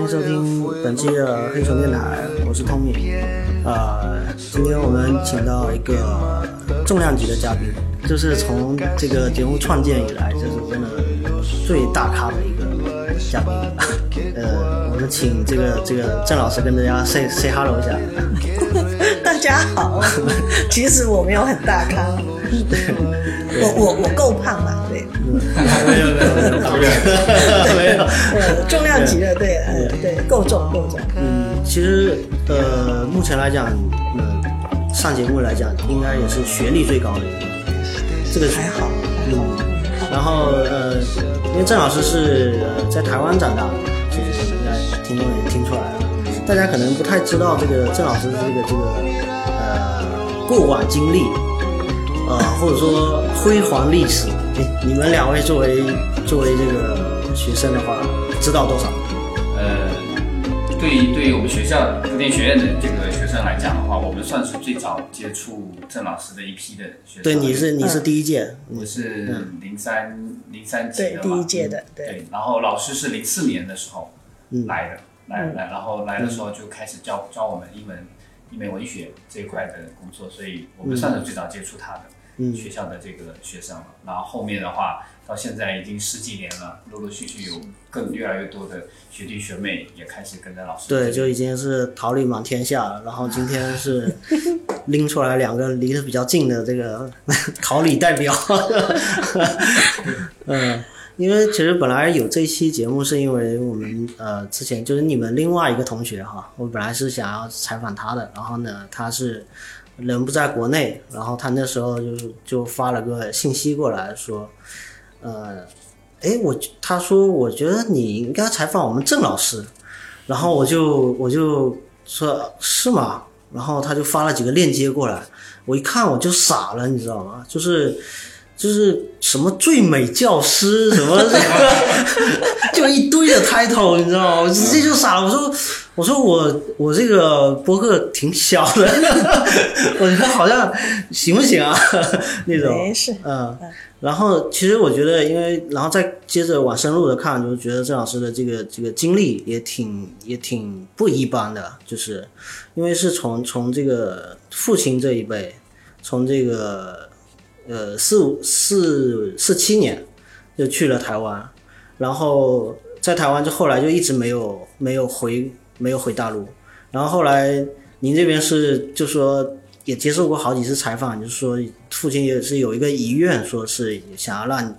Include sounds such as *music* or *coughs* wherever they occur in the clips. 迎收听本期的黑球电台，我是 Tommy。呃，今天我们请到一个重量级的嘉宾，这是从这个节目创建以来，这是真的最大咖的一个嘉宾。 *laughs* 呃，我们请这个这个郑老师跟大家 say say hello 一下。大家好，其实我没有很大咖，我我我够胖了， *laughs* 对，没有没有没有没有没有，呃，重量级的，对，呃，对，够重够重，嗯，其实呃，目前来讲，呃，上节目来讲，应该也是学历最高的一个，这个还好。嗯，然后呃，因为郑老师是呃在台湾长大的，其实应该听众也听出来了。大家可能不太知道这个郑老师的这个这个呃过往经历，呃或者说辉煌历史。哎，你们两位作为作为这个学生的话，知道多少？呃，对于对于我们学校邮电学院的这个学生来讲的话，我们算是最早接触郑老师的一批的学生。对，你是你是第一届，我你是零三零三级嗯对的嘛，第一届的，对，对，然后老师是零四年的时候嗯来的，来来，然后来的时候就开始教教我们英文、英美文学这一块的工作，所以我们算是最早接触他的、嗯学校的这个学生了。然后后面的话，到现在已经十几年了，陆陆续续有更越来越多的学弟学妹也开始跟着老师对，就已经是桃李满天下了。然后今天是拎出来两个离得比较近的这个 *laughs* 桃李代表。嗯，因为其实本来有这期节目，是因为我们呃之前就是你们另外一个同学哈，我本来是想要采访他的，然后呢他是人不在国内，然后他那时候就是就发了个信息过来说，呃。哎，我他说，我觉得你应该采访我们郑老师，然后我就我就说是吗？然后他就发了几个链接过来，我一看我就傻了，你知道吗？就是就是什么最美教师什么这个， *laughs* 就一堆的 title，你知道吗？我直接就傻了，我说我说我我这个博客挺小的， *laughs* 我觉得好像行不行啊 *laughs* 那种。没事，嗯，然后其实我觉得，因为然后再接着往深入的看，就觉得郑老师的这个这个经历也挺也挺不一般的，就是因为是从从这个父亲这一辈，从这个呃四五四四七年就去了台湾，然后在台湾就后来就一直没有没有回没有回大陆，然后后来您这边是就说也接受过好几次采访，就是说父亲也是有一个遗愿，说是想要让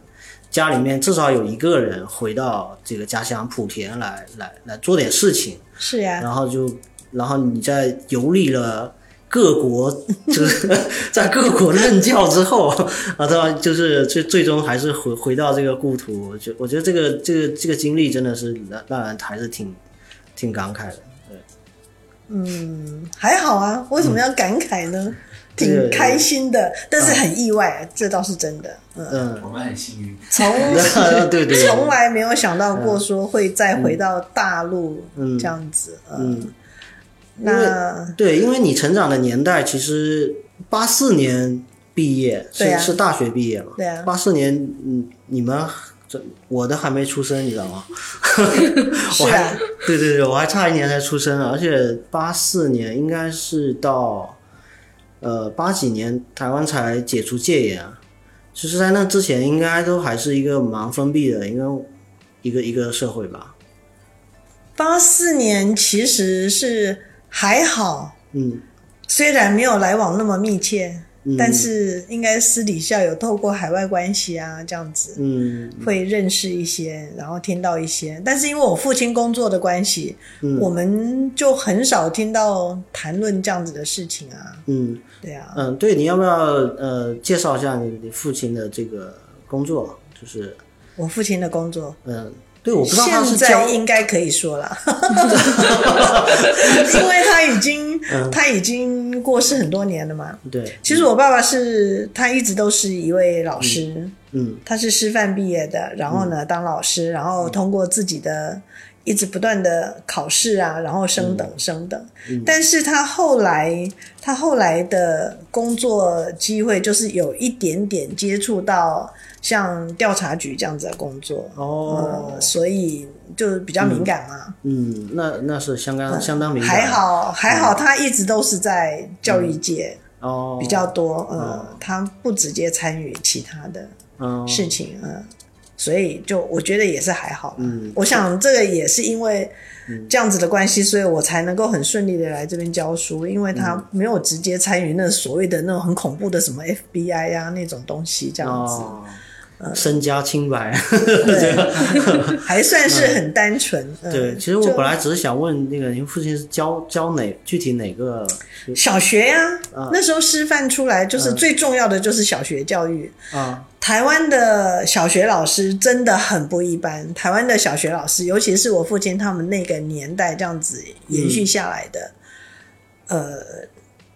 家里面至少有一个人回到这个家乡莆田来来来做点事情，是呀，然后就然后你在游历了。各国就是 *laughs* 在各国任教之后，啊，对吧？就是最最终还是回回到这个故土，我觉我觉得这个这个这个经历真的是让让人还是挺挺感慨的。嗯，还好啊，为什么要感慨嗯呢？对挺开心的，但是很意外，这倒是 *laughs* 真的，嗯，嗯， *laughs* 我们很幸运，从对对对，从来没有想到过说会再回到大陆嗯这样子，嗯，嗯，那对，因为你成长的年代其实八四年毕业是、对啊是大学毕业嘛？对啊八四年，嗯，你们这我都还没出生，你知道吗？ *laughs* 是我还啊，对对对，我还差一年才出生呢，而且八四年应该是到呃八几年台湾才解除戒严啊，就是在那之前应该都还是一个蛮封闭的，应该一个一个社会吧。八四年其实是还好，嗯，虽然没有来往那么密切，嗯但是应该私底下有透过海外关系啊这样子，嗯会认识一些，然后听到一些。但是因为我父亲工作的关系，嗯我们就很少听到谈论这样子的事情啊。嗯。对啊，嗯，对，你要不要呃介绍一下你你父亲的这个工作？就是我父亲的工作。嗯，对，我不知道他是现教在应该可以 *laughs* 说了，因为他已经、嗯他已经过世很多年了嘛。对，其实我爸爸是他一直都是一位老师，嗯他是师范毕业的，然后呢当老师，然后通过自己的一直不断的考试啊，然后升嗯等升等。但是他后来他后来的工作机会就是有一点点接触到像调查局这样子的工作，哦呃，所以就比较敏感嘛。嗯，那那是相当相当嗯敏感，嗯嗯还好还好，他一直都是在教育界哦，比较多，呃，他不直接参与其他的。嗯事情，嗯，所以就我觉得也是还好，嗯，我想这个也是因为这样子的关系，所以我才能够很顺利的来这边教书，因为嗯他没有直接参与那所谓的那种很恐怖的什么 FBI 啊那种东西这样子，嗯哦，身家清白， *laughs* 对，还算是很单纯，嗯对，其实我就本来只是想问那个您父亲是教教哪具体哪个小学呀、嗯那时候师范出来就是最重要的就是小学教育，啊？台湾的小学老师真的很不一般。台湾的小学老师，尤其是我父亲他们那个年代这样子延续下来的，呃，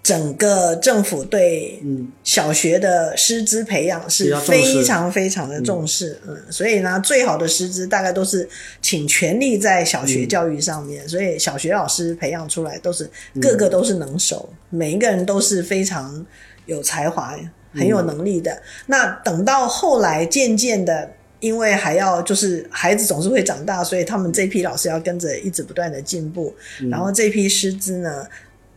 整个政府对嗯小学的师资培养比是较重视非常非常的重视。嗯所以呢，最好的师资大概都是请全力在小学教育上嗯面，所以小学老师培养出来都是个个都是能手，每一个人都是非常。有才华、很有能力的。那等到后来渐渐的，因为还要就是孩子总是会长大，所以他们这批老师要跟着一直不断的进步。然后这批师资呢，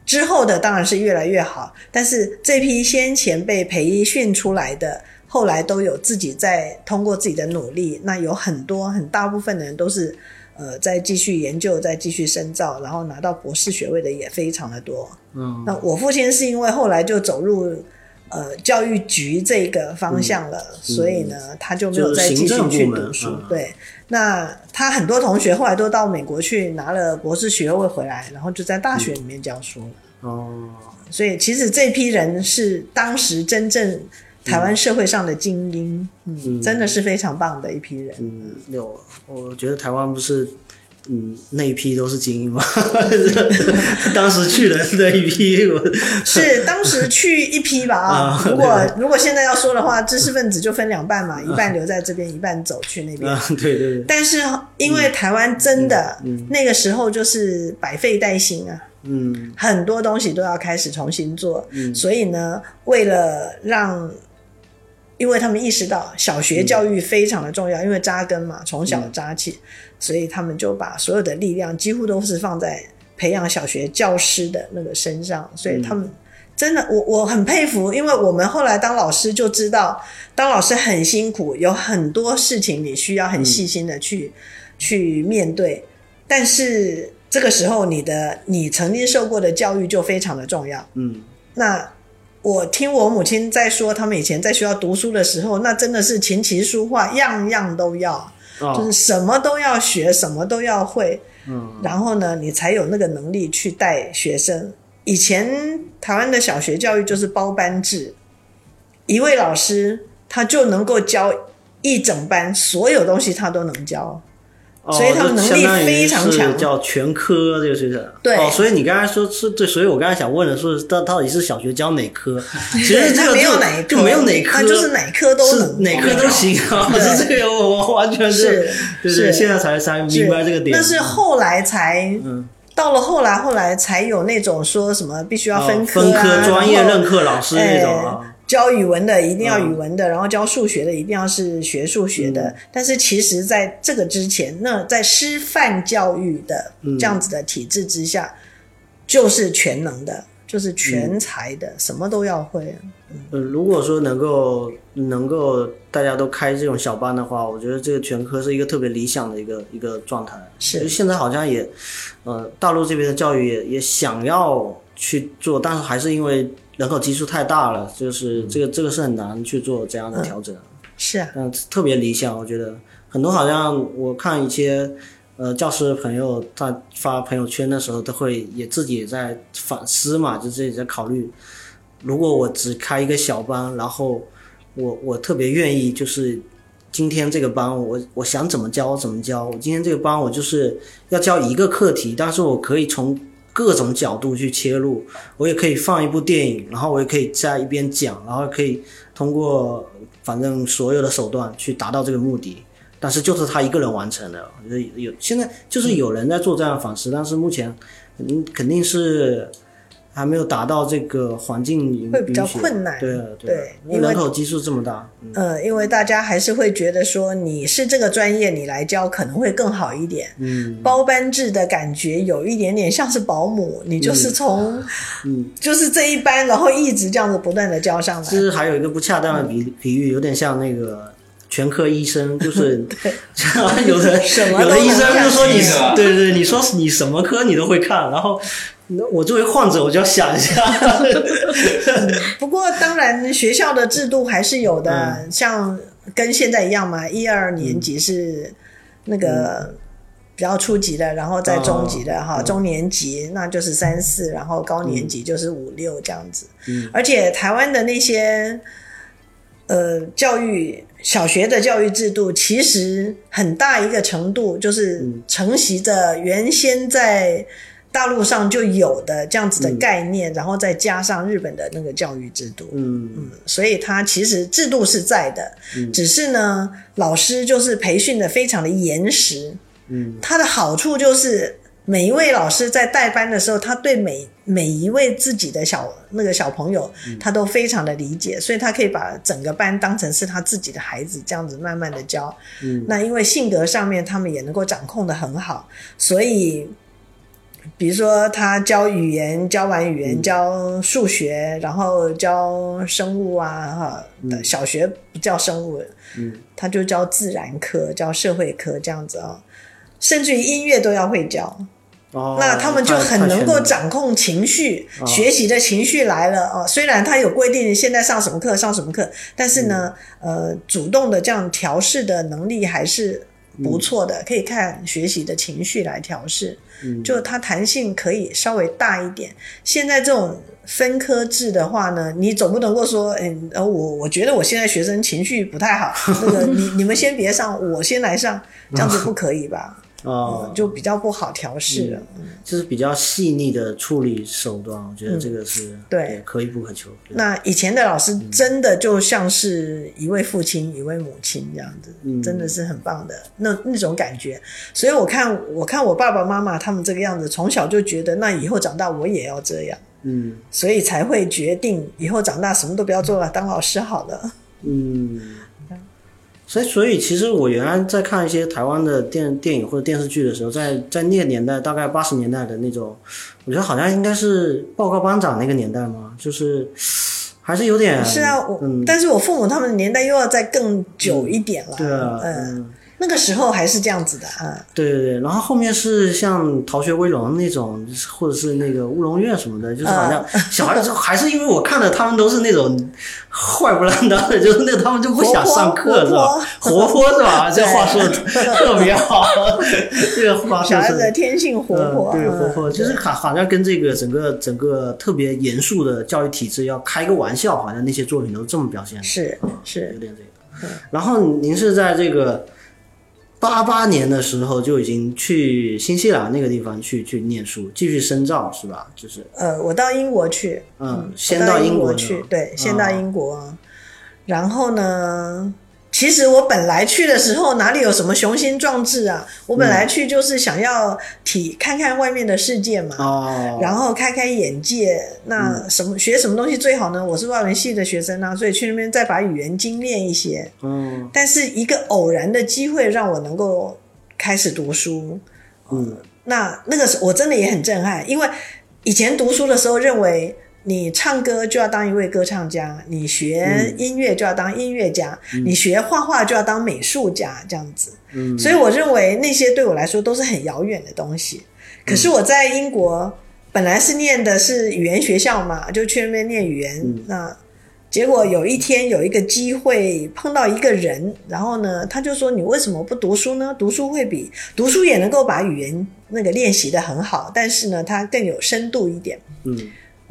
之后的当然是越来越好，但是这批先前被培训出来的。后来都有自己在通过自己的努力，那有很多很大部分的人都是，呃，在继续研究，在继续深造，然后拿到博士学位的也非常的多。嗯那我父亲是因为后来就走入呃教育局这个方向了，所以呢，他就没有再继续去读嗯就是行政书部门。嗯对，那他很多同学后来都到美国去拿了博士学位回来，然后就在大学里面教书了。哦，所以其实这批人是当时真正台湾社会上的精英，嗯，真的是非常棒的一批人。嗯，有，我觉得台湾不是。嗯，那一批都是精英吗？ *laughs* 当时去的那一批，我是当时去一 *laughs* 批吧啊啊，如果如果现在要说的话，知识分子就分两半嘛，一半留在这边，一半走去那边啊。，嗯对对对，但是因为台湾真的、那个时候就是百废待兴啊，嗯很多东西都要开始重新做，所以呢，为了让，因为他们意识到小学教育非常的重要，因为扎根嘛，从小扎起，所以他们就把所有的力量几乎都是放在培养小学教师的那个身上，所以他们。真的，我我很佩服，因为我们后来当老师就知道，当老师很辛苦，有很多事情你需要很细心的去、去面对。但是这个时候，你的你曾经受过的教育就非常的重要。嗯，那我听我母亲在说，他们以前在学校读书的时候，那真的是琴棋书画样样都要，就哦是，什么都要学，什么都要会。嗯然后呢，你才有那个能力去带学生。以前台湾的小学教育就是包班制，一位老师他就能够教一整班所有东西，他都能教。哦所以他们能力就相当于非常是强叫全科这个学生。对哦，所以你刚才说是对，所以我刚才想问的是，到到底是小学教哪 *laughs* 科？其实这他个没有就哪一科，就没有哪科，他就是哪科都是能，哪科都行啊！对是这个我我完全是对对，是现在才才是明白这个点。啊那是后来才嗯到了后来，后来才有那种说什么必须要哦分科、啊哎分科专业认可可嗯老师那种啊，教语文的一定要语文的，然后教数学的一定要是学数学嗯的。但是其实在这个之前，那在师范教育的嗯这样子的体制之下，就是全能的，就是全嗯才的，什么都要会。啊呃，如果说能够能够大家都开这种小班的话，我觉得这个全科是一个特别理想的一个一个状态。是就现在好像也，呃，大陆这边的教育也也想要去做，但是还是因为人口基数太大了，就是这个这个是很难去做这样的调整。是啊，嗯，特别理想，我觉得很多好像我看一些呃教师朋友他发朋友圈的时候，都会也自己也在反思嘛，就自己在考虑，如果我只开一个小班，然后我我特别愿意就是。今天这个班我，我想怎么教怎么教。我今天这个班，我就是要教一个课题，但是我可以从各种角度去切入，我也可以放一部电影，然后我也可以在一边讲，然后可以通过反正所有的手段去达到这个目的。但是就是他一个人完成的。我觉得有现在就是有人在做这样的反思，但是目前嗯肯定是还没有达到这个环境允会比较允许困难对对因为因为人口基数这么大，嗯呃，因为大家还是会觉得说你是这个专业，你来教可能会更好一点。嗯包班制的感觉有一点点像是保姆，你就是从、嗯。就是这一班，然后一直这样子不断的教上来其。实还有一个不恰当的比嗯比喻，有点像那个全科医生，就是 *laughs* *laughs* 有的什么有都的医生就说你能干对对，对你说你什么科你都会看，然后那我作为患者我就要想一 *laughs* 下，不过当然学校的制度还是有的，嗯像跟现在一样嘛，一二年级是那嗯个比较初级的，然后再中级哦的哈，中年级那就是三四，然后高年级就是五六这样子。嗯而且台湾的那些呃教育小学的教育制度，其实很大一个程度就是承袭着原先在大陆上就有的这样子的概念，然后再加上日本的那个教育制度，嗯所以它其实制度是在的，只是呢老师就是培训的非常的严实，嗯它的好处就是每一位老师在带班的时候，他对每每一位自己的小那个小朋友，嗯他都非常的理解，所以他可以把整个班当成是他自己的孩子，这样子慢慢的教。嗯那因为性格上面他们也能够掌控的很好，所以。比如说，他教语言，教完语言，教数学，然后教生物啊，哈、小学不叫生物，嗯他就教自然科、教社会科这样子啊、甚至于音乐都要会教。哦，那他们就太很能够，太全掌控情绪，哦学习的情绪来了啊、虽然他有规定现在上什么课上什么课，但是呢，嗯呃，主动的这样调试的能力还是不错的，可以看学习的情绪来调试。嗯就它弹性可以稍微大一点。现在这种分科制的话呢，你总不能够说，嗯，呃，我我觉得我现在学生情绪不太 *laughs* 好，那个你你们先别上，我先来上，这样子不可以吧？哦嗯，，就比较不好调试了。就是比较细腻的处理手段，我觉得这个是嗯对可遇不可求。对那以前的老师嗯真的就像是一位父亲、一位母亲这样子，嗯真的是很棒的那那种感觉。所以我看我看我爸爸妈妈他们这个样子，从小就觉得那以后长大我也要这样，嗯所以才会决定以后长大什么都不要做了，当老师好了。嗯，所以所以其实我原来在看一些台湾的电电影或者电视剧的时候，在在那个年代，大概八十年代的那种，我觉得好像应该是报告班长那个年代嘛，就是还是有点是啊，我、嗯但是我父母他们的年代又要再更久一点了。对啊，嗯，嗯，那个时候还是这样子的啊。对对对，然后后面是像《逃学威龙》那种，或者是那个《乌龙院》什么的，就是好像嗯 *laughs* 小孩子还是因为我看的他们都是那种坏不烂当的，就是那他们就不想上课是吧？活活泼是吧？对这话说的特别 *laughs* 好，这个话说小孩子的是。天性活泼，嗯、对，活嗯泼就是好，好像跟这个整个整个特别严肃的教育体制要开个玩笑，好像那些作品都这么表现的。是是有点这个。然后您是在这个八八年的时候就已经去新西兰那个地方去去念书，继续深造是吧？就是呃，我到英国去，嗯，先我到到英国去，去，对，先到啊英国。然后呢，其实我本来去的时候哪里有什么雄心壮志啊？我嗯本来去就是想要体看看外面的世界嘛，哦，嗯然后开开眼界。那什么、学什么东西最好呢？我是外文系的学生啊，所以去那边再把语言精炼一些。嗯但是一个偶然的机会让我能够开始读书，嗯那那个时候我真的也很震撼，因为以前读书的时候认为。你唱歌就要当一位歌唱家，你学音乐就要当音乐家，你学画画就要当美术家，这样子。嗯，所以我认为那些对我来说都是很遥远的东西。可是我在英国本来是念的是语言学校嘛，就去那边念语言。嗯那结果有一天有一个机会碰到一个人，然后呢，他就说：“你为什么不读书呢？读书会比读书也能够把语言那个练习的很好，但是呢，它更有深度一点。”嗯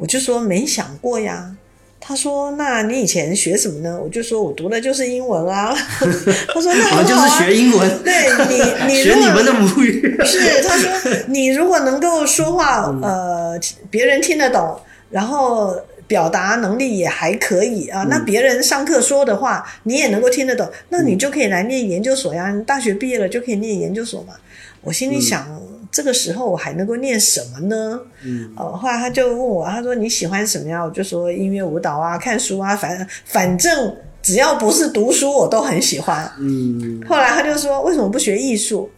我就说没想过呀。他说：“那你以前学什么呢？”我就说：“我读的就是英文啊。” *laughs* 他说：“那 *laughs* 我很们就好是啊。”学英文，对你，你学如果你们的母语， *laughs* *laughs* 是他嗯说你如果能够说话，呃，别人听得懂，然后表达能力也还可以啊，嗯那别人上课说的话你也能够听得懂，那你就可以来念研究所呀。你大学毕业了就可以念研究所嘛。我心里想，这个时候我还能够念什么呢？嗯，呃，后来他就问我，他说你喜欢什么呀？我就说音乐、舞蹈啊，看书啊，反反正只要不是读书，我都很喜欢。嗯，后来他就说：“为什么不学艺术？”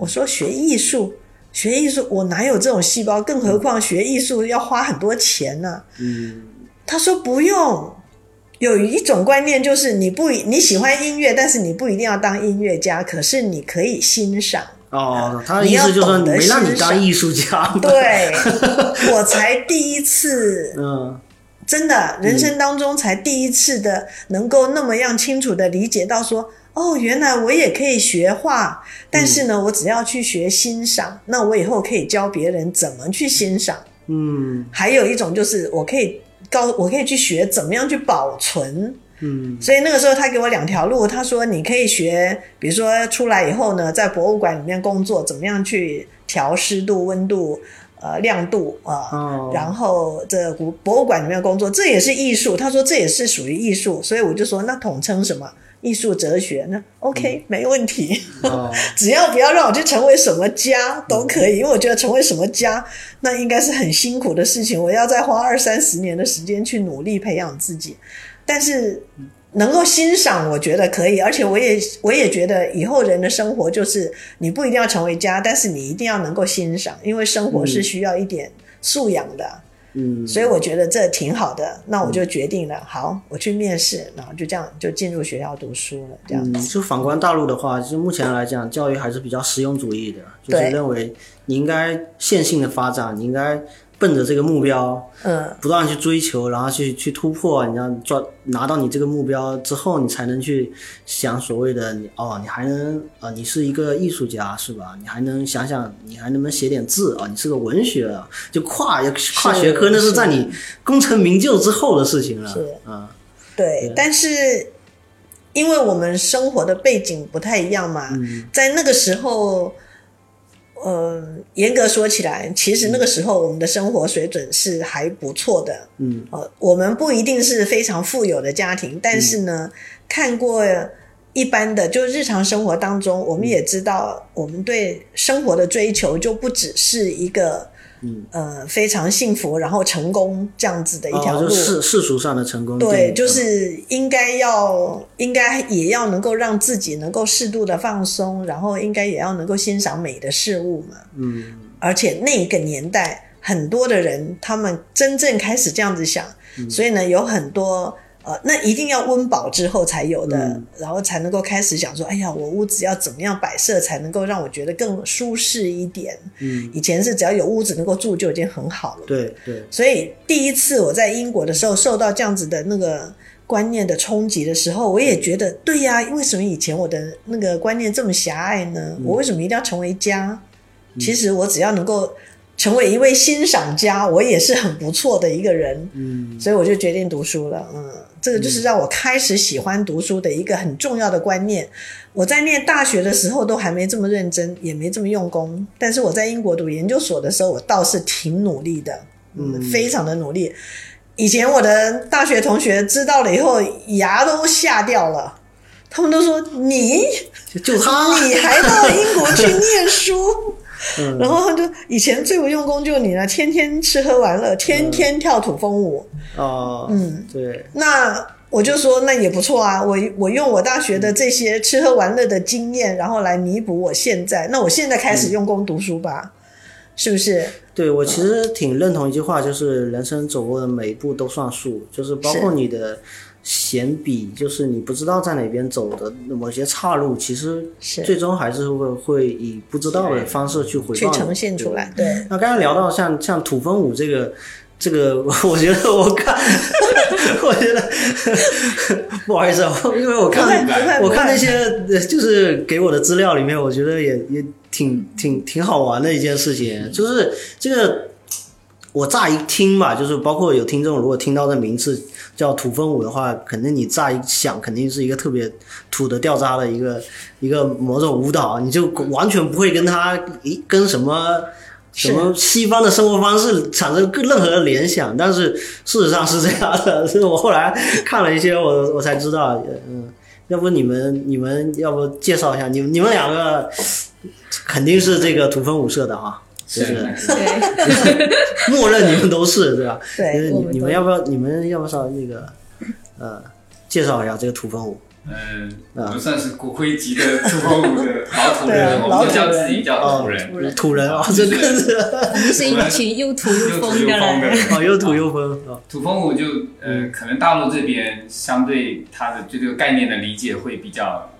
我说：“学艺术，学艺术，我哪有这种细胞？更何况学艺术要花很多钱呢、嗯，他说：“不用。”有一种观念就是你不你喜欢音乐，但是你不一定要当音乐家，可是你可以欣赏。哦，他的意思就是说你要懂得没让你欣赏当艺术家，，对，我才第一次嗯真的人生当中才第一次的能够那么样清楚的理解到说，哦，原来我也可以学画，但是呢，我只要去学欣赏，那我以后可以教别人怎么去欣赏。嗯还有一种就是我可以告，我可以去学怎么样去保存。嗯所以那个时候他给我两条路，他说你可以学，比如说出来以后呢，在博物馆里面工作，怎么样去调湿度、温度、呃亮度啊。呃哦，然后这古博物馆里面的工作，这也是艺术。他说这也是属于艺术，所以我就说那统称什么艺术哲学呢？OK，、没问题，哦只要不要让我去成为什么家都可以，因为我觉得成为什么家那应该是很辛苦的事情，我要再花二三十年的时间去努力培养自己，但是。能够欣赏，我觉得可以，而且我也我也觉得以后人的生活就是你不一定要成为家，但是你一定要能够欣赏，因为生活是需要一点素养的。嗯，所以我觉得这挺好的，那我就决定了，好，我去面试，然后就这样就进入学校读书了，这样嗯，子。就反观大陆的话，就目前来讲，教育还是比较实用主义的，就是对认为你应该线性的发展，你应该奔着这个目标嗯，不断地去追求，然后去去突破，你要抓拿到你这个目标之后，你才能去想所谓的你哦，你还能啊、呃你是一个艺术家是吧？你还能想想，你还能不能写点字啊、你是个文学，就跨跨学科，那是是在你功成名就之后的事情了。是啊，对。但是因为我们生活的背景不太一样嘛，嗯在那个时候，呃，严格说起来，其实那个时候我们的生活水准是还不错的。嗯呃，我们不一定是非常富有的家庭，但是呢，嗯看过一般的，就日常生活当中，我们也知道，我们对生活的追求就不只是一个，嗯，呃，非常幸福然后成功这样子的一条哦，路。就世世俗上的成功定对，义就嗯是应该要，应该也要能够让自己能够适度的放松，然后应该也要能够欣赏美的事物嘛。嗯。而且那个年代，很多的人他们真正开始这样子想，嗯所以呢，有很多呃，那一定要温饱之后才有的，嗯然后才能够开始想说，哎呀，我屋子要怎么样摆设才能够让我觉得更舒适一点？嗯，以前是只要有屋子能够住就已经很好了。对对，所以第一次我在英国的时候受到这样子的那个观念的冲击的时候，我也觉得对呀、为什么以前我的那个观念这么狭隘呢？我为什么一定要成为家？其实我只要能够成为一位欣赏家，我也是很不错的一个人。嗯所以我就决定读书了。嗯，这个就是让我开始喜欢读书的一个很重要的观念。我在念大学的时候都还没这么认真，也没这么用功，但是我在英国读研究所的时候，我倒是挺努力的，嗯，非常的努力。以前我的大学同学知道了以后，牙都吓掉了。他们都说你就就他，你还到英国去念书， *laughs* 嗯然后他就以前最不用功就你了，天天吃喝玩嗯乐，天天跳土风舞，哦，嗯，对，那我就说那也不错啊，我我用我大学的这些吃喝玩乐的经验，然后来弥补我现在。那我现在开始用功读书嗯吧，是不是？对我其实挺认同一句话，就是人生走过的每一步都算数，就是包括是你的闲笔，就是你不知道在哪边走的某些岔路，其实是最终还是会会以不知道的方式去回去报你呈现出。来，对对。那刚才聊到像像土风舞这个。这个我觉得我看， *laughs* 我觉得 *laughs* 不好意思，啊，因为我不会看不会，我看不那会些呃就是给我的资料里面，我觉得也也挺挺挺好玩的一件事情，就是这个。我乍一听吧，就是包括有听众如果听到这名字叫土风舞的话，肯定你乍一想肯定是一个特别土的掉渣的一个一个某种舞蹈，你就完全不会跟他一跟什么什么西方的生活方式产生任何的联想，但是事实上是这样的。所以我后来看了一些，我我才知道，嗯，要不你们你们要不介绍一下，你你们两个肯定是这个土风舞社的 *laughs* 啊，就是是对，默认你们都是对吧？对就是我你你们们都要不要你们要不要那个呃介绍一下这个土风舞？嗯， *laughs* 啊我们算是骨灰级的土风舞的老土对人，啊我们都叫老土自人己哦叫土人，土人土人啊，这更是我们是一群又土哦又土又又疯的风的人。人。哦，又土又风啊，土风舞就呃，嗯可能大陆这边相对它的对这个概念的理解会比较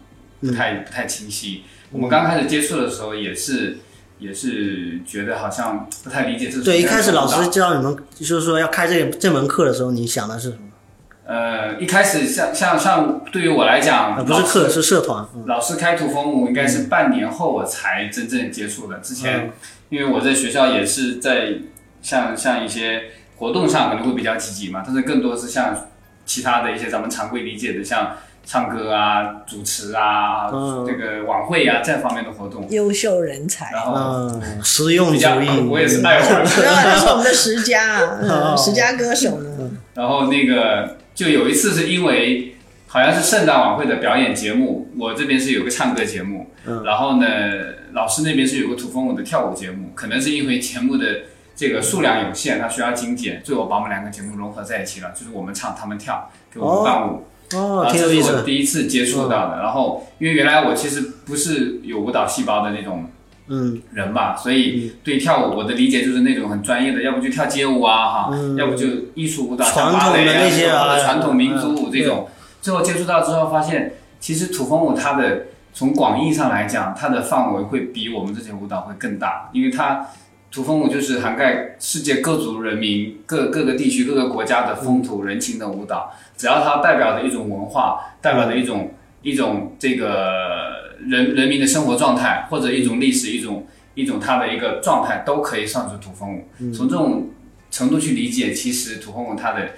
不太嗯不太清晰。我们刚开始接触的时候也是也是觉得好像不太理解这是对，一什么样开始的老舞蹈师教你们，就是说要开这这门课的时候，你想的是什么？呃，一开始像像像对于我来讲，啊，不是老师课，是社团。嗯老师开土风舞应该是半年后我才真正接触的。嗯之前，因为我在学校也是在像像一些活动上可能会比较积极嘛，但是更多是像其他的一些咱们常规理解的，像唱歌啊、主持啊、嗯这个晚会啊这方面的活动。优秀人才。然后嗯，实用哦比主较，义。嗯我也是爱玩。没有啊，他是我们的十佳啊， *laughs* 哦嗯嗯十佳歌手呢。然后那个就有一次是因为好像是圣诞晚会的表演节目，我这边是有个唱歌节目，嗯然后呢，老师那边是有个土风舞的跳舞节目，可能是因为节目的这个数量有限，它需要精简，所以我把我们两个节目融合在一起了，就是我们唱他们跳，给我们伴舞，哦，然后挺这有是意我思。嗯第一次接触到的。然后因为原来我其实不是有舞蹈细胞的那种嗯，人吧，所以对跳舞我的理解就是那种很专业的，要不就跳街舞啊，哈，嗯要不就艺术舞蹈，传像统芭蕾的那些啊啊，或者传统民族嗯舞这种。最后接触到之后，发现其实土风舞它的从广义上来讲，它的范围会比我们这些舞蹈会更大，因为它土风舞就是涵盖世界各族人民、各各个地区、各个国家的风土人情的舞蹈，只要它代表着一种文化，代表着一种一种这个人人民的生活状态，或者一种历史、一种一种它的一个状态，都可以算是土风舞。嗯从这种程度去理解，其实土风舞它的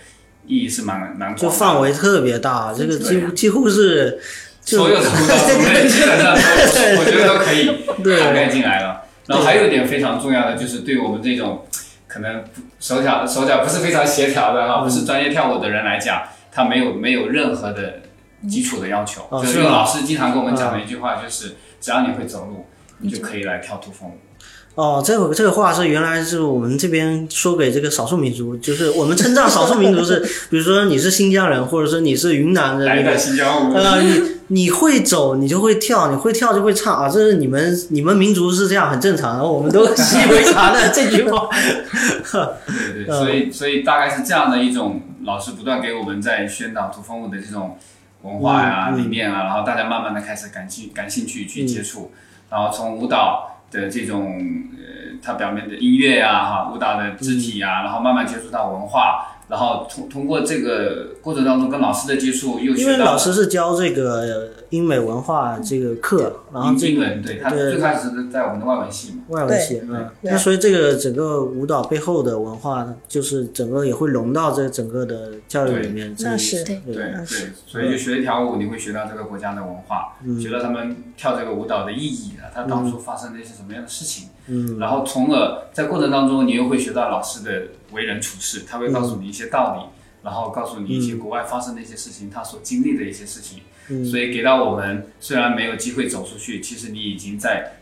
意义是蛮蛮广的，就范围特别大，这个几乎对几乎 *laughs* 是就所有的舞蹈种类基本上都，我觉得都可以 *laughs* 对涵盖进来了。然后还有一点非常重要的，就是对我们这种可能手脚手脚不是非常协调的哈，不是专业跳舞的人来讲，他没有没有任何的基础的要求。哦就是是吗啊老师经常跟我们讲的一句话，就是只要你会走路，你就可以来跳土风舞。 *laughs* 哦，这个这个话是原来是我们这边说给这个少数民族，就是我们称赞少数民族是，比如说你是新疆人，或者说你是云南人，来那一个段新疆舞，呃，你你会走，你就会跳，你会跳就会唱啊，这是你们你们民族是这样，很正常，我们都习以为常的 *laughs* 这句话。对对，嗯所以所以大概是这样的一种老师不断给我们在宣导土风舞的这种文化呀、嗯嗯理念啊，然后大家慢慢的开始感兴感兴趣去接触，嗯然后从舞蹈的这种呃它表面的音乐呀、哈舞蹈的肢体呀、嗯然后慢慢接触到文化，然后通通过这个过程当中跟老师的接触又因学为到老师是教这个英美文化这个课，然后英这英个文，对他对最开始是在我们的外文系嘛，外文系，嗯，对那所以这个整个舞蹈背后的文化，就是整个也会融到这整个的教育里面。那是对对嗯对，所以就学一条舞，你会学到这个国家的文化，学到他们跳这个舞蹈的意义啊，它当初发生了一些什么样的事情，嗯，然后从而在过程当中，你又会学到老师的为人处事，他会告诉你一些道理，然后告诉你一些国外发生的一些事情，他所经历的一些事情，所以给到我们虽然没有机会走出去，其实你已经在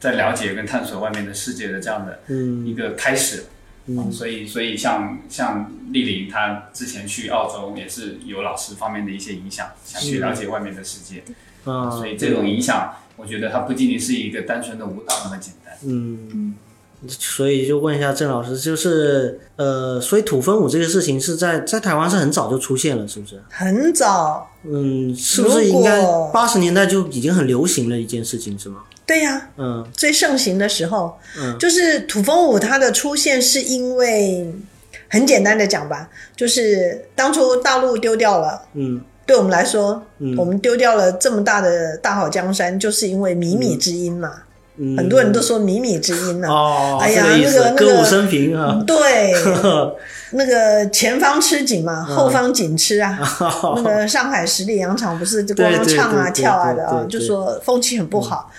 在了解跟探索外面的世界的这样的嗯一个开始。嗯，所以所以像像丽玲，她之前去澳洲也是有老师方面的一些影响，想去了解外面的世界，啊，嗯所以这种影响，我觉得它不仅仅是一个单纯的舞蹈那么简 *laughs* 单。嗯，所以就问一下郑老师，就是呃，所以土风舞这个事情是在在台湾是很早就出现了，是不是？很早，嗯，是不是应该八十年代就已经很流行了一件事情，是吗？对呀、嗯最盛行的时候，嗯就是土风舞它的出现是因为很简单的讲吧，就是当初大陆丢掉了。嗯对我们来说，嗯我们丢掉了这么大的大好江山，就是因为靡靡之音嘛。嗯，很多人都说靡靡之音呢、哦，哎呀这个意思，那个那个歌舞升平啊， *laughs* 对，呵那个前方吃紧嘛，嗯后方紧吃啊。那个上海十里洋场不是就光哦对对唱啊、对对跳啊的对嗯啊对，对就说风气很不好。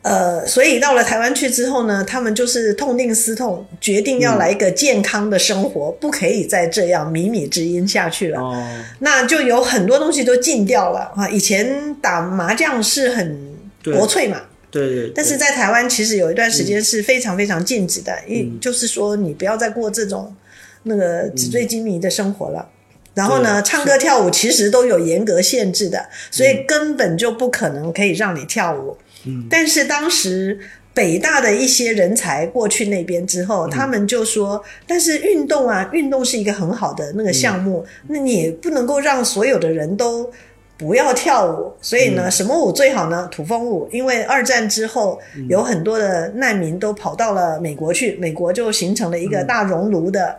呃，所以到了台湾去之后呢，他们就是痛定思痛，决定嗯要来一个健康的生活，不可以再这样靡靡之音下去了。哦，那就有很多东西都禁掉了啊。以前打麻将是很对国粹嘛，对对对，嗯但是在台湾其实有一段时间是非常非常禁止的，一、就是说你不要再过这种那个纸醉金迷的生活了。然后呢，嗯对唱歌跳舞其实都有严格限制的，所以根本就不可能可以让你跳舞。嗯但是当时北大的一些人才过去那边之嗯后，他们就说：“但是运动啊，运动是一个很好的那个嗯项目，那你也不能够让所有的人都不要跳舞。所以嗯呢，什么舞最好呢？土风舞，因为二战之后嗯有很多的难民都跑到了美国去，美国就形成了一个嗯大熔炉的。”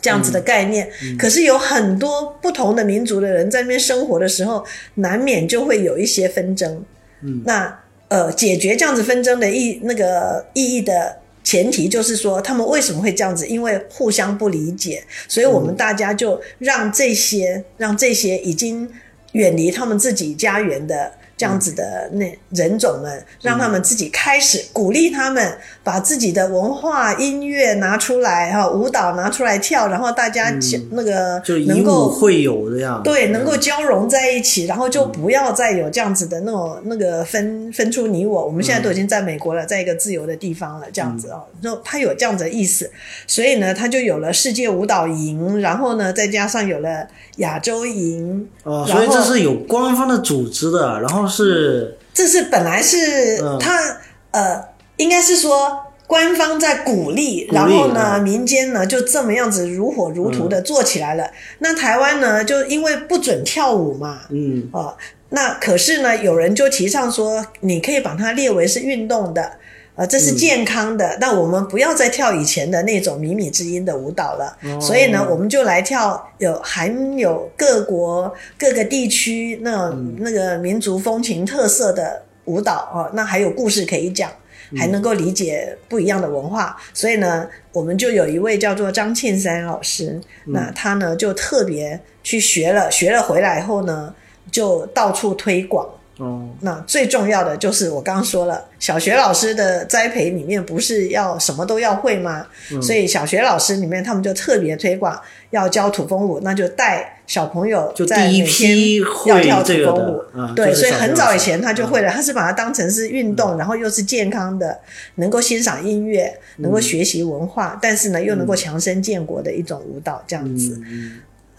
这样子的概念，可是有很多不同的民族的人在那边生活的时候，难免就会有一些纷争。嗯那呃，解决这样子纷争的意那个意义的前提，就是说他们为什么会这样子？因为互相不理解，所以我们大家就让这些、让这些已经远离他们自己家园的。这样子的那人种嗯们，让他们自己开始鼓励他们，把自己的文化、音乐拿出来哈，舞蹈拿出来跳，然后大家就那个嗯就以能武够会友这样，对，能够交融在一起，然后嗯就不要再有这样子的那种那个分分出你我。我们嗯现在都已经在美国了，在一个自由的地方了，这样子哦，就他有这样子的意思，所以呢，他就有了世界舞蹈营，然后呢，再加上有了亚洲营，哦，然所以这后是有官方的组织的，然后是这是本来是嗯他、呃，应该是说。官方在鼓励，鼓励然后呢，嗯民间呢就这么样子如火如荼的做起来了。那台湾呢，就因为不准跳舞嘛，嗯哦，那可是呢，有人就提倡说，你可以把它列为是运动的，呃，这是健康的。那我们不要再跳以前的那种靡靡之音的舞蹈了。哦所以呢，我们就来跳有含有各国各个地区那种、那个民族风情特色的舞蹈哦，那还有故事可以讲。还能够理解不一样的文化，所以呢，我们就有一位叫做张庆山老师，那他呢就特别去学了，学了回来后呢，就到处推广。哦那最重要的就是我刚刚说了，小学老师的栽培里面不是要什么都要会吗？嗯所以小学老师里面他们就特别推广要教土风舞，那就带小朋友就在第一每天批要会跳土这个风舞的，，嗯，对，就是所以小很学早老以师嗯前他就会了，他是把它当成是运动，然后又是健康的，能够欣赏音乐，嗯能够学习文化，但是呢又能够强身健国的一种舞蹈这样子，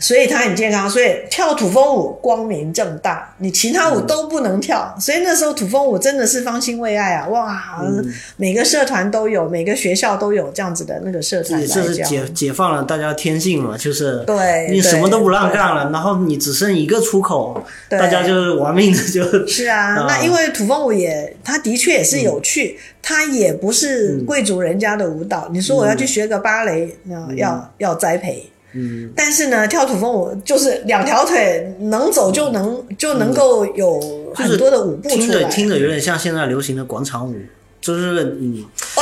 所以他很健康，所以跳土风舞光明正大，你其他嗯舞都不能跳，所以那时候土风舞真的是方兴未艾啊，哇，嗯每个社团都有，每个学校都有这样子的那个社团这来这是教，解解放了大家天性嘛，就是对，你什么都不让对干了，然后你只剩一个出口，对大家就是玩命的就是啊啊，那因为土风舞也，它的确也是有趣，它也不是贵族人家的舞蹈。你说我要去学个芭蕾，那、要要栽培。嗯，但是呢，跳土风舞就是两条腿能走就能、就能够有嗯就是很多的舞步听出来。着听着有点像现在流行的广场舞，就是嗯，哦，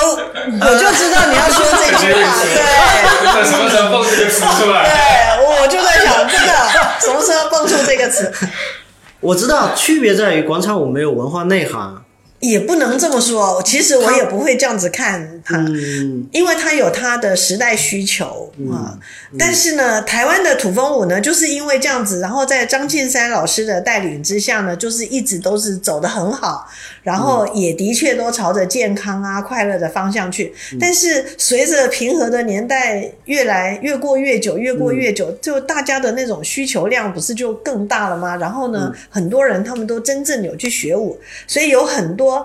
我就知道你要说这句话，对。在什么时候蹦这个词出来？对，我就在想这个什么时候蹦出这个词，我知道区别在于广场舞没有文化内涵，也不能这么说。其实我也不会这样子看它，嗯，因为它有它的时代需求啊、但是呢，台湾的土风舞呢，就是因为这样子，然后在张庆山老师的带领之下呢，就是一直都是走得很好，然后也的确都朝着健康啊、快乐的方向去。但是随着平和的年代越来越过越久，越过越久，就大家的那种需求量不是就更大了吗？然后呢，很多人他们都真正有去学舞，所以有很多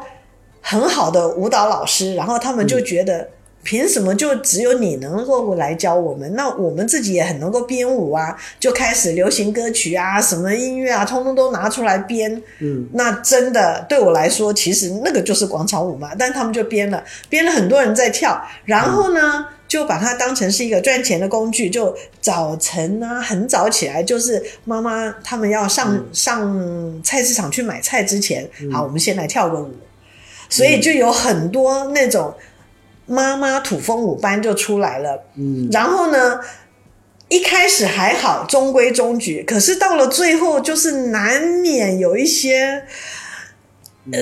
很好的舞蹈老师，然后他们就觉得。凭什么就只有你能够来教我们？那我们自己也很能够编舞啊，就开始流行歌曲啊，什么音乐啊，通通都拿出来编。嗯，那真的对我来说，其实那个就是广场舞嘛。但他们就编了，编了很多人在跳，然后呢，就把它当成是一个赚钱的工具。就早晨啊，很早起来，就是妈妈他们要上、上菜市场去买菜之前，好，我们先来跳个舞。所以就有很多那种妈妈土风舞班就出来了。嗯，然后呢，一开始还好，中规中矩，可是到了最后，就是难免有一些，呃，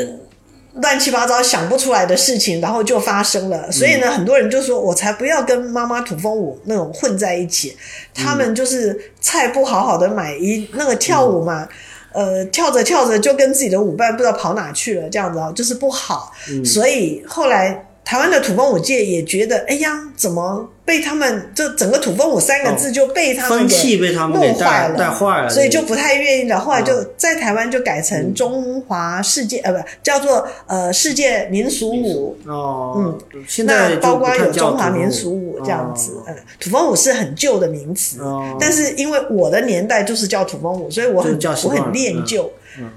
乱七八糟想不出来的事情，然后就发生了。所以呢，很多人就说：“我才不要跟妈妈土风舞那种混在一起，他们就是菜不好好的买一那个跳舞嘛。呃，跳着跳着就跟自己的舞伴不知道跑哪去了，这样子啊，就是不好。所以后来台湾的土风舞界也觉得，哎呀，怎么被他们就整个土风舞三个字就被他们风给、气被他们给带带坏了，嗯所以就不太愿意了。后来就在台湾就改成中华世界、呃，不叫做呃世界民俗舞。哦，嗯，现在那就包不括太有叫中华土民风俗舞这样子哦，嗯，土风舞是很旧的名词，哦但是因为我的年代就是叫土风舞，所以我很就叫习我惯了嗯很恋旧。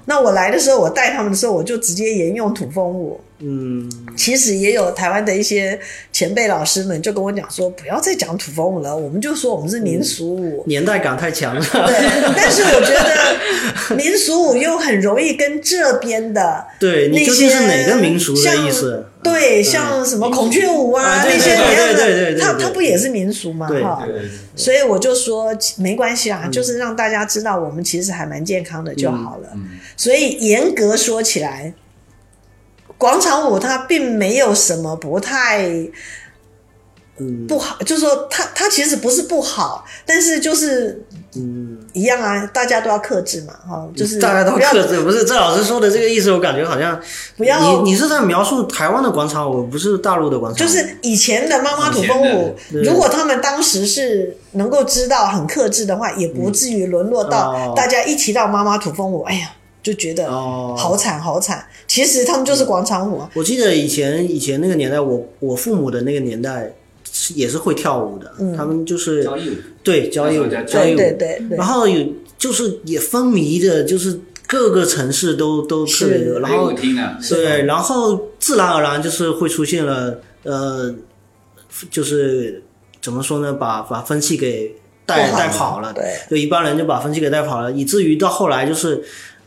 那我来的时候，我带他们的时候，我就直接沿用土风舞。嗯，其实也有台湾的一些前辈老师们就跟我讲说，不要再讲土风舞了，我们就说我们是民俗舞。年代感太强了。对， *laughs* 但是我觉得民俗舞又很容易跟这边的对你那究些竟是哪个民俗的像意思？嗯对，像什么孔雀舞啊啊对那些对那样对对对的，对它对它不也是民俗嘛对嗯哈对？对对。所以我就说没关系啊，就是让大家知道我们其实还蛮健康的就好了。嗯所以严格说起来，广场舞它并没有什么不太呃嗯不好，就是说它它其实不是不好，但是就是嗯，一样啊，大家都要克制嘛，哈、就是大家都不要克制，不是这老师说的这个意思，我感觉好像不要你你是在描述台湾的广场舞，不是大陆的广场就舞，是以前的妈妈土风舞以前的，对如果他们当时是能够知道很克制的话，也不至于沦落嗯哦到大家一提到妈妈土风舞，哎呀，就觉得哦好惨好惨。其实他们就是广场舞啊，我记得以前以前那个年代，我我父母的那个年代是也是会跳舞的，他们就是交易舞对交谊舞那时候叫交谊舞，对嗯对对对然，后有就是也风靡的，就是各个城市都都特别多，是然还有后舞厅呢，对，然后自然而然就是会出现了，呃，就是怎么说呢，把把风气给带不好带跑了，对，就一帮人就把风气给带跑了，以至于到后来就是。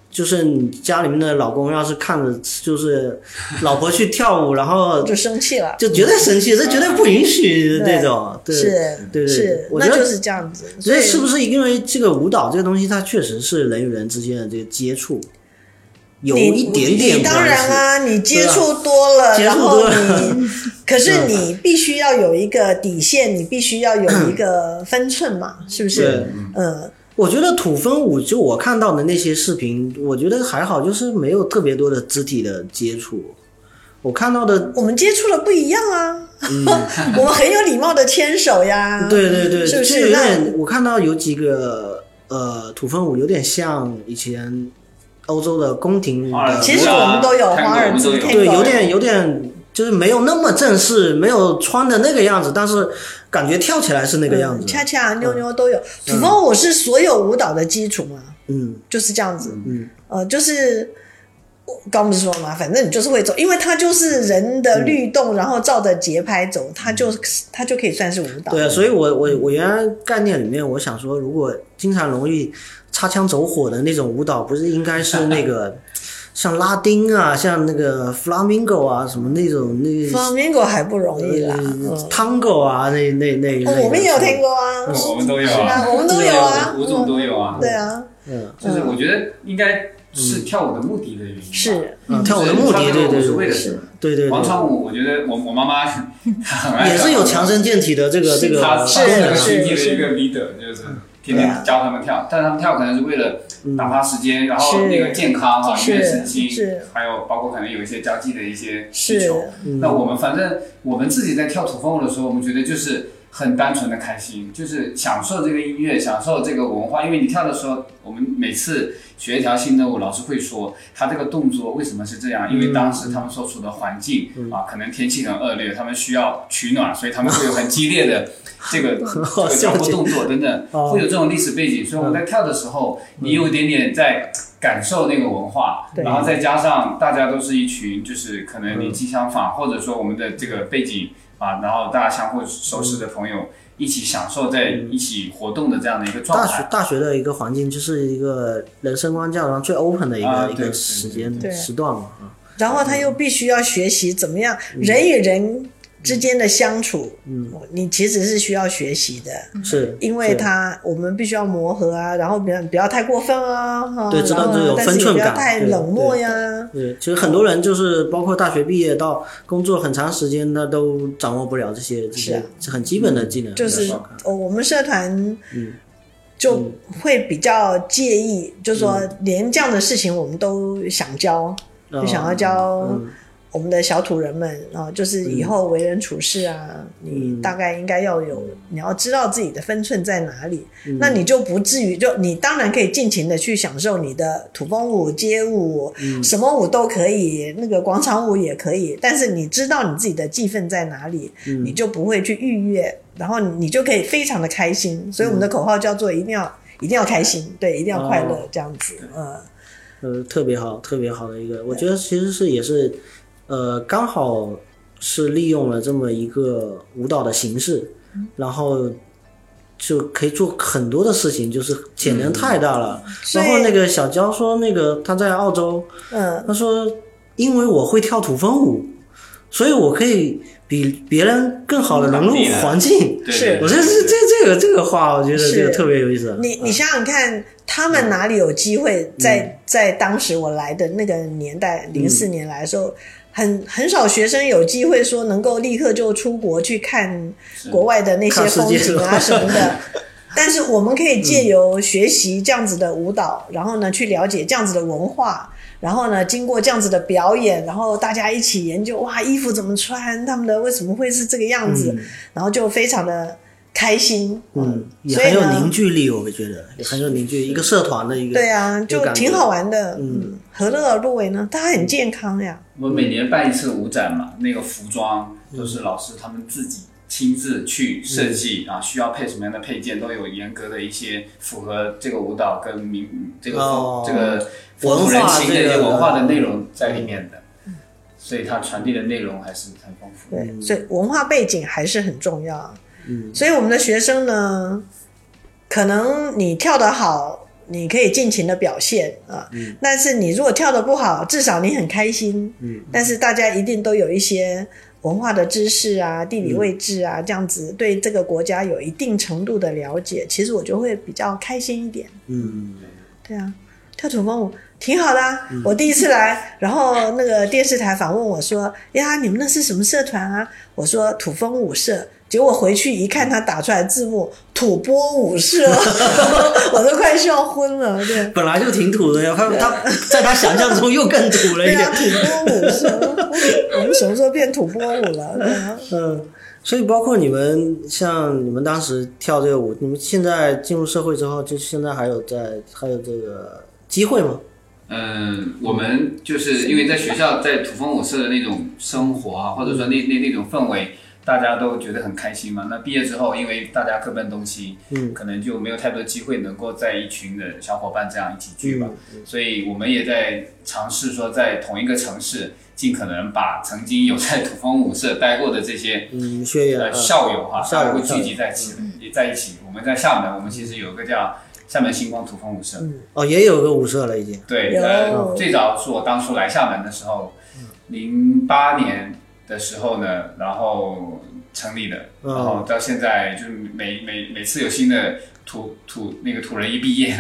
就是你家里面的老公要是看着，就是老婆去跳舞，然后就生气了，就绝对生气，这绝对不允许对这种。对，是对对是，我觉那得就是这样子。所所以以是不是因为这个舞蹈这个东西，它确实是人与人之间的这个接触，有你一点点你当关然系。啊啊，你接触多了，接然触多后了 *laughs* 啊你，可是你必须要有一个底线，你必须要有一个分寸嘛，是对不是？嗯，我觉得土风舞就我看到的那些视频，我觉得还好，就是没有特别多的肢体的接触。我看到的，我们接触的不一样啊， *laughs* 我们很有礼貌的牵手呀，嗯对对对，是就不？是有那点，我看到有几个呃土风舞有点像以前欧洲的宫廷舞华尔的兹其实我们都有看过华我尔们都兹有天对，狗有点有点就是没有那么正式，没有穿的那个样子，但是感觉跳起来是那个样子。嗯嗯恰恰妞妞都有。土风舞是所有舞蹈的基础嘛，嗯就是这样子。嗯，呃，就是我刚不是说嘛，反正你就是会走，因为它就是人的律动，然后照着节拍走，它就它就可以算是舞嗯蹈。对啊，所以我我我原来概念里面，我想说，如果经常容易擦枪走火的那种舞蹈，不是应该是那个 *laughs* 像拉丁啊，像那个 flamingo 啊什么那种那个 Flamingo 还不容易啦，嗯，呃 tango 啊那那那哦那。我们也有听。过啊，我们都有是啊，啊，我们都有啊，舞种都有啊嗯，对啊，嗯就是我觉得应该是跳舞的目的的原因吧，是嗯，跳舞的目就的，是跳这对个舞对是为对了什么？对对广对，场舞，我觉得我我妈妈她很爱也是有强身健体的这个这个她功她是能个啊。群是体的是一个 leader，就是对天天啊教他们嗯跳，但是他们跳可能是为了打发时间，然后是那个健康啊，是娱乐身心是，还有包括可能有一些交际的一些需是求。那我们反正我们自己在跳土风舞的时候，我们觉得就是很单纯的开心，就是享受这个音乐，享受这个文化。因为你跳的时候，我们每次学一条新的舞，老师会说他这个动作为什么是这样，因为当时他们所处的环境、啊，可能天气很恶劣，他们需要取暖，所以他们会有很激烈的这个这好个笑脚步动作等等，哦嗯会有这种历史背景。所以我们在跳的时候，你有一点点在。感受那个文化，对然后再加上大家都是一群，就是可能邻居相仿，或者说我们的这个背景啊，然后大家相互熟识的朋友，一起享受在一起活动的这样的一个状大学态。大学的一个环境，就是一个人生观教堂最 open 的一个、啊一对个时间对时段嘛。啊嗯然后他又必须要学习怎么样人与人之间的相处，嗯，你其实是需要学习的，嗯是嗯因为他我们必须要磨合啊，然后不要不要太过分啊，哈对知道然后这有但是分也寸不要感太对冷漠对呀。对，其实很多人就是包括大学毕业到工作很长时间，他都掌握不了这些这是啊些很基本的技能。就是吧哦我们社团嗯就会比较介意，就说嗯连这样的事情我们都想哦教，就想要教嗯我们的小土人们啊，就是以后为人处事啊，你大概应该要有，你要知道自己的分寸在哪里，那你就不至于就你当然可以尽情的去享受你的土风舞、街舞，什么舞都可以，那个广场舞也可以，但是你知道你自己的技分在哪里，你就不会去逾越，然后你就可以非常的开心。所以我们的口号叫做一定要一定要开心，对，一定要快乐、哦这样子，嗯，呃，特别好，特别好的一个，我觉得其实是也是，呃，刚好是利用了这么一个舞蹈的形式，嗯然后就可以做很多的事情，就是潜能太大了。所然后那以个小娇说，那个她在澳洲，嗯，她说因为我会跳土风舞，所以我可以比别人更好的融入当地的环境。对是对我觉得这这这个这个话，我觉得这个是特别有意思。嗯你你想想看，他们哪里有机会在、在当时我来的那个年代，零四年来的时候，很很少学生有机会说能够立刻就出国去看国外的那些看世风界景啊什么 *laughs* 的。 *laughs* 但是我们可以借由学习这样子的舞蹈，然后呢去了解这样子的文化，然后呢经过这样子的表演，然后大家一起研究哇衣服怎么穿，他们的为什么会是这个样子，然后就非常的开心。嗯，也所以很有呢凝聚力，我觉得也很有凝聚，一个社团的一个对啊，就感觉挺好玩的。嗯，何乐而不为呢？大家很健康呀。我每年办一次舞展嘛，那个服装都是老师他们自己亲自去设计，啊，需要配什么样的配件，都有严格的一些符合这个舞蹈跟民这个风、哦这个风土人情的一文化这个嗯些文化的内容在里面的，所以它传递的内容还是很丰富的。对，所以文化背景还是很重要。嗯，所以我们的学生呢，可能你跳得好，你可以尽情的表现啊。嗯，但是你如果跳得不好，至少你很开心。嗯，但是大家一定都有一些。文化的知识啊，地理位置啊，这样子对这个国家有一定程度的了解，其实我就会比较开心一点。嗯，对啊，跳土风舞挺好的、啊。我第一次来，然后那个电视台访问我说：“呀，你们那是什么社团啊？”我说：“土风舞社。”结果回去一看，他打出来字幕“土拨舞 *laughs* 社”，我都快笑昏了。对，本来就挺土的呀，他他在他想象中又更土了一对点啊，。土拨舞社， *laughs* 我们什么时候变土拨舞了？对 *laughs* 啊嗯，所以包括你们像你们当时跳这个舞，你们现在进入社会之后，就现在还有在还有这个机会吗？嗯，我们就是因为在学校在土风舞社的那种生活啊，或者说那嗯那那种氛围，大家都觉得很开心嘛。那毕业之后，因为大家各奔东西，嗯，可能就没有太多机会能够在一群的小伙伴这样一起聚嗯吧。所以我们也在尝试说，在同一个城市，尽可能把曾经有在土风舞社待过的这些嗯，学员呃，校友哈，校友嗯大家会聚集在一起，也在一起。我们在厦门，我们其实有个叫厦门星光土风舞社，哦，也有个舞社了已经。对，有呃，最早是我当初来厦门的时候，嗯零八年的时候呢，然后成立的，嗯然后到现在就是每每每次有新的土土那个土人一 *laughs* 毕业，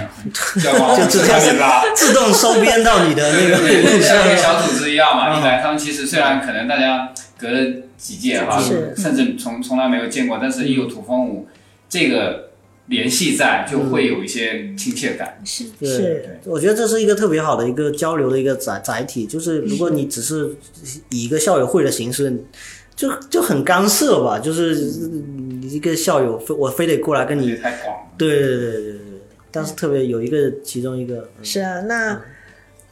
就要往我们就这上面拉。自动收编到你的那个舞社像一个了。小组织一样嘛，嗯一来他们其实虽然可能大家隔了几届哈，是甚至从从来没有见过，但是一有土风舞这个联系在，就会有一些亲切感。是对是我觉得这是一个特别好的一个交流的一个载载体，就是如果你只是以一个校友会的形式，就就很干涉吧，就是嗯一个校友非我非得过来跟也你，太广了。对对对对对对，但是特别有一个其中一个，嗯是啊，那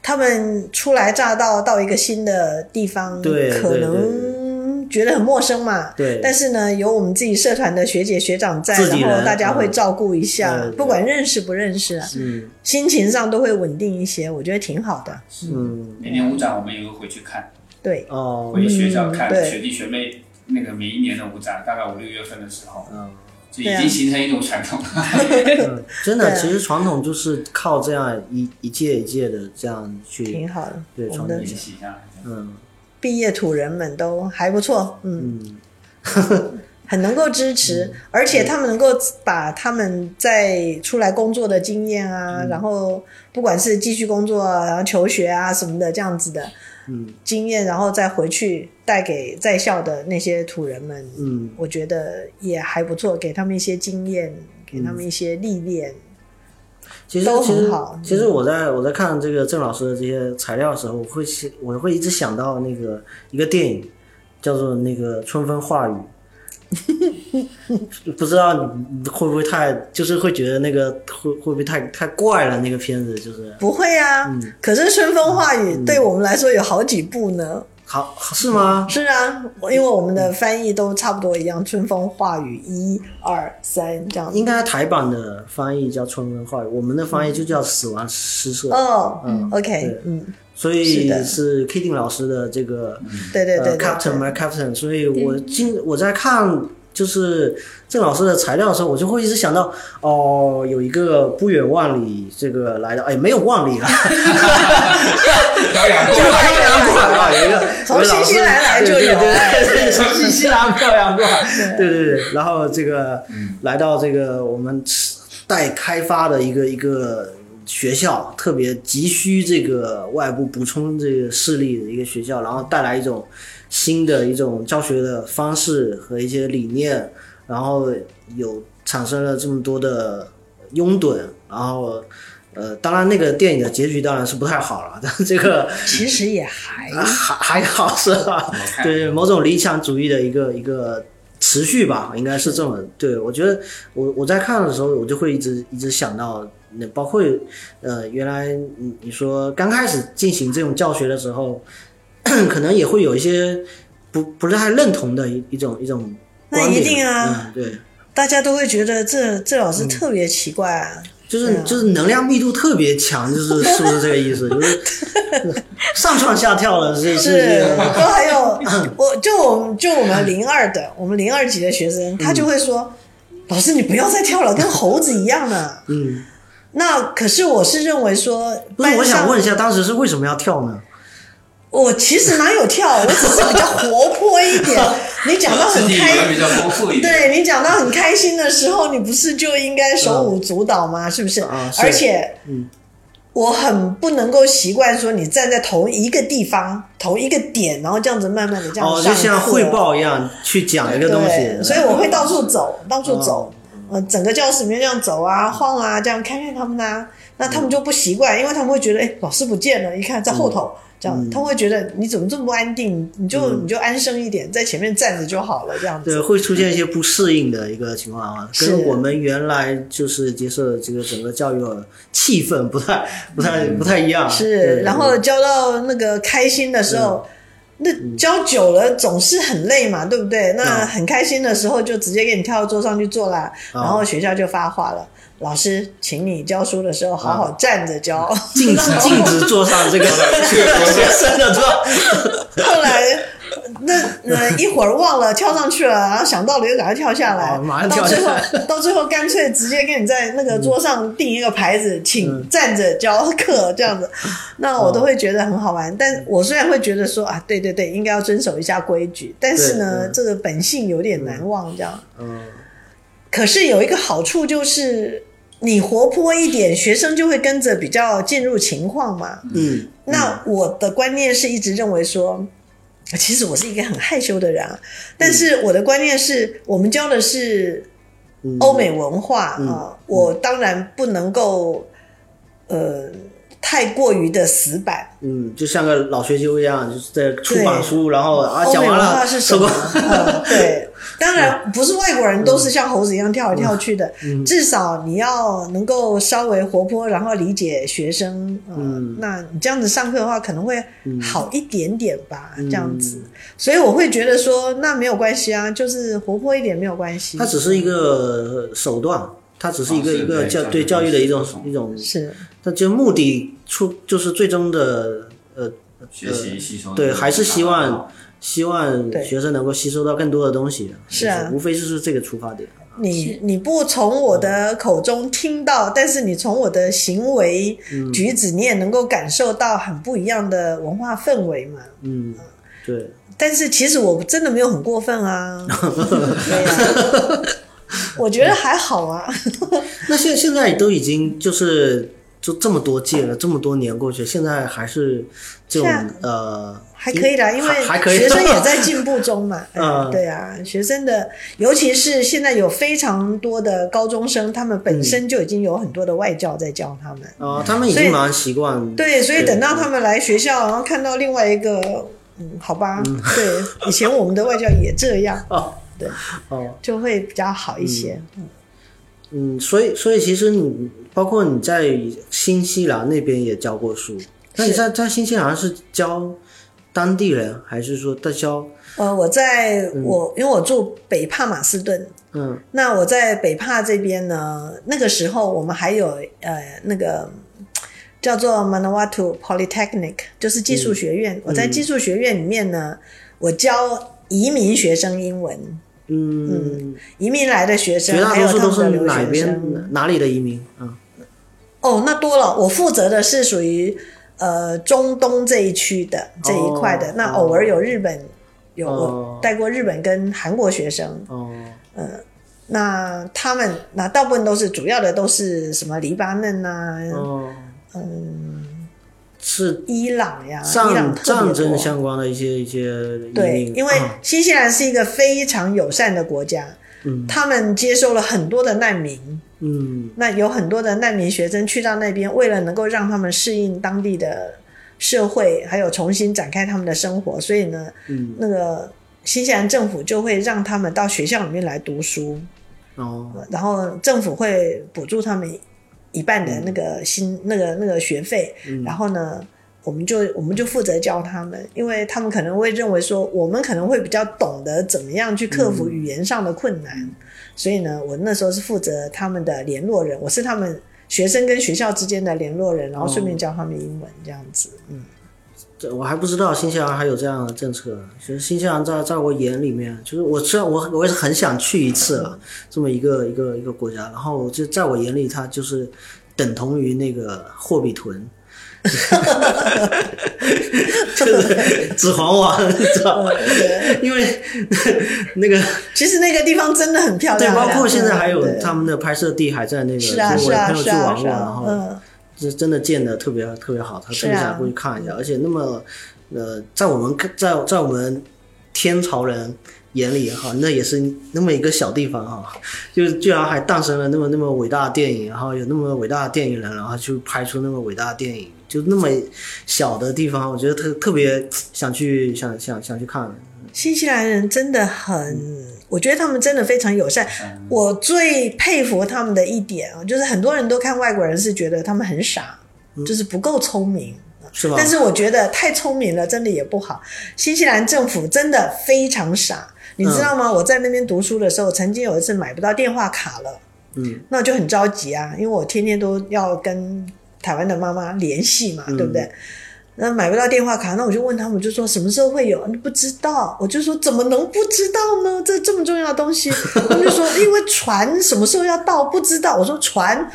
他们初来乍到到一个新的地方，对可对能觉得很陌生嘛。对但是呢，有我们自己社团的学姐学长在，自己然人后大家会照顾一嗯下对，对不管认识不认识啊，嗯心情上都会稳定一些，我觉得挺好的。嗯每年舞展我们也会回去看，对，哦回学校看嗯对学弟学妹那个每一年的舞展，大概五六月份的时候，嗯就对已啊经形成一种传统了。 *laughs* 嗯，真的，对啊其实传统就是靠这样一一届一届的这样去挺，好的。对我传们递的一一下起下来，嗯毕业土人们都还不错，嗯，嗯，很能够支持，而且他们能够把他们在出来工作的经验啊，嗯然后不管是继续工作啊，然后求学啊什么的这样子的，嗯，经验，然后再回去带给在校的那些土人们，嗯，我觉得也还不错，给他们一些经验，给他们一些历练。其实都其很实好嗯其实我在我在看这个郑老师的这些材料的时候，我会想我会一直想到那个一个电影，叫做那个《春风化雨》。 *laughs* 不知道你会不会太，就是会觉得那个会会不会太太怪了？那个片子就是不会啊，嗯可是春风化雨对我们来说有好几部呢。好是吗？是啊，因为我们的翻译都差不多一样，“春风化雨”一二三这样子。应该台版的翻译叫《春风化雨》，我们的翻译就叫《死亡诗社》。哦、嗯 o k 对嗯，所以是的是 Kidding 老师的这个对对对对呃、Captain 对 My Captain，所以我经我在看就是郑老师的材料的时候，我就会一直想到哦，有一个不远万里这个来的，哎，没有万 *laughs* 里了，表演过来漂洋过海啊，有一个从新西兰来就有对对对对，从新西兰漂洋过海，对对对，然后这个来到这个我们待开发的一个一个。学校特别急需这个外部补充这个势力的一个学校，然后带来一种新的一种教学的方式和一些理念，然后有产生了这么多的拥趸，然后呃，当然那个电影的结局当然是不太好了，但是这个其实也还啊 *laughs* 还还好是吧我？看对，某种理想主义的一个一个持续吧，应该是这么。对我觉得我我在看的时候，我就会一直一直想到，那包括呃，原来你你说刚开始进行这种教学的时候， *coughs* 可能也会有一些不不是太认同的一一种一种那观点。一定啊嗯，对。大家都会觉得这这老嗯师特别奇怪啊。就是就是能量密度特别强，就是是不是这个意思？就是上蹿下跳的，这这是这，个 *laughs* 都还有嗯我就我们就我们零二的，我们零二级的学嗯生，他就会说：“老师，你不要再跳了，跟猴子一样了。嗯。”那可是我是认为说，不是，我想问一下，下，当时是为什么要跳呢？我其实哪有跳，我只是比较活泼 *laughs* 一点。你讲到肢很体语开言比较丰富一点。对你讲到很开心的时候，你不是就应该手舞足蹈吗？是不是？啊是而且，嗯我很不能够习惯说你站在同一个地方、同一个点，然后这样子慢慢的这样哦，上就像课啊汇报一样去讲一个对，东西，哦所以我会到处走，到处走，呃，整个教室里面这样走啊、晃啊，这样看看他们啊。那他们就不习惯，因为他们会觉得，哎，老师不见了，一看在后嗯头，这样，他们会觉得你怎么这么不安定？你就你就安生一点，在前面站着就好了，这样子。对会出现一些不适应的一个情况啊，是跟我们原来就是接受的这个整个教育的气氛不太不太不太一样。嗯是，对嗯然后教到那个开心的时候，那教久了总是很累嘛，对不对？那嗯很开心的时候就直接给你跳到桌上去做啦，啊然后学校就发话了。老师，请你教书的时候好好嗯站着教。禁止禁止坐上 *laughs* 这个学生的座。后来，那呃一会儿忘了跳上去了，然后想到了又赶快跳下来，哦马上到跳最下后来 *laughs* 到最后干脆直接给你在那个桌上定一个牌子，嗯请站着教课这样子，那我都会觉得很好嗯玩。但我虽然会觉得说啊，对对对，应该要遵守一下规矩，但是呢，对嗯这个本性有点难忘这样。 *laughs* 嗯，可是有一个好处就是。你活泼一点，学生就会跟着比较进入情况嘛。嗯，那我的观念是一直认为说，其实我是一个很害羞的人啊，但是我的观念是我们教的是嗯欧美文化啊、嗯我当然不能够呃太过于的死板，嗯，就像个老学究一样，就是在出版书，然后啊欧讲美完文化了，是什么收？工嗯， *laughs* 对，当然不是外国嗯人都是像猴子一样跳来跳去的，至少你要能够稍微活泼，然后理解学生。嗯，那你这样子上课的话，可能会好一点点吧，嗯这样子。所以我会觉得说，那没有关系啊，就是活泼一点没有关系。它只是一个手段，它只是一个哦是一个对教教育对教育的一种方式一种是那就目的出就是最终的呃，学习吸收的对还是希望希望对学生能够吸收到更多的东西。是啊就无非就是这个出发点。你你不从我的口中听到，但是你从我的行嗯为举止，你也能够感受到很不一样的文化氛围嘛。嗯，对，但是其实我真的没有很过分 *laughs* 啊，对呀、我觉得还好啊。那现现在都已经就是就这么多届了，这么多年过去，现在还是这种现呃，啊还可以啦，因还还可为以学生也 *laughs* 在进步中嘛。嗯嗯，对啊，学生的，尤其是现在有非常多的高中生，他们本身就已经有很多的外教在教他们。啊、他们已所以经蛮习惯，对，所以等到他们来学校，然后看到另外一个，嗯，好吧，对，以前我们的外教也这 *laughs* 样，哦对哦就会比较好一些。嗯，所以所以其实你包括你在新西兰那边也教过书，那你在在新西兰是教当地人，还是说在教呃，我在我因为我住北帕马斯顿，嗯那我在北帕这边呢，那个时候我们还有呃那个嗯叫做 Manawatu Polytechnic，就是技术学嗯院。我在技术学院里面呢，我教移民学生英文，嗯，移民来的学生绝大还多有数他都们的是留哪学边生。哪里的移民啊？哦，那多了，我负责的是属于呃中东这一区的这一块的，哦那偶尔有日本。有哦我带过日本跟韩国学生，哦嗯那他们那大部分都是主要的都是什么黎巴嫩啊呐、哦，是伊朗呀，嗯伊战朗特别战争多。相关的一些一些移对，民因为啊新西兰是一个非常友善的国家，嗯他们接收了很多的难民，嗯那有很多的难民学生去到那边，为了能够让他们适应当地的社会，还有重新展开他们的生活，所以呢，嗯那个新西兰政府就会让他们到学校里面来读书，哦然后政府会补助他们一半的那个嗯薪、那个那个学费，然后呢，我们就我们就负责教他们，因为他们可能会认为说，我们可能会比较懂得怎么样去克服语言上的困难，嗯所以呢，我那时候是负责他们的联络人，我是他们学生跟学校之间的联络人，哦然后顺便教他们英文这样 *laughs* 子，嗯，这我还不知道新西兰还有这样的政策。其实新西兰在在我眼里面，就是我虽然我我也是很想去一次了，这么一个一个一个国家，然后就在我眼里，它就是等同于那个霍比屯。 *laughs* 就是 *laughs* 指环王，你知道吗？因为那个其实那个地方真的很漂对，亮啊，包括现在还有对他们的拍摄地还在那个，是啊就是我的啊朋友是去啊玩是过，啊然，后嗯。这真的建的特别特别好，他是特别啊想过去看一下。而且那么，呃，在我们在在我们天朝人眼里哈，那也是那么一个小地方哈，就是居然还诞生了那么那么伟大的电影，然后有那么伟大的电影人，然后去拍出那么伟大的电影，就那么小的地方，我觉得特特别想去想想想去看。新西兰人真的很，我觉得他们真的非常友善。我最佩服他们的一点啊，就是很多人都看外国人是觉得他们很傻，就是不够聪明。是吧？但是我觉得太聪明了，真的也不好。新西兰政府真的非常傻，你知道吗？我在那边读书的时候，曾经有一次买不到电话卡了，嗯，那我就很着急啊，因为我天天都要跟台湾的妈妈联系嘛，对不对？那买不到电话卡，那我就问他们，我就说什么时候会有？不知道，我就说怎么能不知道呢？这这么重要的东西， *laughs* 他们就说因为船什么时候要到不知道。我说船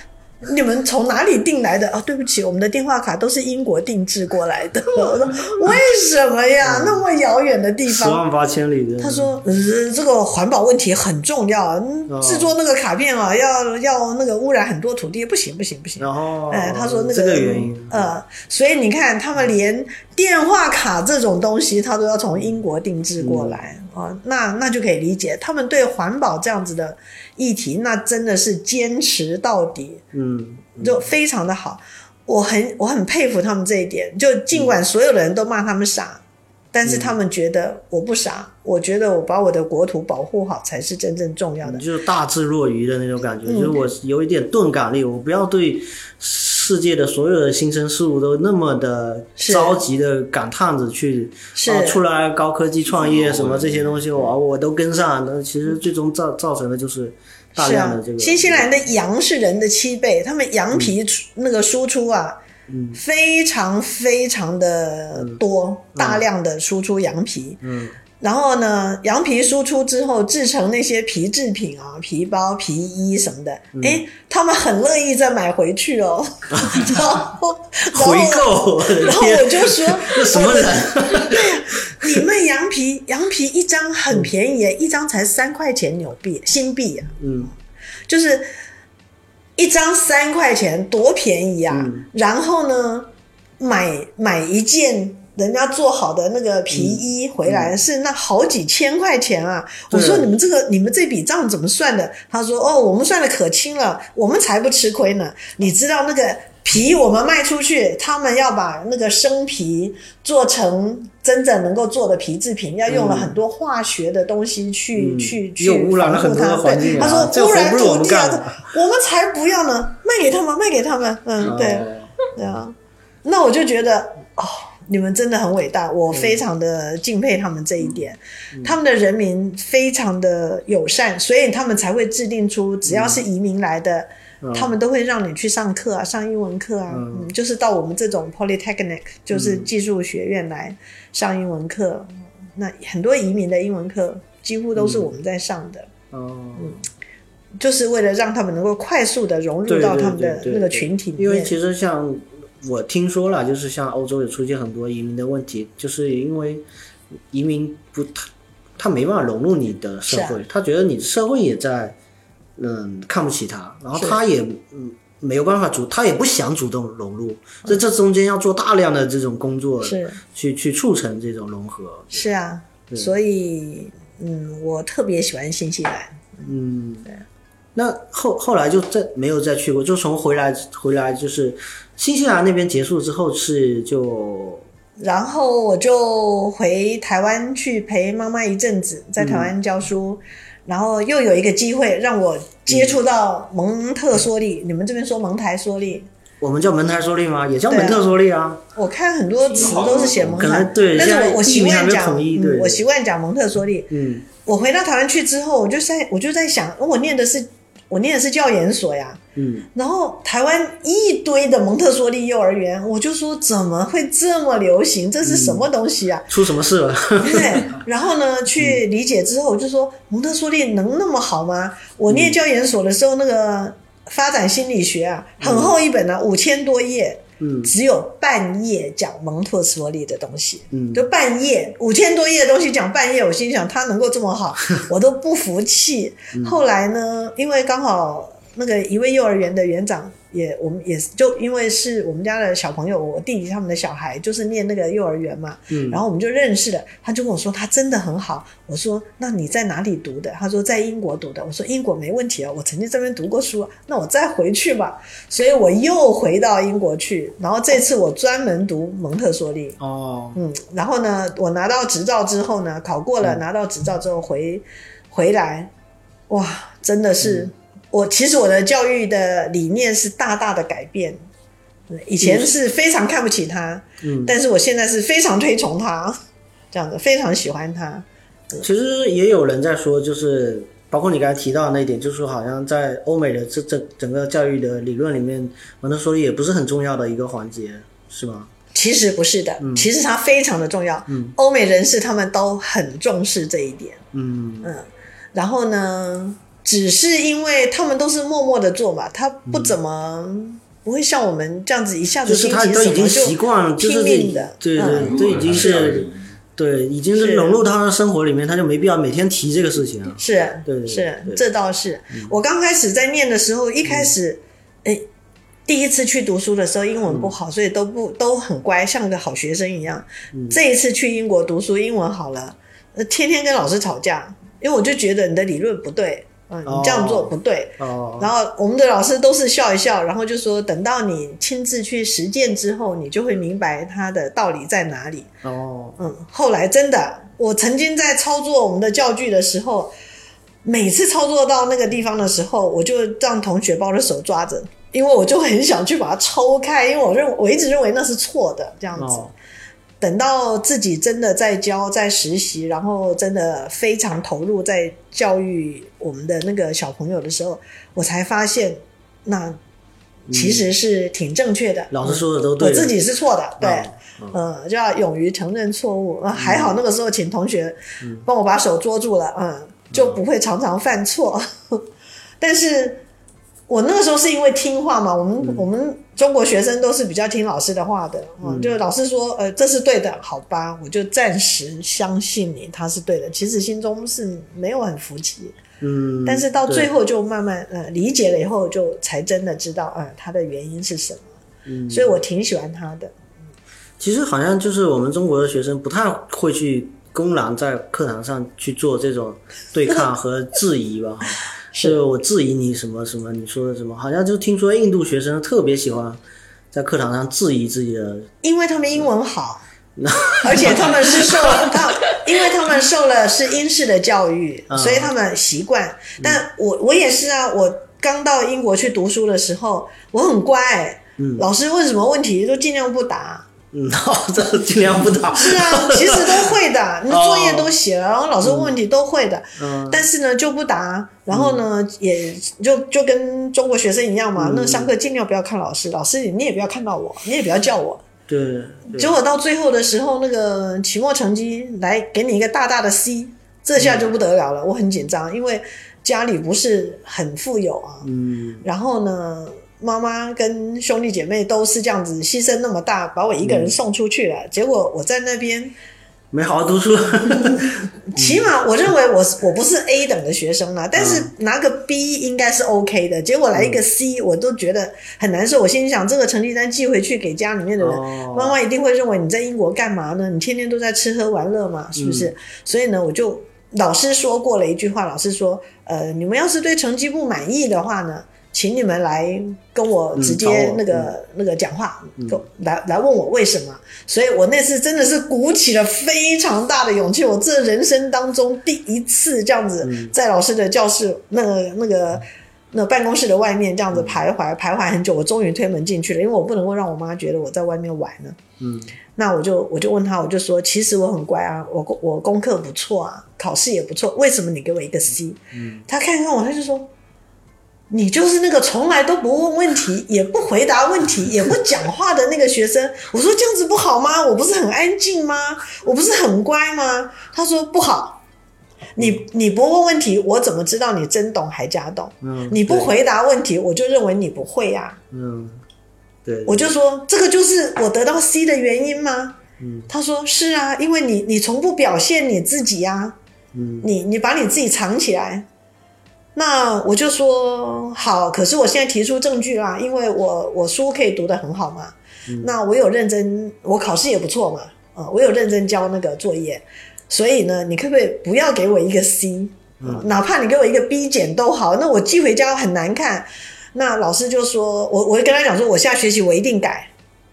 你们从哪里订来的？啊，对不起，我们的电话卡都是英国定制过来的。 *laughs* 我说为什么呀？那么遥远的地十方，万八千里的。他说：“呃，这个环保问题很重要啊，嗯哦制作那个卡片啊，要要那个污染很多土地，不行不行不行。然后，哎，他说那个，这个原因，呃，所以你看，他们连电话卡这种东西，他都要从英国定制过嗯来啊、哦那那就可以理解，他们对环保这样子的议题，那真的是坚持到底。嗯，就非常的好。我很我很佩服他们这一点，就尽嗯管所有的人都骂他们傻，但是他们觉得我不傻，我觉得我把我的国土保护好才是真正重要的。嗯就是大智若愚的那种感觉，就是我有一点钝感力，我不要对世界的所有的新生事物都那么的是着急的赶趟子去，是啊，出来高科技创业什么这些东西，我啊我都跟上，但其实最终造造成的就是大是量啊的这，个嗯新西兰的羊是人的七倍，他们羊皮出那个输出啊，非常非常的多，大量的输出羊皮。嗯，然后呢，羊皮输出之后制成那些皮制品啊，皮包、皮衣什么的，嗯哎、他们很乐意再买回 *laughs* 去哦。然后，然后回购，我的然后天 *laughs* 我就说，这什么人？你你们羊皮羊皮一张很便宜耶，一张才三块钱纽币新币啊，嗯，就是一张三块钱，多便宜啊！然后呢，买买一件人家做好的那个皮衣回来、是那好几千块钱啊！我对说你们这个你们这笔账怎么算的？他说哦，我们算的可清了，我们才不吃亏呢。你知道那个。皮我们卖出去，他们要把那个生皮做成真正能够做的皮制品，要用了很多化学的东西去、嗯去去又污染了防很护多它环对境他啊说这个污活染不是我土们地啊干的，我们才不要呢，卖给他们，卖给他们。嗯，对哦对啊。那我就觉得哦，你们真的很伟大，我非常的敬佩他们这一点。嗯他们的人民非常的友善，所以他们才会制定出只要是移民来的。他们都会让你去上课啊，上英文课啊，嗯嗯，就是到我们这种 polytechnic，就是技术学院来上英文课。那很多移民的英文课几乎都是我们在上的，哦，就是为了让他们能够快速的融入对到对他们的对对那个对群体里因为面。其实像我听说了，就是像欧洲也出现很多移民的问题，就是因为移民不他他没办法融入你的啊社会，他觉得你社会也在嗯看不起他，然后是他也嗯没有办法主，他也不想主动融入，所以这中间要做大量的这种工作，嗯是去去促成这种融合。是啊，所以嗯，我特别喜欢新西兰。嗯，那后后来就再没有再去过，就从回来回来就是新西兰那边结束之后是就然后我就回台湾去陪妈妈一阵子，在台湾教书，嗯然后又有一个机会让我接触到蒙特梭利，嗯你们这边说蒙台梭利，我们叫门台梭利吗？也叫对啊门特梭利啊。我看很多词都是写蒙嗯可台能，对但是现在我我习译名还惯没讲，统一嗯对我习惯讲蒙特梭利。嗯我回到台湾去之后，我就在我就在想，我念的是我念的是教研所呀，嗯，然后台湾一堆的蒙特梭利幼儿园，我就说怎么会这么流行？这是什么东西啊？出什么 *laughs* 事了？对。然后呢，去理解之后，我就说蒙特梭利能那么好吗？我念教研所的时候，那个发展心理学啊，很厚一本啊，五千多页，嗯只有半页讲蒙特梭利的东西。嗯就半夜五千多页的东西讲半夜，我心想他能够这 *laughs* 么好，我都不服气。嗯后来呢，因为刚好那个一位幼儿园的园长也，我们也是就因为是我们家的小朋友，我弟弟他们的小孩就是念那个幼儿园嘛，嗯然后我们就认识了。他就跟我说他真的很好，我说那你在哪里读的？他说在英国读的。我说英国没问题啊，我曾经这边读过书啊，那我再回去吧。所以我又回到英国去，然后这次我专门读蒙特梭利。哦，嗯，然后呢，我拿到执照之后呢，考过嗯了，拿到执照之后回回来，哇，真的是、嗯我其实我的教育的理念是大大的改变，嗯以前是非常看不起他，嗯但是我现在是非常推崇他，这样子非常喜欢他，其实也有人在说，就是包括你刚才提到的那一点，就是说好像在欧美的这整整个教育的理论里面，蒙特梭利也不是很重要的一个环节，是吗？其实不是的，其实他非常的重要，嗯欧美人士他们都很重视这一点。嗯然后呢，只是因为他们都是默默的做嘛，他不怎么、不会像我们这样子一下子嗯就是兴他起都什已么经就习惯了，就是拼命的对嗯对，这已经是对，已经是是融入到他的生活里面，他就没必要每天提这个事情了。啊是对对是对，嗯这倒是。我刚开始在念的时候，一开始，哎、第一次去读书的时候，英文不好，嗯所以都不都很乖，像个好学生一样。这一次去英国读书，英文好了，呃，天天跟老师吵架，因为我就觉得你的理论不对，嗯，你这样做不对，哦，然后我们的老师都是笑一笑，然后就说等到你亲自去实践之后，你就会明白它的道理在哪里。哦，嗯，后来真的，我曾经在操作我们的教具的时候，每次操作到那个地方的时候，我就让同学把我的手抓着，因为我就很想去把它抽开，因为我认为我一直认为那是错的这样子。哦，等到自己真的在教、在实习，然后真的非常投入在教育我们的那个小朋友的时候，我才发现，那其实是挺正确的。老师说的都对我的。自己是错的，对，嗯嗯，就要勇于承认错误。啊，还好那个时候请同学帮我把嗯 *laughs* 手捉住了，嗯，就不会常常犯错。但是我那个时候是因为听话嘛，我们、嗯我们中国学生都是比较听老师的话的，嗯，就老师说，呃，这是对的，好吧，我就暂时相信你，他是对的。其实心中是没有很服气，嗯，但是到对最后就慢慢呃理解了以后，就才真的知道，呃，他的原因是什么。嗯，所以我挺喜欢他的，其实好像就是我们中国的学生不太会去公然在课堂上去做这种对抗和质疑 *laughs* 吧。是我质疑你什么什么，你说的什么？好像就听说印度学生特别喜欢在课堂上质疑自己的，因为他们英文好，嗯而且他们是受 *laughs* 了他，因为他们受了是英式的教育，嗯所以他们习惯。但我我也是啊，我刚到英国去读书的时候，我很乖，嗯老师问什么问题都尽量不答。嗯，这个尽量不 *laughs* 打。是啊，其实都会 *laughs* 的，你的哦作业都写了，然后老师问问题都会的，嗯但是呢就不答，然后呢、也就就跟中国学生一样嘛，那上课尽量不要看老师，老师你也不要看到我，你也不要叫我，对，对结果到最后的时候，那个期末成绩来给你一个大大的 C，这下就不得了了，我很紧张，因为家里不是很富有啊，嗯然后呢，妈妈跟兄弟姐妹都是这样子牺牲那么大，把我一个人送出去了，结果我在那边，没好好读书，起码我认为我是我不是 A 等的学生啦，但是拿个 B 应该是 OK 的，结果来一个 C，我都觉得很难受，我心里想这个成绩单寄回去给家里面的人。 *laughs* 哦妈妈一定会认为你在英国干嘛呢？你天天都在吃喝玩乐嘛，是不是？所以呢，我就老师说过了一句话，老师说，呃，你们要是对成绩不满意的话呢，请你们来跟我直嗯接找我嗯那个、那个讲话，跟来来问我为什么。所以我那次真的是鼓起了非常大的勇气，我这人生当中第一次这样子嗯在老师的教室那个那个。那办公室的外面这样子徘徊徘徊很久，我终于推门进去了，因为我不能够让我妈觉得我在外面玩呢。嗯那我就我就问他，我就说，其实我很乖啊，我功我功课不错啊，考试也不错，为什么你给我一个 C？、嗯他看看我，他就说，你就是那个从来都不问问题，也不回答问题，也不讲话的那个学生。我说这样子不好吗？我不是很安静吗？我不是很乖吗？他说不好。你你不问问题，我怎么知道你真懂还假懂？嗯，你不对，回答问题，我就认为你不会呀、嗯，对，我就说这个就是我得到 C 的原因吗？嗯他说是啊，因为你你从不表现你自己啊呀、嗯你你把你自己藏起来。那我就说好，可是我现在提出证据啦，因为我我书可以读得很好嘛，那我有认真，我考试也不错嘛，啊、我有认真交那个作业，所以呢，你可不可以不要给我一个 C？、嗯哪怕你给我一个 B 减都好，那我寄回家很难看。那老师就说，我我会跟他讲说，我下学期我一定改，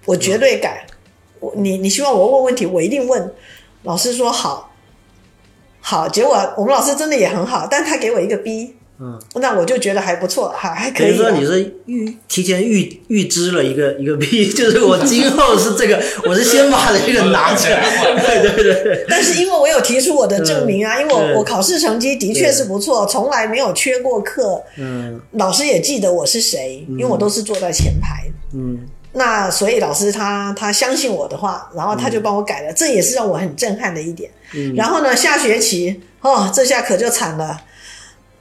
我绝对改。嗯我你你希望我问问题，我一定问。老师说好，好。结果我们老师真的也很好，但他给我一个 B，嗯，那我就觉得还不错，还还可等于以啊。说你是预提前预预知了一个一个 B，就是我今后是这个，我是先把这个拿起来， *laughs* 对对对对，但是因为我有提出我的证明啊，因为对我我考试成绩的确是不错，从来没有缺过课，嗯老师也记得我是谁，因为我都是坐在前排。嗯那所以老师他他相信我的话，然后他就帮我改了，这也是让我很震撼的一点。嗯然后呢，下学期哦，这下可就惨了。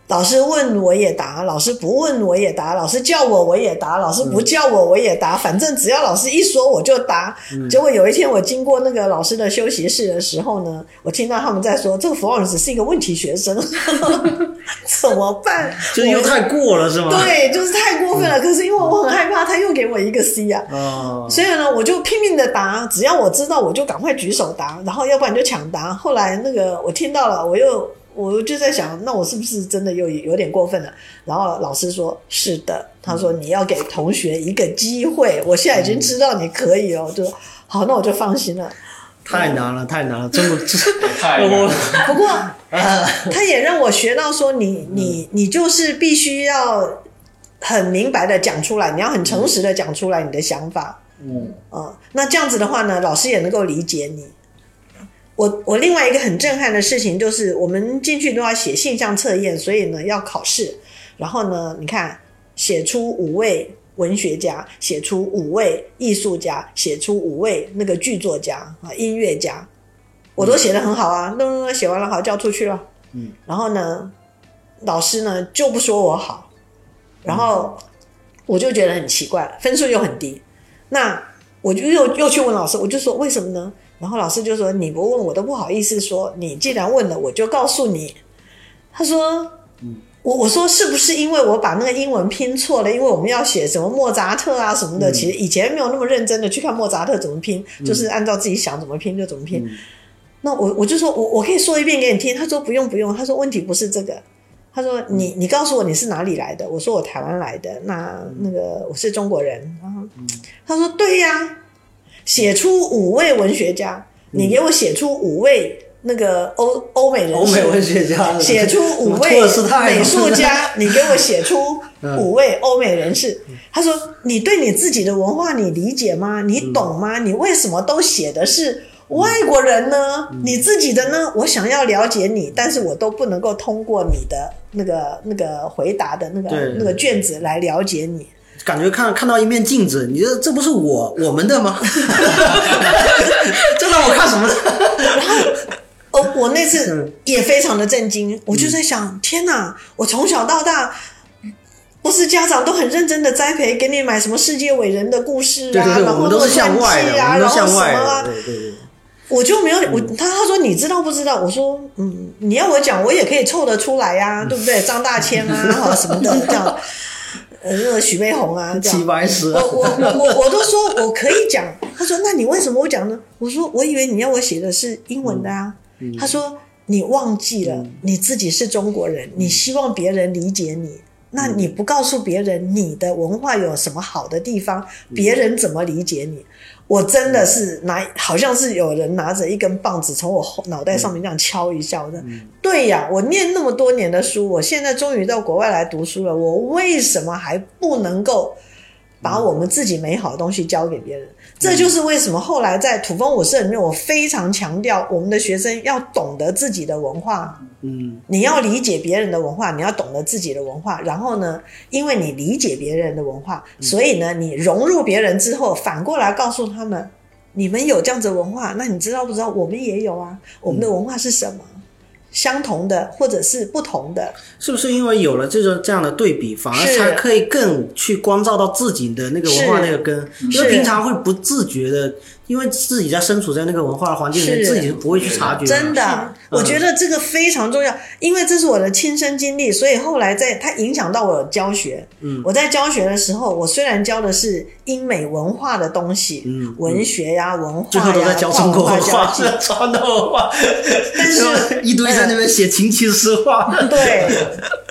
老师问我也答，老师不问我也答，老师叫我我也答，老师嗯不叫我我也答，反正只要老师一说我就答。嗯结果有一天我经过那个老师的休息室的时候呢，我听到他们在说这个 Florence 是一个问题学生， *laughs* 怎么办？就是又太过了是吗？我对，就是太过分了。可是因为我很害怕，他又给我一个 C 呀、啊，哦，所以呢，我就拼命的答，只要我知道，我就赶快举手答，然后要不然就抢答。后来那个我听到了，我又我就在想，那我是不是真的又有点过分了？然后老师说是的，他说你要给同学一个机会，我现在已经知道你可以了，我就说好，那我就放心了。太难了，太难了，中国，太我不过，呃，他也让我学到说你，你你就是必须要很明白的讲出来，你要很诚实的讲出来你的想法，嗯，嗯，那这样子的话呢，老师也能够理解你。我我另外一个很震撼的事情就是，我们进去都要写性向测验，所以呢要考试。然后呢，你看写出五位文学家，写出五位艺术家，写出五位那个剧作家啊音乐家，我都写的很好啊，那那写完了好交出去了。嗯，然后呢，老师呢就不说我好，然后我就觉得很奇怪了，分数又很低。那我就又又去问老师，我就说为什么呢？然后老师就说你不问我都不好意思说，你既然问了，我就告诉你。他说，我我说是不是因为我把那个英文拼错了？因为我们要写什么莫扎特啊什嗯么的，其实以前没有那么认真的去看莫扎特怎么拼，就是按照自己想怎么拼就怎么拼。嗯那我我就说我我可以说一遍给你听。他说不用不用，他说问题不是这个。他说你嗯你告诉我你是哪里来的？我说我台湾来的。那那个我是中国人。然后嗯他说对呀、写出五位文学家，嗯你给我写出五位那个欧欧美人欧士，美文学家写出五位托尔斯泰啊嗯美术 *laughs* 家，你给我写出五位欧美人士。他说：“你对你自己的文化你理解吗？嗯你懂吗？你为什么都写的是外国人呢？嗯你自己的呢？我想要了解你，但是我都不能够通过你的那个那个回答的那个对那个卷子来了解你。”感觉看看到一面镜子，你觉得这不是我我们的吗？ *laughs* 这让我看什么呢？哦，我那次嗯也非常的震惊，我就在想，天哪！我从小到大，不是家长都很认真的栽培，给你买什么世界伟人的故事啊，对对对，然我后们都洛是向杉外的，矶我啊，们然都后什向么外啊的，，嗯对对对。我就没有我他他说你知道不知道？我说嗯，你要我讲我也可以凑得出来呀、对不对？张大千啊，哈什么的这样，呃，那个许悲鸿啊这样齐。白石我我我我我都说我可以讲，他说那你为什么不讲呢？我说我以为你要我写的是英文的啊，他说你忘记了、你自己是中国人，你希望别人理解你。那你不告诉别人你的文化有什么好的地方，别人怎么理解你？我真的是拿，好像是有人拿着一根棒子从我后脑袋上面这样敲一下。我说，对呀，我念那么多年的书，我现在终于到国外来读书了，我为什么还不能够把我们自己美好的东西交给别人。这就是为什么后来在土风舞社里面，我非常强调我们的学生要懂得自己的文化，嗯，你要理解别人的文化，你要懂得自己的文化。然后呢，因为你理解别人的文化，所以呢，你融入别人之后，反过来告诉他们，你们有这样子的文化，那你知道不知道？我们也有啊，我们的文化是什么？相同的或者是不同的，是不是因为有了这种这样的对比，反而是才可以更去光照到自己的那个文化是那个根？因为是平常会不自觉的，因为自己在身处在那个文化的环境里面，是自己是不会去察觉真的，我觉得得这个非常重要，因为这是我的亲身经历，所以后来在它影响到我的教学。嗯，我在教学的时候，我虽然教的是英美文化的东西，嗯嗯文学呀、文化呀，最后都在教中国跨文文化化交、际传统文化，但是然后一堆在那边写琴棋诗 *laughs* 画。对，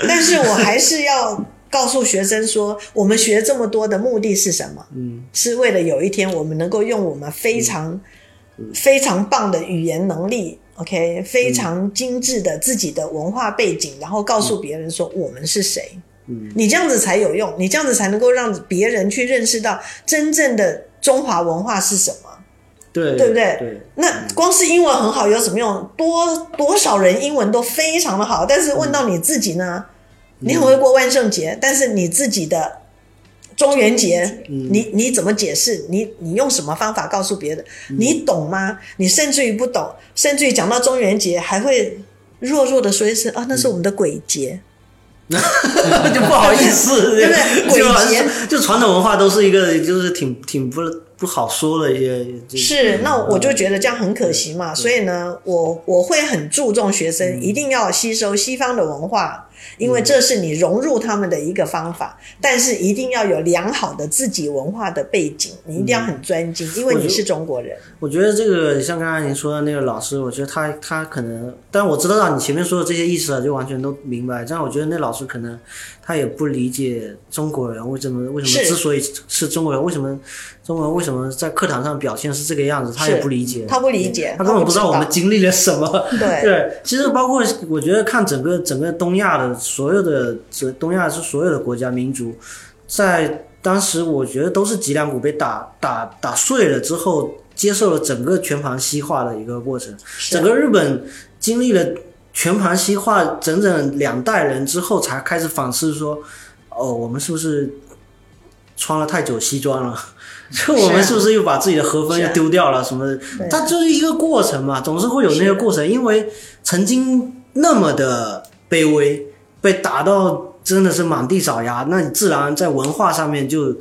但是我还是要告诉学生说，我们学这么多的目的是什么？嗯，是为了有一天我们能够用我们非常、嗯非常棒的语言能力，OK，非常精致的自己的文化背景，然后告诉别人说我们是谁。嗯，你这样子才有用，你这样子才能够让别人去认识到真正的中华文化是什么。对，对不对对， *laughs* 那光是英文很好有什么用？多多少人英文都非常的好，但是问到你自己呢？你很会过万圣节，但是你自己的中元节，你你怎么解释？你你用什么方法告诉别人？你懂吗？你甚至于不懂，甚至于讲到中元节还会弱弱的说一声啊，那是我们的鬼节。就不好意思， *laughs* 对不对 *laughs* 就鬼节，就传统文化都是一个就是挺挺不不好说的一些，就是嗯那我就觉得这样很可惜嘛。所以呢，我我会很注重学嗯生一定要吸收西方的文化，因为这是你融入他们的一个方法。但是一定要有良好的自己文化的背景，你一定要嗯很专精，因为你是中国人。我觉得这个像刚才您说的那个老师，我觉得他他可能，但我知道你前面说的这些意思啊，就完全都明白。但我觉得那老师可能他也不理解中国人为什么为什么是之所以是中国人，为什么中国人为什么在课堂上表现是这个样子，他也是不理解。他不理解，他根本不知道我们经历了什么。对对，其实包括我觉得看整个整个东亚的所有的这东亚是所有的国家民族，在当时我觉得都是脊梁骨被打打打碎了之后，接受了整个全盘西化的一个过程。 *laughs* 整个日本经历了全盘西化整整两代人之后，才开始反思说，哦，我们是不是穿了太久西装了？ *laughs* 就我们是不是又把自己的和风是又啊丢掉了什么的？它就是一个过程嘛，总是会有那个过程，因为曾经那么的卑微，被打到真的是满地找牙，那你自然在文化上面就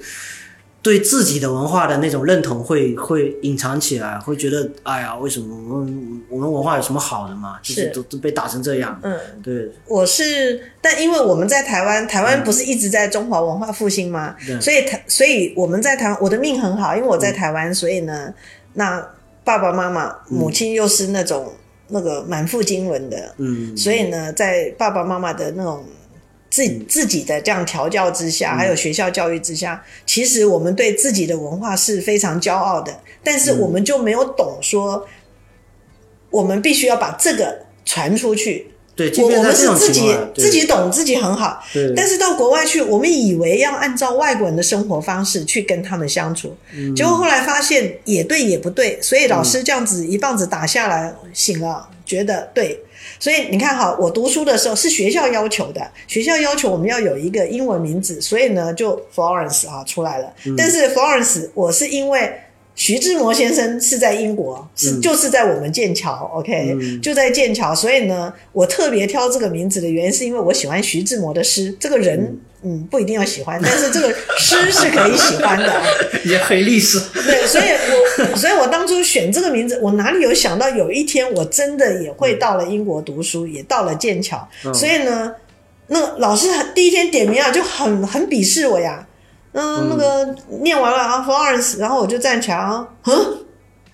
对自己的文化的那种认同会会隐藏起来，会觉得哎呀，为什么我们我们文化有什么好的嘛？就是是都都被打成这样，嗯，对，我是，但因为我们在台湾，台湾不是一直在中华文化复兴吗？对所以台，所以我们在台湾，我的命很好，因为我在台湾，所以呢，那爸爸妈妈、母亲又是那种、那个满腹经纶的，嗯，所以呢，在爸爸妈妈的那种自嗯自己的这样调教之下，还有学校教育之下，其实我们对自己的文化是非常骄傲的，但是我嗯们就没有懂说，我们必须要把这个传出去。对，即我便我在们这是种自情己况，对自己懂自己很好，对，但是到国外去，我们以为要按照外国人的生活方式去跟他们相处，嗯结果后来发现也对也不对，所以老师这样子一棒子打下来，醒了，觉得对。所以你看哈，我读书的时候是学校要求的，学校要求我们要有一个英文名字，所以呢就 Florence 啊出来了。嗯但是 Florence 我是因为徐志摩先生是在英国，嗯是就是在我们剑桥，OK，、就在剑桥，所以呢，我特别挑这个名字的原因是因为我喜欢徐志摩的诗，这个人嗯不一定要喜欢，但是这个诗是可以喜欢的。啊也黑历史，对，所以我所以我当初选这个名字，我哪里有想到有一天我真的也会到了英国读书，也到了剑桥，所以呢，那个老师很第一天点名啊，就很很鄙视我呀。嗯，那个念完了啊，Florence，然后我就站起来啊，嗯，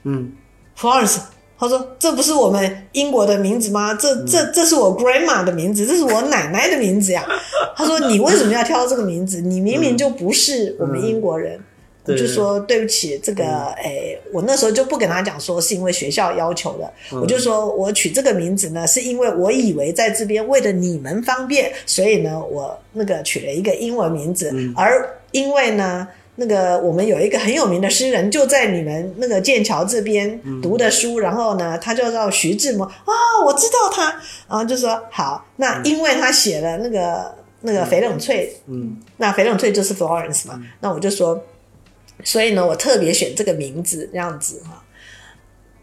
嗯 Florence，他说这不是我们英国的名字吗？这这这是我 grandma 的名字，这是我奶奶的名字呀。他说你为什么要挑这个名字？你明明就不是我们英国人。我对就说对不起，这个诶、我那时候就不跟他讲说是因为学校要求的，我就说我取这个名字呢，是因为我以为在这边为了你们方便，所以呢，我那个取了一个英文名字，而因为呢。那个我们有一个很有名的诗人，就在你们那个剑桥这边读的书，然后呢，他就叫徐志摩啊，我知道他，然后就说好，那因为他写了那个那个翡冷翠，嗯，那翡冷翠就是 Florence 嘛，那我就说，所以呢，我特别选这个名字这样子哈。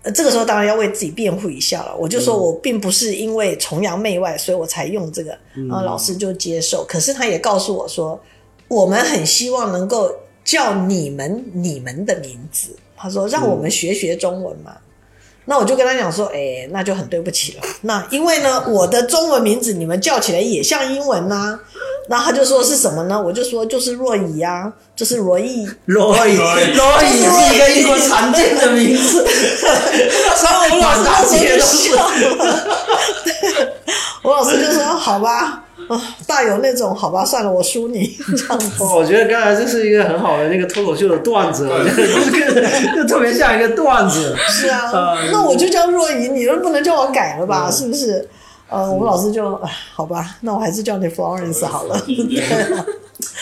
呃，这个时候当然要为自己辩护一下了。我就说我并不是因为崇洋媚外，所以我才用这个。然后老师就接受，可是他也告诉我说，我们很希望能够叫你们你们的名字。他说让我们学学中文嘛。那我就跟他讲说，哎、那就很对不起了。那因为呢，我的中文名字你们叫起来也像英文啊呐、然后他就说是什么呢？我就说就是若仪啊，就是罗毅。罗伊，罗伊是一个 *laughs* 英国常见的名字，所以我们老师那时候满大街就都笑了。 *laughs* 我老师就说：“好吧，啊，大有那种好吧，算了，我输你这样 *laughs* 子。我觉得刚才这是一个很好的那个脱口秀的段 *laughs* 子，我觉得这个 *laughs* 就特别像一个段子。”是啊嗯，那我就叫若仪，你都不能叫我改了吧？是不是？呃，我们老师就嗯哎好吧，那我还是叫你 Florence 好 *laughs* 了。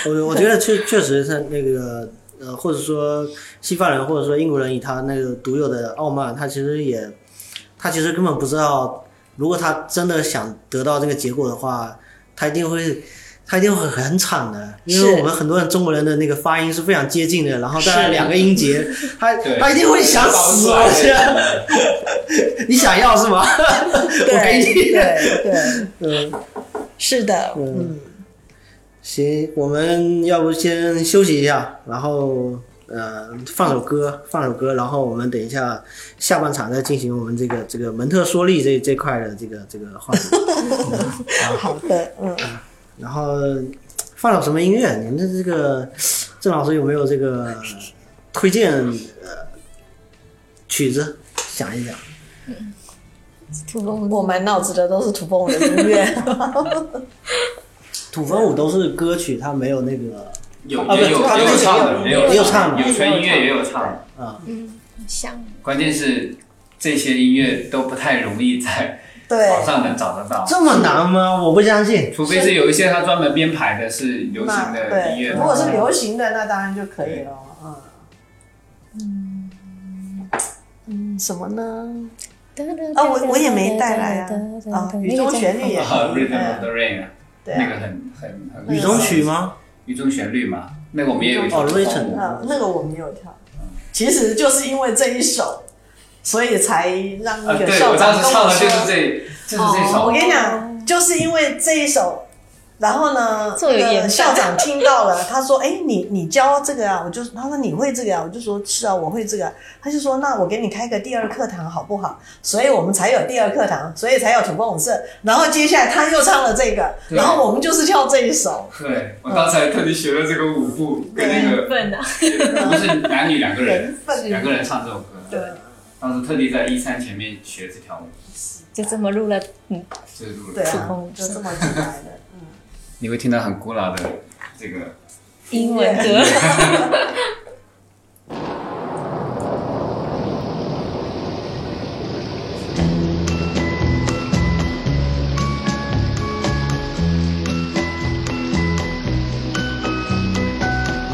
我我觉得确确实是那个呃，或者说西方人或者说英国人以他那个独有的傲慢，他其实也他其实根本不知道，如果他真的想得到这个结果的话，他一定会。他一定会很惨的，因为是我们很多人中国人的那个发音是非常接近的，然后大概是两个音节，他对他一定会想死，我觉得。 *laughs* 你想要是吗？我给对你。对对， *laughs* 嗯，是的，嗯嗯，行，我们要不先休息一下，然后呃放首歌，放首歌，然后我们等一下下半场再进行我们这个这个蒙特梭利这这块的这个这个话题。好的，嗯，然后放首什么音乐？您的这个郑老师有没有这个推荐呃曲子？想一想，土风，我满脑子的都是土风舞的音乐。 *laughs* 土风舞都是歌曲，它没有那个有啊不也有他也有那个唱的，也有有也有唱唱的的，有全音乐也有唱，啊、嗯像关键是这些音乐都不太容易在对，网上能找得到，这么难吗？我不相信。除非是有一些他专门编排的是流行那的音对，乐。如果是流行的，那当然就可以了。嗯嗯，什么呢？啊啊，我我也没带来啊。啊，雨中旋律也啊可以。 ，Rhythm 嗯 of the Rain 啊，对那啊，个很很很雨中曲吗？雨中旋律嘛，那个我们也有一首哦《 Rhythm 啊，那个我没有跳。其实就是因为这一首，所以才让啊，嗯那个对，校我当长时跟唱我的就是说，哦这，就哦是这首我。跟你讲，就是因为这一首然后呢，做有那个研判校长听到了， *laughs* 他说：“哎，你你教这个啊？”我就他说：“你会这个啊？”我就说：“是啊，我会这个啊、他就说：“那我给你开个第二课堂好不好？”所以我们才有第二课堂，所以才有土风舞社。然后接下来他又唱了这个，对然后我们就是跳这一首。对我刚才特地学了这个舞步，跟那个分啊 *laughs* 的，不是男女两个人 *laughs* 缘，分两个人唱这首歌。对，当时特地在一三前面学这条舞，就这么入了，嗯，就是录对了。啊风，就这么进来的。 *laughs* 嗯，你会听到很古老的这个，英文歌，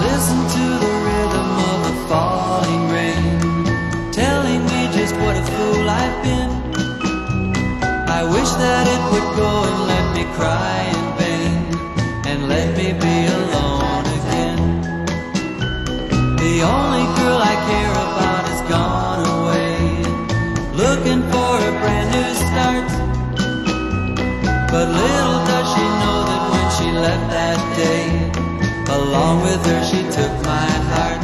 Listen to the rhythm of the falling rain, telling me just what a fool I've been. I wish that it would go and let me cry in vain, and let me be alone again. The only girl I care about is gone away, looking for a brand new start. But little does she know that when she left that day, along with her she took my heart.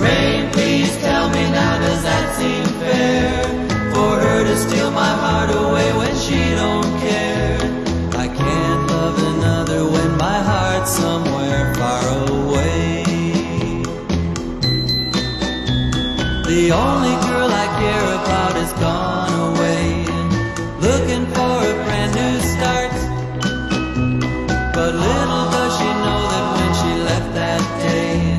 Rain, please tell me now, does that seem fair? For her to steal my heart away when she don't care. I can't love another when my heart's somewhere far away. The only girl I care about is gone away. Looking for a brand new start. But little does she know that when she left that day,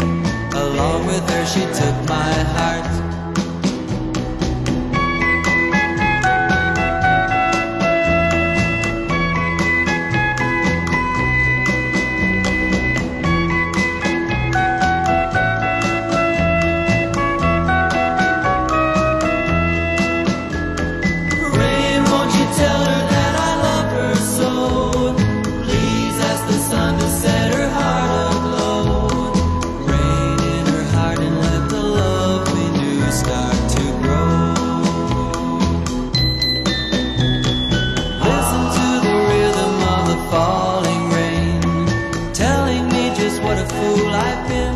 along with her she took my heart. Rain, won't you tell her that I love her so? Please ask the sun to set her heart aglow. Rain in her heart and let the love we knew start to grow. Listen to the rhythm of the falling rain, telling me just what a fool I've been.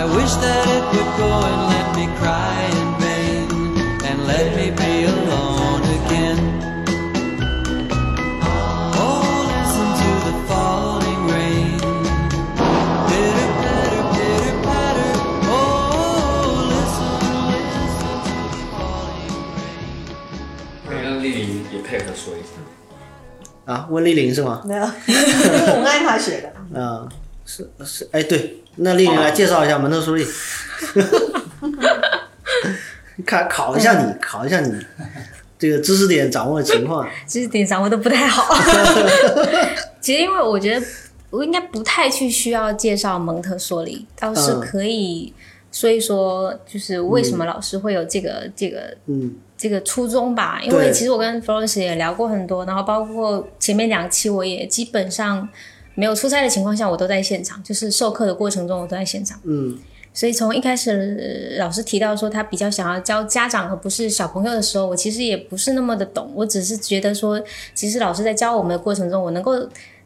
I wish that it would go and let me cry in vain and let me be alone again. Oh, listen to the falling rain. Pitter, patter, pitter, patter. Oh, listen, listen to the falling rain. 呃让丽玲也配合说一下。啊，温丽玲是吗？没有，因为我爱他写的。啊、是是，哎，对，那丽玲来介绍一下蒙特梭 *laughs* 利，看考一下你，考一下你这个知识点掌握的情况。其实点掌握的不 *laughs* 太好。其实因为我觉得我应该不太去需要介绍蒙特梭利，倒是嗯可以说一说，就是为什么老师会有这个、这个嗯这个初衷吧，因对为其实我跟 Florence 也聊过很多，然后包括前面两期我也基本上没有出差的情况下，我都在现场，就是授课的过程中我都在现场。嗯所以从一开始呃老师提到说他比较想要教家长而不是小朋友的时候，我其实也不是那么的懂，我只是觉得说，其实老师在教我们的过程中，我能够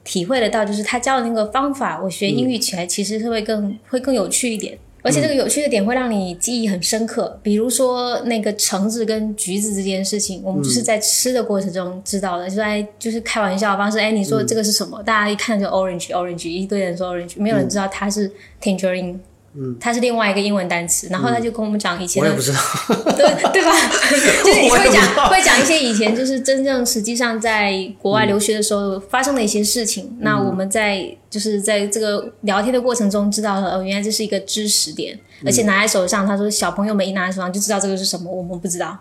体会得到，就是他教的那个方法，我学嗯英语起来其实是会更、会更有趣一点。而且这个有趣的点会让你记忆很深刻，比如说那个橙子跟橘子这件事情，我嗯们就是在吃的过程中知道的，就在就是开玩笑的方式，哎，你说嗯这个是什么？大家一看就 orange orange，一堆人说 orange，没有嗯人知道它是 tangerine，嗯，它是另外一个英文单词。然后他就跟我们讲以前嗯我的也不知道。对 *laughs* 对吧？就是你我也会不知道讲会讲一些以前就是真正实际上在国嗯外留学的时候发生的一些事情。那我们在就是在这个聊天的过程中知道了，哦，原来这是一个知识点，而嗯且拿在手上，他说小朋友们一拿在手上就知道这个是什么，我们不知道。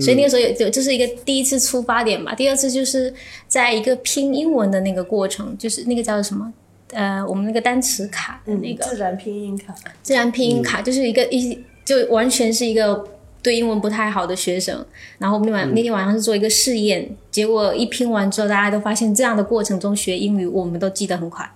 所嗯以那个时候有就就是一个第一次出发点吧，第二次就是在一个拼英文的那个过程，就是那个叫做什么？呃，我们那个单词卡的 *laughs* 那个、嗯嗯自然拼音卡，自然拼音卡，就是一个一就完全是一个对英文不太好的学生。然后我们那晚、那天晚上是做一个试验，结果一拼完之后，大家都发现这样的过程中学英语，我们都记得很快。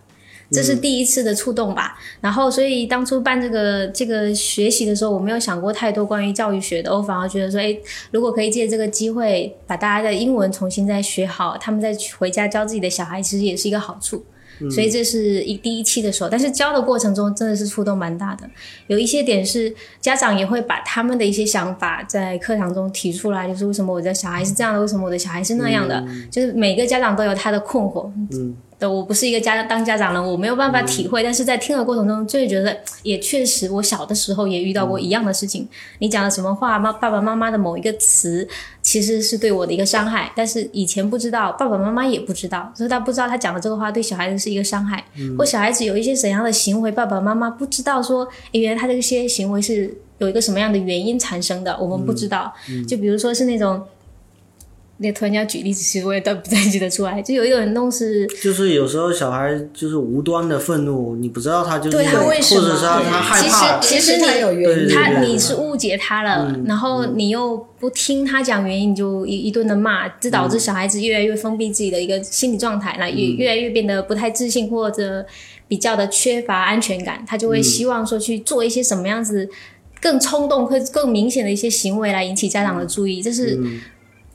这是第一次的触动吧。然后，所以当初办这个这个学习的时候，我没有想过太多关于教育学的，我反而觉得说，哎，如果可以借这个机会把大家的英文重新再学好，他们再回家教自己的小孩，其实也是一个好处。所以这是一第一期的时候，但是教的过程中真的是触动蛮大的。有一些点是家长也会把他们的一些想法在课堂中提出来，就是为什么我的小孩是这样的，为什么我的小孩是那样的，就是每个家长都有他的困惑。嗯，对我不是一个家当家长了，我没有办法体会，但是在听的过程中就会觉得，也确实我小的时候也遇到过一样的事情。你讲的什么话，妈爸爸妈妈的某一个词，其实是对我的一个伤害，但是以前不知道，爸爸妈妈也不知道，所以他不知道他讲的这个话对小孩子是一个伤害，或小孩子有一些怎样的行为，爸爸妈妈不知道说，诶原来他这些行为是有一个什么样的原因产生的，我们不知道。就比如说是那种，那突然间要举例子，其实我也倒不太记得出来，就有一种弄是 *laughs* 就是有时候小孩就是无端的愤怒，你不知道他就是，对他为什么或者是他对他害其实怕，其实是他你有原因对他对对嗯你是误解他了，然后你又不听他讲原因，你就一一顿的骂，这导致小孩子越来越封闭自己的一个心理状态，那也嗯越来越变得不太自信或者比较的缺乏安全感，他就嗯会希望说去做一些什么样子更冲动或更明显的一些行为来引起家长的注意，这是。嗯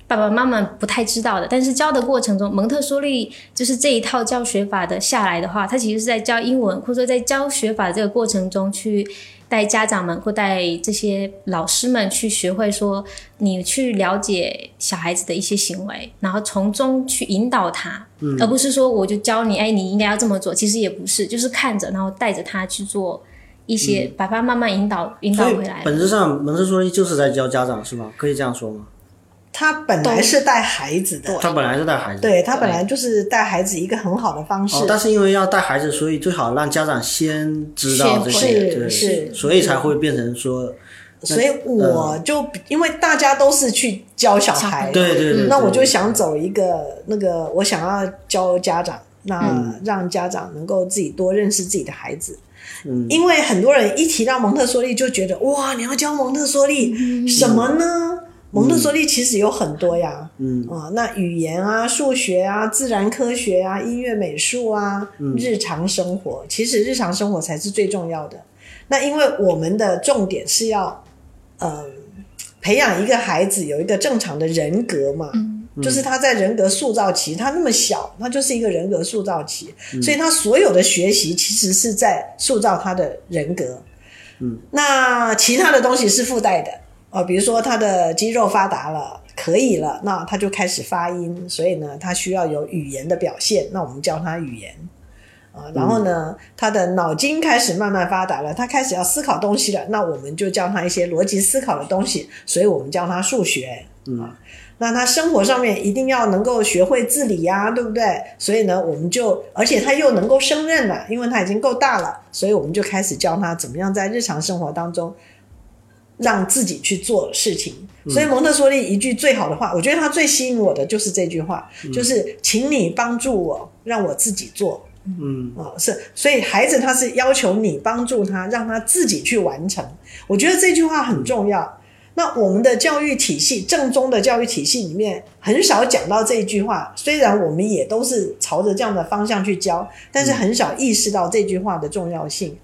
爸爸妈妈不太知道的，但是教的过程中，蒙特梭利就是这一套教学法的下来的话，它其实是在教英文，或者说在教学法这个过程中去带家长们或带这些老师们去学会说，你去了解小孩子的一些行为，然后从中去引导他，嗯而不是说我就教你，哎，你应该要这么做，其实也不是，就是看着，然后带着他去做一些，把他慢慢引导引导嗯所以回来。本质上蒙特梭利就是在教家长是吗？可以这样说吗？他本来是带孩子的，他本来是带孩子，嗯对他本来就是带孩子一个很好的方式哦，，但是因为要带孩子，所以最好让家长先知道这先些，会对，是是所以才会变成说，所以我就因为大家都是去嗯教小孩，对对对，嗯那我就对想走一个那个，我想要教家长，那让家长能够自己多认识自己的孩子。嗯因为很多人一提到蒙特梭利，就觉得哇，你要教蒙特梭利、嗯什么呢？蒙特梭利其实有很多呀，嗯啊、那语言啊、数学啊、自然科学啊、音乐美术啊、嗯日常生活，其实日常生活才是最重要的。那因为我们的重点是要，嗯、培养一个孩子有一个正常的人格嘛，就是他在人格塑造期，他那么小，他就是一个人格塑造期，所以他所有的学习其实是在塑造他的人格。嗯，那其他的东西是附带的啊、呃比如说他的肌肉发达了，可以了，那他就开始发音，所以呢，他需要有语言的表现，那我们教他语言。啊，然后呢，他的脑筋开始慢慢发达了，他开始要思考东西了，那我们就教他一些逻辑思考的东西，所以我们教他数学。啊，那他生活上面一定要能够学会自理呀、对不对？所以呢，我们就，而且他又能够胜任了，因为他已经够大了，所以我们就开始教他怎么样在日常生活当中让自己去做事情。所以蒙特梭利一句最好的话，我觉得他最吸引我的就是这句话，就是请你帮助我，让我自己做。嗯啊、是，所以孩子他是要求你帮助他，让他自己去完成。我觉得这句话很重要。那我们的教育体系，正宗的教育体系里面很少讲到这一句话。虽然我们也都是朝着这样的方向去教，但嗯是很少意识到这句话的重要性。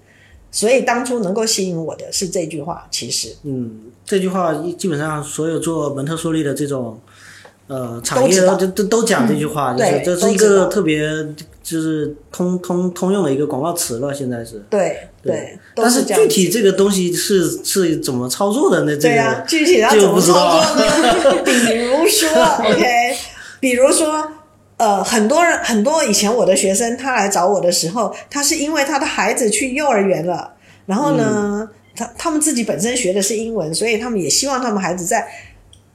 所以当初能够吸引我的是这句话，其实嗯，这句话一基本上所有做蒙特梭利的这种呃产业知道都都都讲这句话，嗯就是对这是一都知个道特别就是通通通用的一个广告词了，现在是。对对对，都但是是这样具。体这个东西是是怎么操作的呢？这对个啊，具体要这怎个么不知道啊操作 *laughs* 呢？比如说，OK，比如说，呃，很多人很多以前我的学生，他来找我的时候，他是因为他的孩子去幼儿园了，然后嗯呢，他他们自己本身学的是英文，所以他们也希望他们孩子在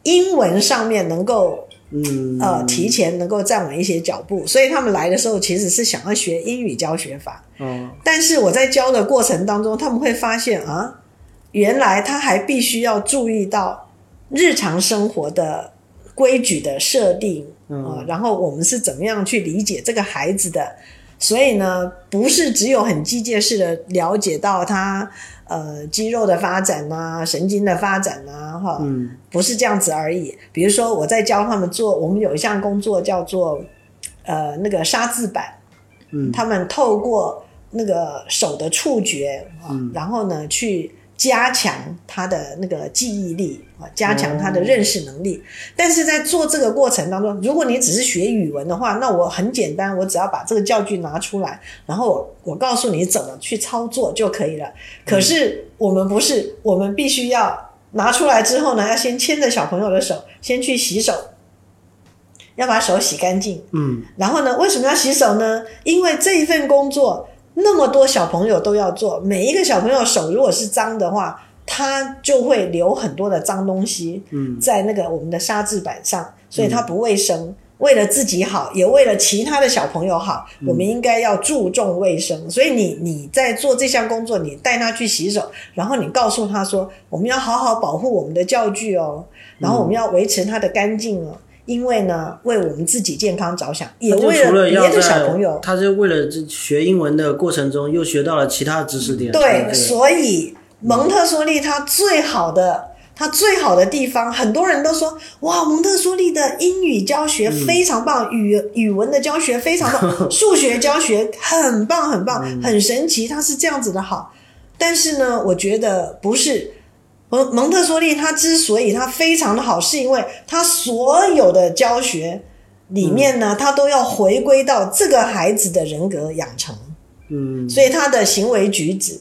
英文上面能够嗯呃提前能够站稳一些脚步，所以他们来的时候其实是想要学英语教学法。哦但是我在教的过程当中，他们会发现啊，原来他还必须要注意到日常生活的规矩的设定啊、然后我们是怎么样去理解这个孩子的。所以呢，不是只有很机械式的了解到他呃肌肉的发展呐、神经的发展呐、哈，嗯不是这样子而已。比如说，我在教他们做，我们有一项工作叫做呃那个沙字板，嗯他们透过那个手的触觉，啊然后呢去加强他的那个记忆力啊，加强他的认识能力。但是在做这个过程当中，如果你只是学语文的话，那我很简单，我只要把这个教具拿出来，然后我我告诉你怎么去操作就可以了。可是我们不是，我们必须要拿出来之后呢，要先牵着小朋友的手，先去洗手，要把手洗干净。嗯然后呢，为什么要洗手呢？因为这一份工作那么多小朋友都要做，每一个小朋友手如果是脏的话，他就会留很多的脏东西嗯在那个我们的砂制板上，所以它不卫生。为了自己好，也为了其他的小朋友好，嗯我们应该要注重卫生。所以你你在做这项工作，你带他去洗手，然后你告诉他说，我们要好好保护我们的教具哦，嗯然后我们要维持它的干净哦，因为呢，为我们自己健康着想，也他就为除了别要的在小朋友他就为了这学英文的过程中又学到了其他知识点。对，所以蒙特梭利它最好的，它最好的地方，很多人都说哇，蒙特梭利的英语教学非常棒，语语文的教学非常棒， *laughs* 数学教学很棒很棒，很神奇，它是这样子的好。但是呢，我觉得不是。蒙蒙特梭利它之所以它非常的好，是因为它所有的教学里面呢，它都要回归到这个孩子的人格养成。嗯，所以他的行为举止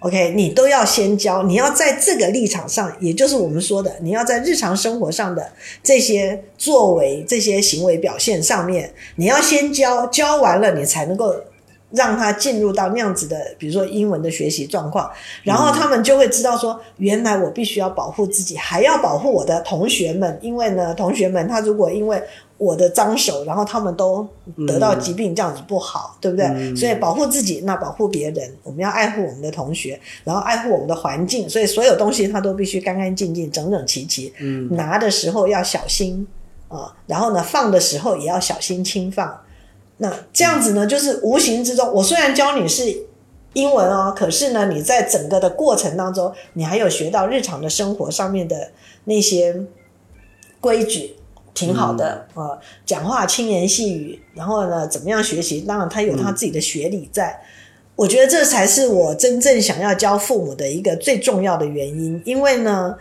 ，OK，你都要先教，你要在这个立场上，也就是我们说的，你要在日常生活上的这些作为、这些行为表现上面，你要先教，教完了你才能够。让他进入到那样子的，比如说英文的学习状况，然后他们就会知道说，原来我必须要保护自己，还要保护我的同学们，因为呢，同学们他如果因为我的脏手，然后他们都得到疾病，这样子不好，对不对？所以保护自己，那保护别人，我们要爱护我们的同学，然后爱护我们的环境，所以所有东西它都必须干干净净、整整齐齐。嗯，拿的时候要小心啊、然后呢，放的时候也要小心轻放。那这样子呢，就是无形之中，我虽然教你是英文哦，可是呢，你在整个的过程当中，你还有学到日常的生活上面的那些规矩，挺好的。呃，讲话轻言细语，然后呢，怎么样学习？当然，他有他自己的学理在。我觉得这才是我真正想要教父母的一个最重要的原因，因为呢，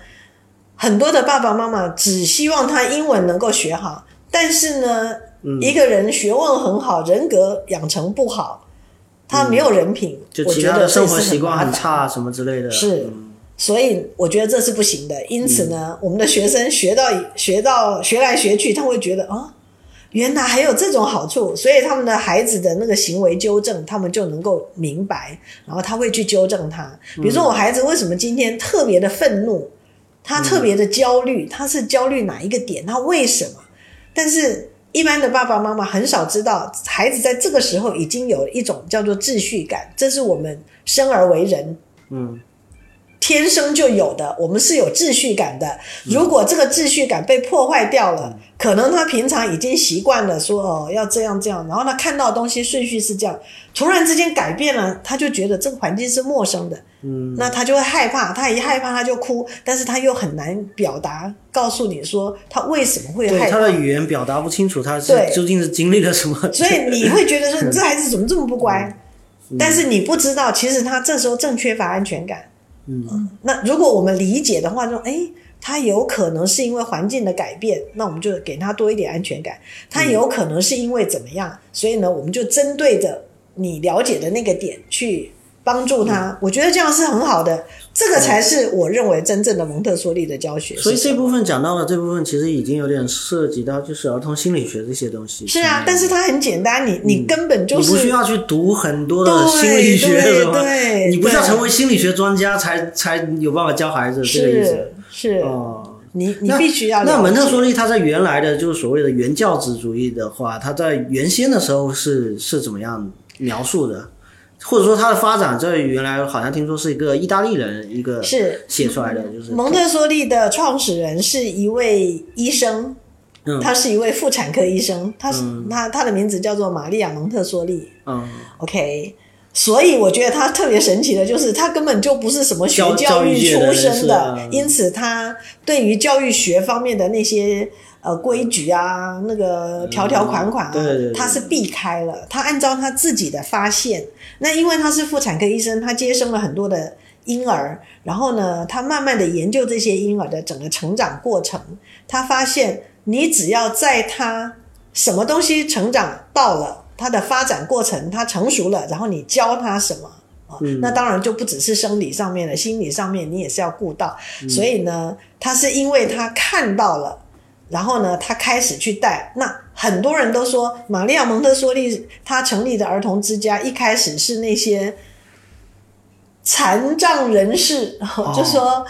很多的爸爸妈妈只希望他英文能够学好，但是呢，嗯一个人学问很好，人格养成不好，他没有人品，嗯就我其觉他得的这生是活习惯很很麻烦差什么之类的。是嗯所以我觉得这是不行的。因此呢，我们的学生学到学到学来学去，他会觉得啊，原来还有这种好处，所以他们的孩子的那个行为纠正，他们就能够明白，然后他会去纠正他。比如说，我孩子为什么今天特别的愤怒，他特别的焦嗯虑，他是焦虑哪一个点？他为什么？但是。一般的爸爸妈妈很少知道，孩子在这个时候已经有一种叫做秩序感，这是我们生而为人嗯天生就有的，我们是有秩序感的。嗯如果这个秩序感被破坏掉了，可能他平常已经习惯了说哦要这样这样，然后他看到东西顺序是这样，突然之间改变了，他就觉得这个环境是陌生的，嗯那他就会害怕，他一害怕他就哭，但是他又很难表达告诉你说他为什么会对害他怕的。语言表达不清楚，他是对究竟是经历了什么？ *laughs* 所以你会觉得说，你这孩子怎么这么不乖？嗯但是你不知道，其实他这时候正缺乏安全感。嗯，那如果我们理解的话，就诶，他有可能是因为环境的改变，那我们就给他多一点安全嗯感。他有可能是因为怎么样，所以呢，我们就针对着你了解的那个点去帮助他。嗯我觉得这样是很好的，这个才是我认为真正的蒙特梭利的教学。所以这部部分讲到了，这部分其实已经有点涉及到就是儿童心理学这些东西。是啊，但是它很简单，你你根本就嗯你是不需要去读很多的对心理学，对是吧对你不需要对成为心理学专家才才有办法教孩子，这个意思是。是，哦，你你那必须要那了蒙特解梭利他在原来的就是所谓的原教旨主义的话，他在原先的时候是是怎么样描述的？或者说他的发展，在原来好像听说是一个意大利人一个是写出来的，就是蒙特梭利的创始人是一位医生，嗯他是一位妇产科医生，他是、他他的名字叫做玛利亚蒙特梭利。嗯 OK，所以我觉得他特别神奇的就是，他根本就不是什么学教教教育育界的出人身士啊因此他对于教育学方面的那些呃规矩啊、那个条条款款啊，嗯对对对他是避开了。他按照他自己的发现，那因为他是妇产科医生，他接生了很多的婴儿，然后呢，他慢慢的研究这些婴儿的整个成长过程，他发现你只要在他什么东西成长到了它的发展过程，它成熟了，然后你教他什么。啊嗯那当然就不只是生理上面的，心理上面你也是要顾到。所以呢，他是因为他看到了，然后呢，他开始去带。那很多人都说，玛利亚蒙特梭利他成立的儿童之家，一开始是那些残障人士， *laughs* 就说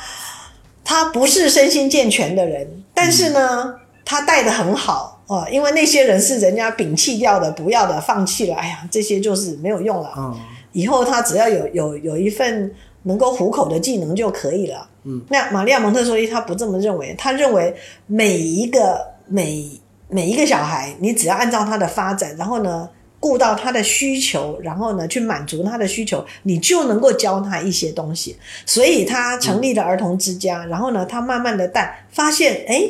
他不是身心健全的人，但是呢，他带的很好哦，因为那些人是人家摒弃掉的、不要的、放弃了，哎呀，这些就是没有用了。嗯以后他只要有有有一份能够糊口的技能就可以了。嗯，那玛利亚蒙特梭利他不这么认为，他认为每一个每每一个小孩，你只要按照他的发展，然后呢。顾到他的需求，然后呢，去满足他的需求，你就能够教他一些东西。所以他成立了儿童之家，然后呢，他慢慢的带，发现哎，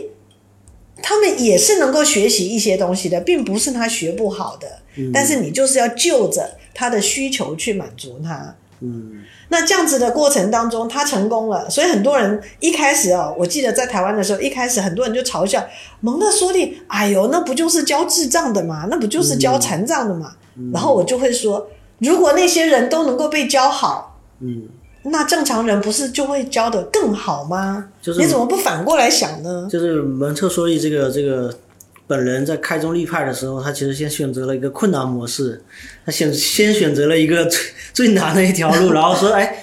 他们也是能够学习一些东西的，并不是他学不好的，嗯但是你就是要就着他的需求去满足他。嗯，那这样子的过程当中，他成功了，所以很多人一开始哦，我记得在台湾的时候，一开始很多人就嘲笑蒙特梭利，哎呦，那不就是教智障的嘛，那不就是教残障的嘛。嗯然后我就会说，如果那些人都能够被教好，嗯，那正常人不是就会教得更好吗？就是你怎么不反过来想呢？就是蒙特梭利这个这个本人在开宗立派的时候，他其实先选择了一个困难模式，他先先选择了一个最最难的一条路，然后说，哎。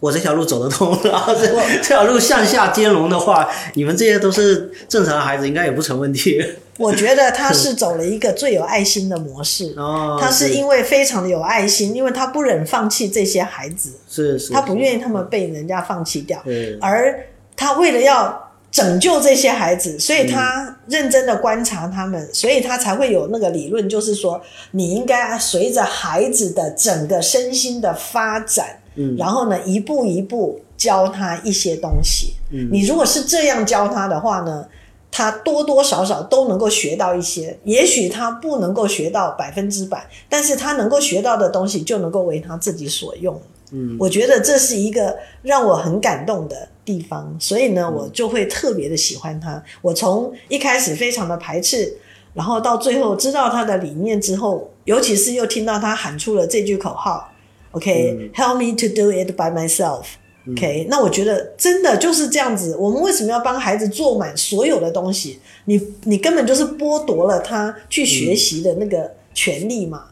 我这条路走得通，然后这这条路向下兼容的话，你们这些都是正常的孩子，应该也不成问题。 *laughs* 我觉得他是走了一个最有爱心的模 *laughs* 式。哦，他是是因为非常的有爱心，因为他不忍放弃这些孩子，是是，他不愿意他们被人家放弃掉，对而他为了要拯救这些孩子，所以嗯他认真的观察他们，所以他才会有那个理论，就是说你应该随着孩子的整个身心的发展，嗯然后呢一步一步教他一些东西。你如果是这样教他的话呢？他多多少少都能够学到一些，也许他不能够学到百分之百，但是他能够学到的东西就能够为他自己所用。我觉得这是一个让我很感动的地方，所以嗯呢，我就会特别的喜欢他。我从一开始非常的排斥，然后到最后知道他的理念之后，尤其是又听到他喊出了这句口号：“OK，help、me 嗯 to do it by myself。” OK，那我觉得真的就是这样子。我们为什么要帮孩子做满所有的东西？你你根本就是剥夺了他去学习的那个权利嘛，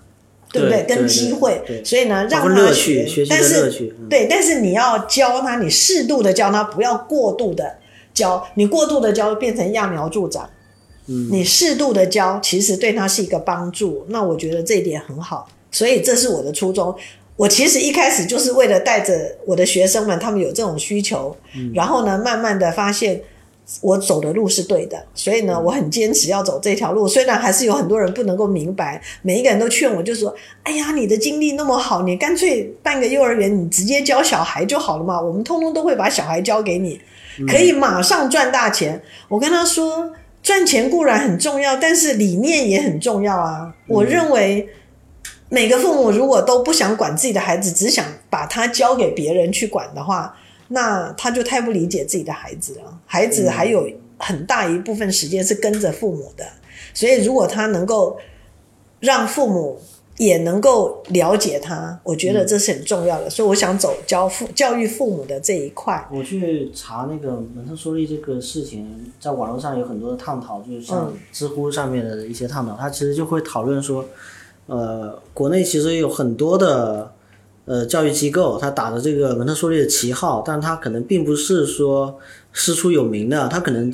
对不嗯对跟对机对会。对所以呢，包让括他乐趣学学习但的是乐趣嗯对，但是你要教他，你适度的教他，不要过度的教。你过度的教变成揠苗助长，嗯，你适度的教，其实对他是一个帮助。那我觉得这一点很好，所以这是我的初衷。我其实一开始就是为了带着我的学生们，他们有这种需求，嗯然后呢，慢慢的发现我走的路是对的，所以呢，嗯我很坚持要走这条路。虽然还是有很多人不能够明白，每一个人都劝我，就说：“哎呀，你的经历那么好，你干脆办个幼儿园，你直接教小孩就好了嘛，我们通通都会把小孩交给你，可以马上赚大钱。”我跟他说，赚钱固然很重要，但是理念也很重要啊。我认为。每个父母如果都不想管自己的孩子，只想把他交给别人去管的话，那他就太不理解自己的孩子了。孩子还有很大一部分时间是跟着父母的，所以如果他能够让父母也能够了解他，我觉得这是很重要的。所以我想走教父教育父母的这一块。我去查那个蒙特梭利这个事情，在网络上有很多的探讨，就是像嗯知乎上面的一些探讨，它其实就会讨论说，呃，国内其实有很多的呃教育机构，它打着这个蒙特梭利的旗号，但它可能并不是说师出有名的，它可能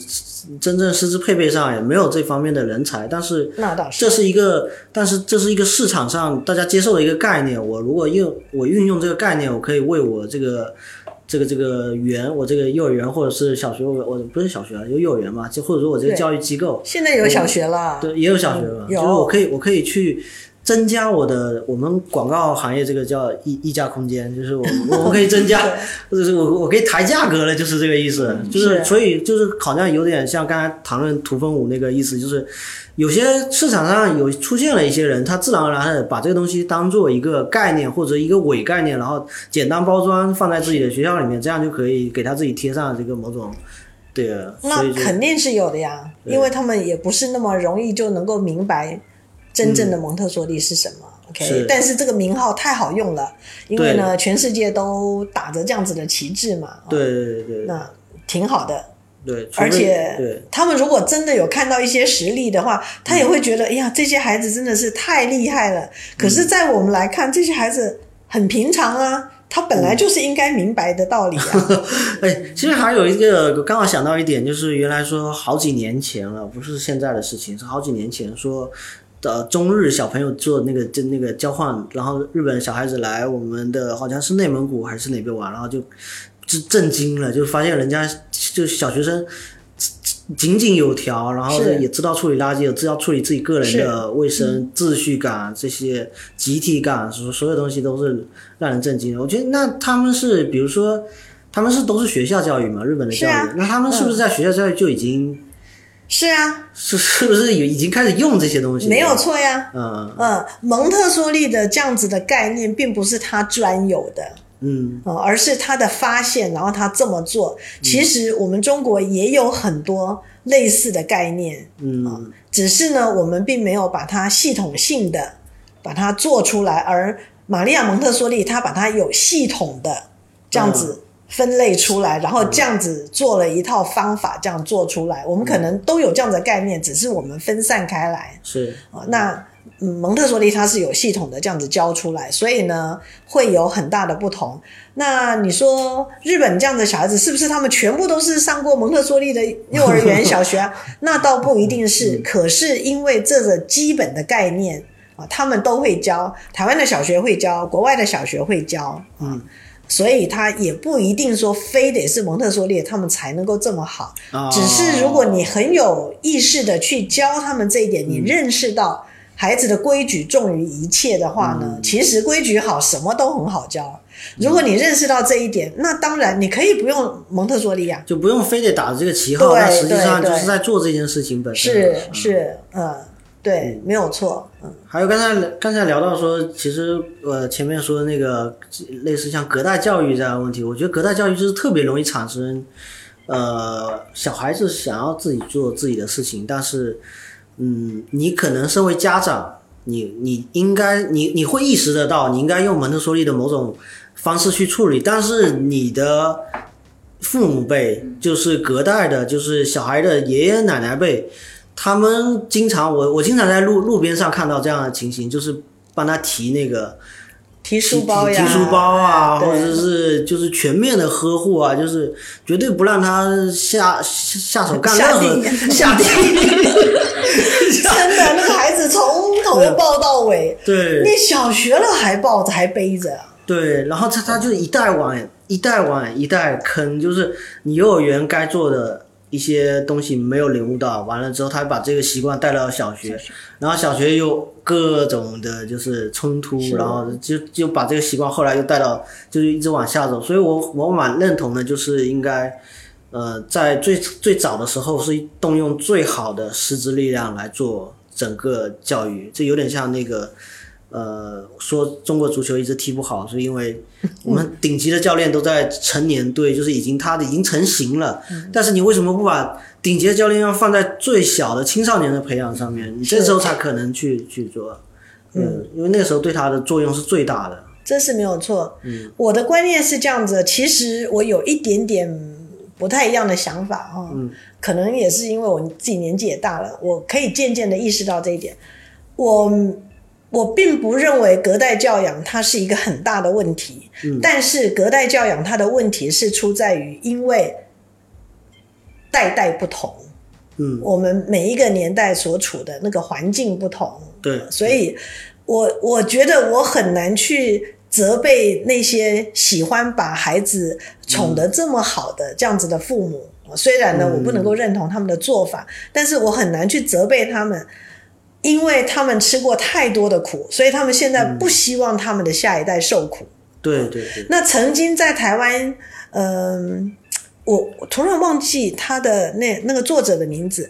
真正师资配备上也没有这方面的人才，但是那倒是，这是一个，但是这是一个市场上大家接受的一个概念。我如果用我运用这个概念，我可以为我这个这个这个园，我这个幼儿园或者是小学，我我不是小学啊，就幼儿园嘛，就或者说我这个对教育机构，现在有小学了，对，也有小学嘛，嗯有就是我可以我可以去增加我的我们广告行业这个叫溢溢价空间，就是我我们可以增加 *laughs* 对，嗯就是我我可以抬价格了，就是这个意思，就是是所以就是好像有点像刚才谈论土风舞那个意思，就是有些市场上有出现了一些人，他自然而然的把这个东西当做一个概念或者一个伪概念，然后简单包装放在自己的学校里面，这样就可以给他自己贴上这个某种。对啊，所那以就肯定是有的呀，对因为他们也不是那么容易就能够明白真正的蒙特梭利是什么。是 OK，但是这个名号太好用了，因为呢，全世界都打着这样子的旗帜嘛。哦，对对对对那挺好的。对，除而非且对他们如果真的有看到一些实力的话，他也会觉得，哎呀，这些孩子真的是太厉害了。可是，在我们来看，这些孩子很平常啊，他本来就是应该明白的道理啊。哎，其实还有一个刚好想到一点，就是原来说好几年前了，不是现在的事情，是好几年前说。呃，中日小朋友做那个就那个交换，然后日本小孩子来我们的好像是内蒙古还是哪边玩，然后就就震惊了，就发现人家就小学生井井有条，然后是也知道处理垃圾，也知道处理自己个人是嗯的卫生、秩序感这些集体感，所所有东西都是让人震惊的。我觉得那他们是比如说。他们是都是学校教育嘛，日本的教育，是啊那他们是不是在学校教育就已经、是啊，是是不是有已经开始用这些东西？没有，错呀。嗯嗯，蒙特梭利的这样子的概念，并不是他专有的，嗯，呃，而是他的发现，然后他这么做。其实我们中国也有很多类似的概念，嗯，只是呢，我们并没有把它系统性的把它做出来，而玛利亚蒙特梭利她把它有系统的这样子分类出来，然后这样子做了一套方法，这样做出来。我们可能都有这样的概念，只是我们分散开来。是啊，那嗯蒙特梭利它是有系统的这样子教出来，所以呢会有很大的不同。那你说日本这样的小孩子是不是他们全部都是上过蒙特梭利的幼儿园、小学啊？ *laughs* 那倒不一定是，可是因为这个基本的概念啊，他们都会教，台湾的小学会教，国外的小学会教，嗯。所以他也不一定说非得是蒙特梭利，他们才能够这么好。啊，只是如果你很有意识的去教他们这一点，你认识嗯到孩子的规矩重于一切的话呢，其实规矩好，什么都很好教。嗯如果你认识到这一点，那当然你可以不用蒙特梭利啊呀、就不用非得打着这个旗号，对但实际上对就对是在做这件事情本身。是嗯是，嗯，对，没有错，嗯，还有刚才刚才聊到说，其实呃前面说的那个类似像隔代教育这样的问题，我觉得隔代教育就是特别容易产生，呃小孩子想要自己做自己的事情，但是嗯你可能身为家长，你你应该你你会意识得到，你应该用蒙特梭利的某种方式去处理，但是你的父母辈就是隔代的，就是小孩的爷爷奶奶辈，他们经常我我经常在路路边上看到这样的情形，就是帮他提那个提提书包呀，提书包啊，对或者是就是全面的呵护啊，就是绝对不让他下下下手干任下何地下地， *laughs* 真的，那个孩子从头抱到尾，嗯对你小学了还抱着还背着啊，对，然后他他就一代往一代往一代坑，就是你幼儿园该做的一些东西没有领悟到，完了之后他把这个习惯带到小学，然后小学又各种的就是冲突，然后就就把这个习惯后来又带到就是一直往下走，所以我我蛮认同的，就是应该。呃，在最最早的时候是动用最好的师资力量来做整个教育，这有点像那个呃，说中国足球一直踢不好，是因为我们嗯顶级的教练都在成年队，就是已经他的已经成型了。嗯但是你为什么不把顶级的教练要放在最小的青少年的培养上面？你这时候才可能去去做，嗯，因为那个时候对他的作用是最大的。这是没有错。嗯，我的观念是这样子，其实我有一点点不太一样的想法哦。嗯，可能也是因为我自己年纪也大了，我可以渐渐的意识到这一点。我我并不认为隔代教养它是一个很大的问题，但是隔代教养它的问题是出在于因为代代不同，嗯，我们每一个年代所处的那个环境不同，对，所以我我觉得我很难去责备那些喜欢把孩子宠得这么好的这样子的父母。虽然呢，我不能够认同他们的做法，但是我很难去责备他们。因为他们吃过太多的苦，所以他们现在不希望他们的下一代受苦。对对对，那曾经在台湾，嗯、我我突然忘记他的那那个作者的名字。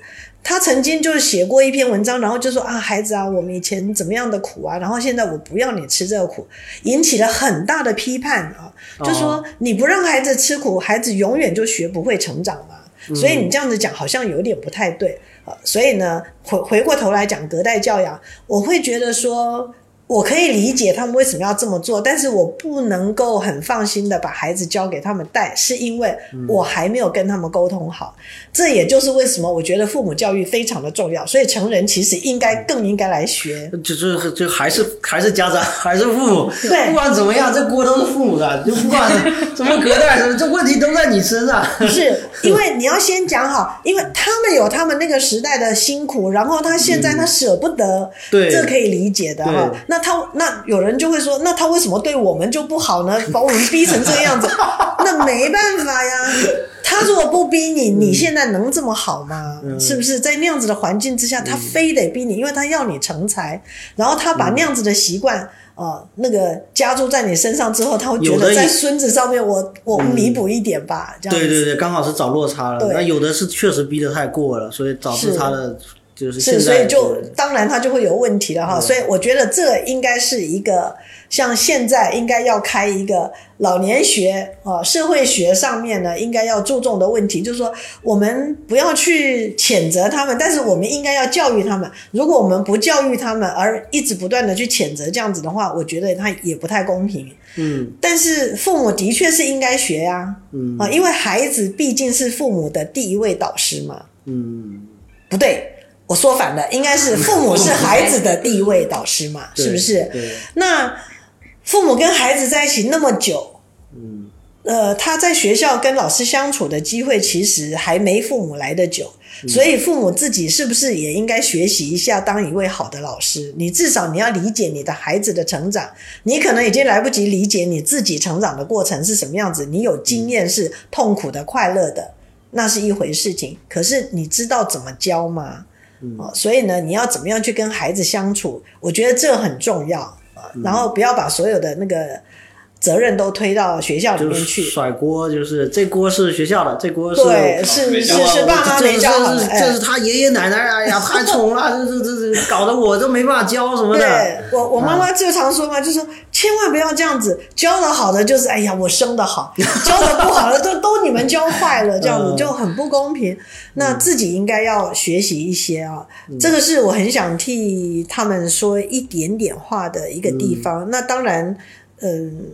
他曾经就是写过一篇文章，然后就说啊，孩子啊，我们以前怎么样的苦啊，然后现在我不要你吃这个苦，引起了很大的批判啊，就说你不让孩子吃苦，孩子永远就学不会成长嘛。所以你这样子讲好像有点不太对，呃，所以呢，回回过头来讲隔代教养，我会觉得说，我可以理解他们为什么要这么做，但是我不能够很放心的把孩子交给他们带，是因为我还没有跟他们沟通好。这也就是为什么我觉得父母教育非常的重要，所以成人其实应该更应该来学。就是就还是还是家长，还是父母，对不管怎么样，这锅都是父母的，就不管什么隔代什么，这问题都在你身上。是因为你要先讲好，因为他们有他们那个时代的辛苦，然后他现在他舍不得，对这可以理解的哈对。那他那有人就会说，那他为什么对我们就不 *laughs* 好呢？把我们逼成这个样子，那没办法呀。他如果不逼你，你现在能这么好吗？嗯是不是在那样子的环境之下，他非得逼你，因为他要你成才，然后他把那样子的习惯。啊、那个加注在你身上之后，他会觉嗯有的得也嗯在孙子上面我，我弥补一点吧，这样子。对对对，刚好是找落差了对。那有的是确实逼得太过了，所以导致是他的就是嗯现是，在所以就对当然它就会有问题了哈。嗯所以我觉得这应该是一个像现在应该要开一个老年学啊、社会学上面呢，应该要注重的问题，就是说我们不要去谴责他们，但是我们应该要教育他们。如果我们不教育他们，而一直不断的去谴责这样子的话，我觉得它也不太公平。嗯但是父母的确是应该学呀、啊，啊，因为孩子毕竟是父母的第一位导师嘛。嗯，不对，我说反了，应该是父母是孩子的第一位导师嘛，对是不是？对，那父母跟孩子在一起那么久，嗯呃，他在学校跟老师相处的机会其实还没父母来的久，所以父母自己是不是也应该学习一下当一位好的老师？你至少你要理解你的孩子的成长，你可能已经来不及理解你自己成长的过程是什么样子，你有经验是痛苦的、快乐的。那是一回事情，可是你知道怎么教吗？哦，所以呢，你要怎么样去跟孩子相处？我觉得这很重要啊。然后不要把所有的那个责任都推到学校里就面是去。甩锅，就是这锅是学校的，这锅是对，没是教是好是爸妈这没教好这的，是哎这是他爷爷奶奶，哎呀，太宠 *laughs* 了，这这这这搞得我都没办法教什么的。对啊我，我妈妈就常说嘛，就说千万不要这样子，教的好的就是哎呀我生 *laughs* 的好，教的不好的都都你们教坏了，这样子嗯就很不公平。那自己应该要学习一些啊，嗯这个是我很想替他们说一点点话的一个地方。那当然，嗯。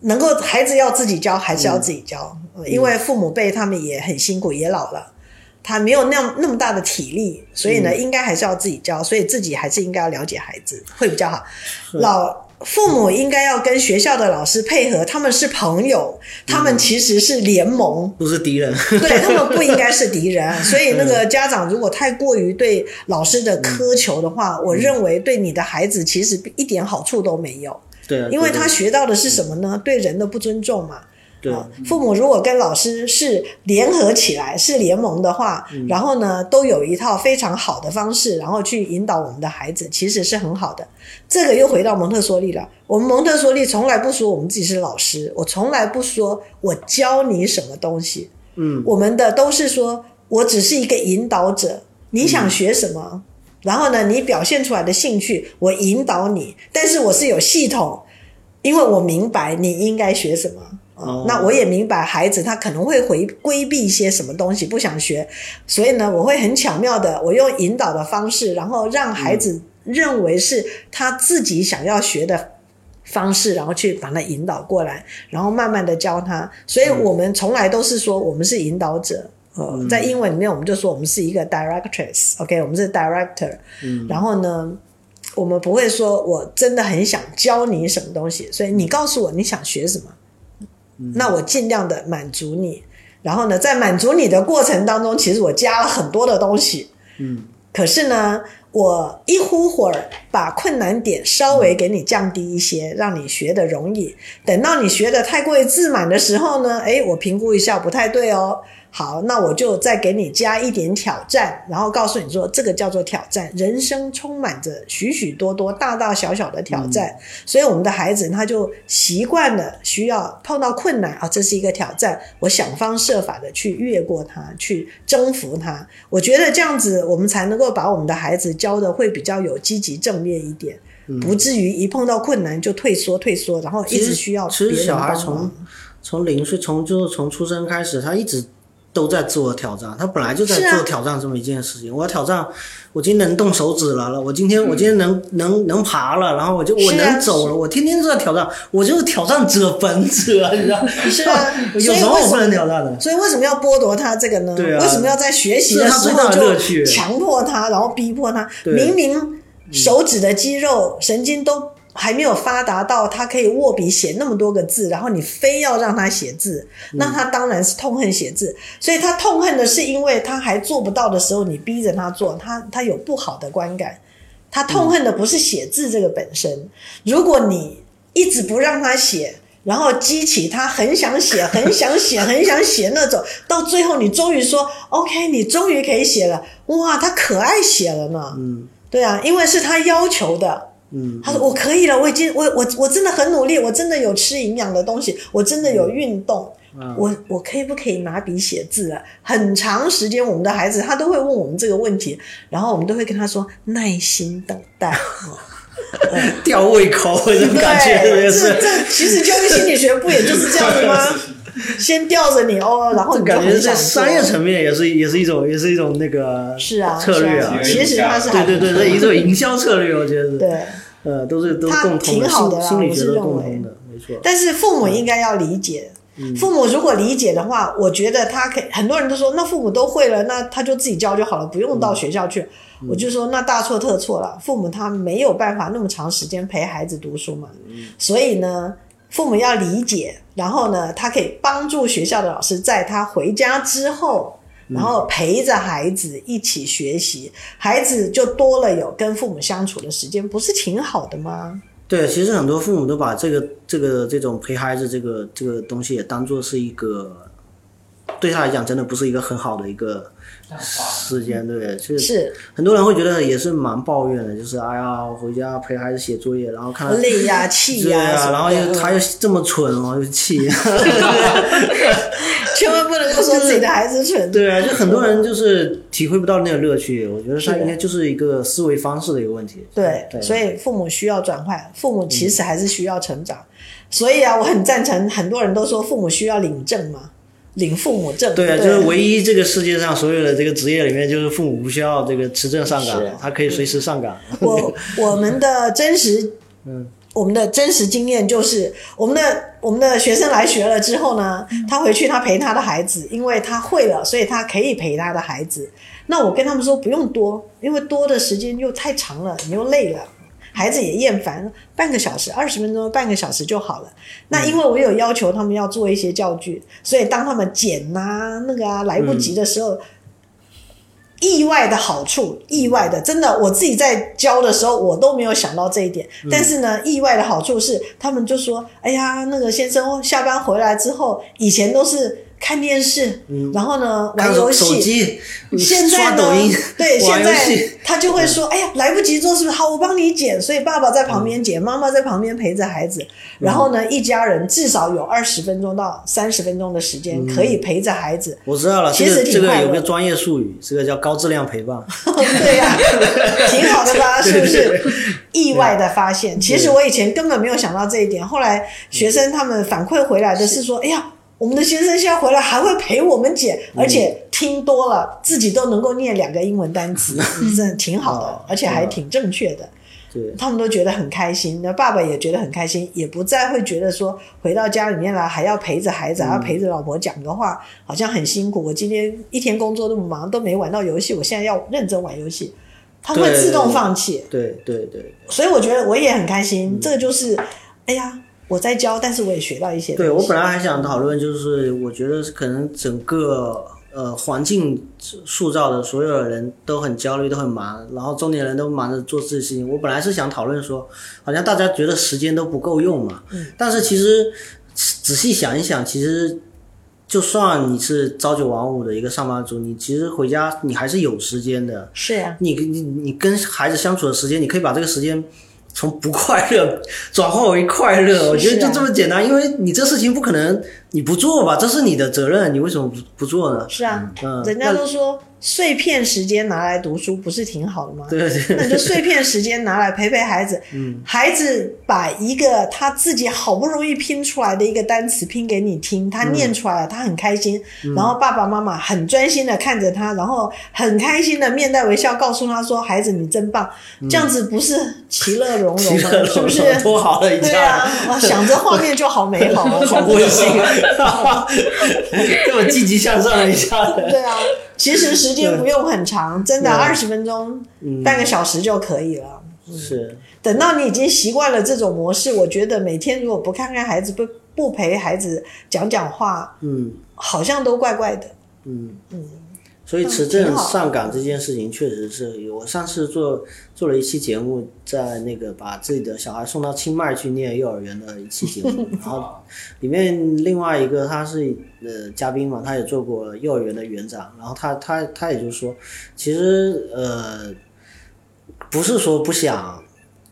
能够孩子要自己教，还是要自己教，呃因为父母辈他们也很辛苦，也老了，他没有那样那么大的体力，所以呢，应该还是要自己教，所以自己还是应该要了解孩子会比较好。老父母应该要跟学校的老师配合，他们是朋友，他们其实是联盟， *laughs* 不是敌人，对他们不应该是敌人，所以那个家长如果太过于对老师的苛求的话，我认为对你的孩子其实一点好处都没有。对，啊因为对他学到的是什么呢？对人的不尊重嘛。对啊，父母如果跟老师是联合起来，是联盟的话，嗯然后呢，都有一套非常好的方式，然后去引导我们的孩子，其实是很好的。这个又回到蒙特梭利了。我们蒙特梭利从来不说我们自己是老师，我从来不说我教你什么东西，嗯我们的都是说我只是一个引导者，你想学什么？然后呢，你表现出来的兴趣，我引导你，但是我是有系统，因为我明白你应该学什么。啊哦那我也明白孩子他可能会回规避一些什么东西不想学，所以呢，我会很巧妙的，我用引导的方式，然后让孩子认为是他自己想要学的方式，然后去把他引导过来，然后慢慢的教他。所以我们从来都是说我们是引导者。呃，在英文里面我们就说我们是一个 directress，OK，、我们是 director、然后呢，我们不会说我真的很想教你什么东西，所以你告诉我你想学什么，那我尽量的满足你。然后呢，在满足你的过程当中，其实我加了很多的东西，嗯，可是呢，我一呼会儿把困难点稍微给你降低一些，让你学的容易。等到你学的太过于自满的时候呢，诶，我评估一下不太对哦，好，那我就再给你加一点挑战，然后告诉你说，这个叫做挑战。人生充满着许许多多大大小小的挑战，嗯所以我们的孩子他就习惯了需要碰到困难啊，这是一个挑战，我想方设法的去越过它，去征服它。我觉得这样子，我们才能够把我们的孩子教的会比较有积极正面一点，不至于一碰到困难就退缩退缩，然后一嗯其实直需要其别实人小帮孩忙。从从零岁，从就是从出生开始，他一直都在自我挑战，他本来就在是啊做挑战这么一件事情。我挑战，我今天能动手指了了，我今天我今天能、能能爬了，然后我就我嗯是啊能走了，我天天都在挑战，我就是挑战者本者，你知 *laughs* 道？是啊 *laughs* 有所以什么为我什不能么挑战的？所以为什么要剥夺他这个呢？对啊为什么要在学习的这是时啊他最候大的乐趣就强迫他，然后逼迫他？对明明手指的肌肉、神经都还没有发达到他可以握笔写那么多个字，然后你非要让他写字，嗯那他当然是痛恨写字。所以他痛恨的是因为他还做不到的时候，你逼着他做，他他有不好的观感。他痛恨的不是写字这个本嗯身，如果你一直不让他写，然后激起他很想写、很想写、很想写那种，到最后你终于说 OK，你终于可以写了，哇，他可爱写了呢。嗯对啊，因为是他要求的。嗯，他说我可以了，我已经我我我真的很努力，我真的有吃营养的东西，我真的有运动，嗯我我可以不可以拿笔写字了？很长时间，我们的孩子他都会问我们这个问题，然后我们都会跟他说耐心等待。吊胃口这种感觉，特对，别这是。这其实教育心理学不也就是这样 *laughs* 子吗？先吊着你哦，然后这你感就觉很在想商业层面也是也是一种也是一种那个是啊策略是啊啊，其实他是对还对对，这一种营销策略，我觉得是。对。呃，都是都是它共通的，挺好的啦心心理我学是都认共为通的，没错。但是父母应该要理解。父母如果理解的话，我觉得他可以。很多人都说，那父母都会了，那他就自己教就好了，不用到学校去。我就说，那大错特错了。父母他没有办法那么长时间陪孩子读书嘛，所以呢，父母要理解，然后呢，他可以帮助学校的老师，在他回家之后，然后陪着孩子一起学习，孩子就多了有跟父母相处的时间，不是挺好的吗？对，其实很多父母都把这个这个这种陪孩子这个这个东西也当做是一个，对他来讲真的不是一个很好的一个时间，对，就是很多人会觉得也是蛮抱怨的，就是哎呀，我回家陪孩子写作业，然后看他累呀、气对呀、啊，什么然后的又嗯他又这么蠢，我就气。 *laughs* 千万不能够说自己的孩子蠢。对啊，就很多人就是体会不到那个乐趣，我觉得他是的应该就是一个思维方式的一个问题。对，对，所以父母需要转换，父母其实还是需要成长。嗯所以啊，我很赞成，很多人都说父母需要领证嘛，领父母 *laughs* 证。对对啊，就是唯一这个世界上所有的这个职业里面，就是父母不需要这个持证上是嗯岗，他可以随时上岗。 *laughs* 我我们的真实，嗯，我们的真实经验就是，我们的我们的学生来学了之后呢，他回去他陪他的孩子，因为他会了，所以他可以陪他的孩子。那我跟他们说不用多，因为多的时间又太长了，你又累了。孩子也厌烦了，半个小时、二十分钟、半个小时就好了。那因为我有要求他们要做一些教具，所以当他们剪呐、那个啊来不及的时候，意外的好处，意外的，真的，我自己在教的时候，我都没有想到这一点。嗯但是呢，意外的好处是，他们就说：“哎呀，那个先生下班回来之后，以前都是看电视，然后呢玩嗯看游手戏，嗯机，现在刷呢抖音，对， *laughs* 玩游现在戏。他就会 *laughs* 说：“哎呀，来不及做，是不是？好，我帮你剪。”所以爸爸在旁边剪，嗯妈妈在旁边陪着孩子。然后呢，一家人至少有二十分钟到三十分钟的时间嗯可以陪着孩子。我知道了，这其个实挺这个快乐有个专业术语，这个叫高质量陪 *laughs* 伴。对 *laughs* 呀、挺好的吧？是对不是？意外的发现，其实我以前根本没有想到这一点。后嗯来学生他们反馈回来的是说：“哎呀，我们的先生现在回来还会陪我们姐，嗯而且听多了，自己都能够念两个英文单 *laughs* 词，真的挺好哦的，而且还挺正确的。”对，他们都觉得很开心，那爸爸也觉得很开心，也不再会觉得说回到家里面来还要陪着孩嗯子，还要陪着老婆讲个话，好像很辛苦。我今天一天工作那么忙，都没玩到游戏，我现在要认真玩游戏，他会对自动放弃。对对对嗯所以我觉得我也很开心，这个就是，哎呀，我在教，但是我也学到一些对，东西。我本来还想讨论，就是我觉得可能整个呃环境塑造的所有人都很焦虑，都很忙，然后中年人都忙着做自己的事情。我本来是想讨论说，好像大家觉得嗯时间都不够用嘛，但是其实仔细想一想，其实。就算你是朝九晚五的一个上班族，你其实回家你还是有时间的。是啊呀、你你你跟孩子相处的时间，你可以把这个时间从不快乐 *laughs* 转化为快乐，我觉得是啊就这么简单。因为你这事情不可能你不做吧，这是你的责任，你为什么不不做 *laughs* 呢？是啊，嗯人家都说碎片时间拿来读书不是挺好的吗？对对嗯那你就碎片时间拿来陪陪孩子，孩子把一个他自己好不容易拼出来的一个单词拼给你听，他嗯念出来了，他很开心，然后爸爸妈妈很专心的看着他，然后很开心的面带微笑告诉他说：“孩子，你真棒。”这样子不是其乐融融嗯其吗？乐是融不是？融多好的一对家啊，，哇想着画面就好 *laughs* 美好啊，好温馨，这么积极向上的一家人。对啊，其实时间不用很长，真的对嗯二十分钟、半个小时就可以了。是，等到你已经习惯了这种模式，我觉得每天如果不看看孩子，不不陪孩子讲讲话，嗯好像都怪怪的。嗯嗯。所以持证挺好上岗这件事情确实是，我上次做做了一期节目，在那个把自己的小孩送到清迈去念幼儿园的一期节 *laughs* 目，然后里面另外一个他是呃嘉宾嘛，他也做过幼儿园的园长，然后他他他也就说，其实呃不是说不想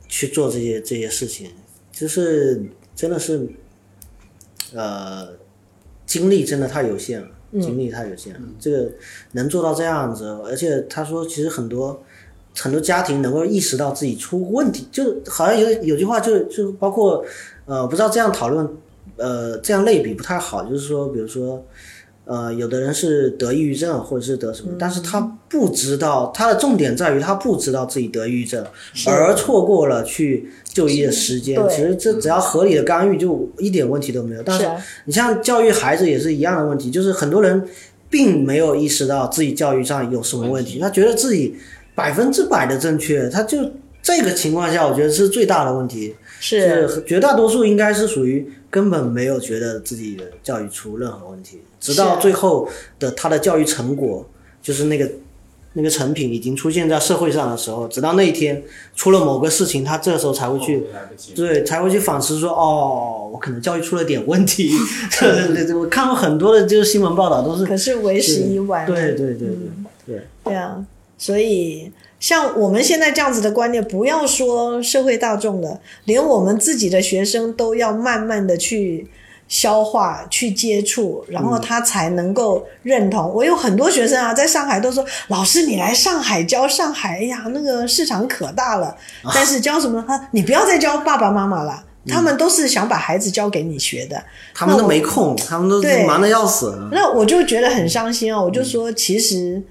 去做这些这些事情，就是真的是呃精力真的太有限了，精力太有限了，这个能做到这样子，而且他说其实很多。很多家庭能够意识到自己出问题，就好像有有句话就就包括，呃，不知道这样讨论呃，这样类比不太好，就是说，比如说，呃，有的人是得抑郁症或者是得什么，但是他不知道，他的重点在于他不知道自己得抑郁症，而错过了去就医的时间。对其实这只要合理的干预，就一点问题都没有。但是是啊你像教育孩子也是一样的问题，就是很多人并没有意识到自己教育上有什么问题，他觉得自己百分之百的正确，他就这个情况下，我觉得是最大的问题。是是绝大多数应该是属于根本没有觉得自己的教育出任何问题，直到最后的他的教育成果，就是那个那个成品已经出现在社会上的时候，直到那一天出了某个事情，他这时候才会去。来不及。对，才会去反思说，哦，我可能教育出了点问 *laughs* 题。对对对对，我看过很多的，就是新闻报道都是可是为时已晚。对对对对嗯对，对啊，所以像我们现在这样子的观念，不要说社会大众了，连我们自己的学生都要慢慢的去消化、去接触，然后他才能够认同。我有很多学生啊，在上海都说：“老师，你来上海教上海，哎呀，那个市场可大了。”但是教什么？他你不要再教爸爸妈妈了。他们都是想把孩子交给你学的，他们那都我没空，他们都对忙得要死。那我就觉得很伤心哦，我嗯就说，其实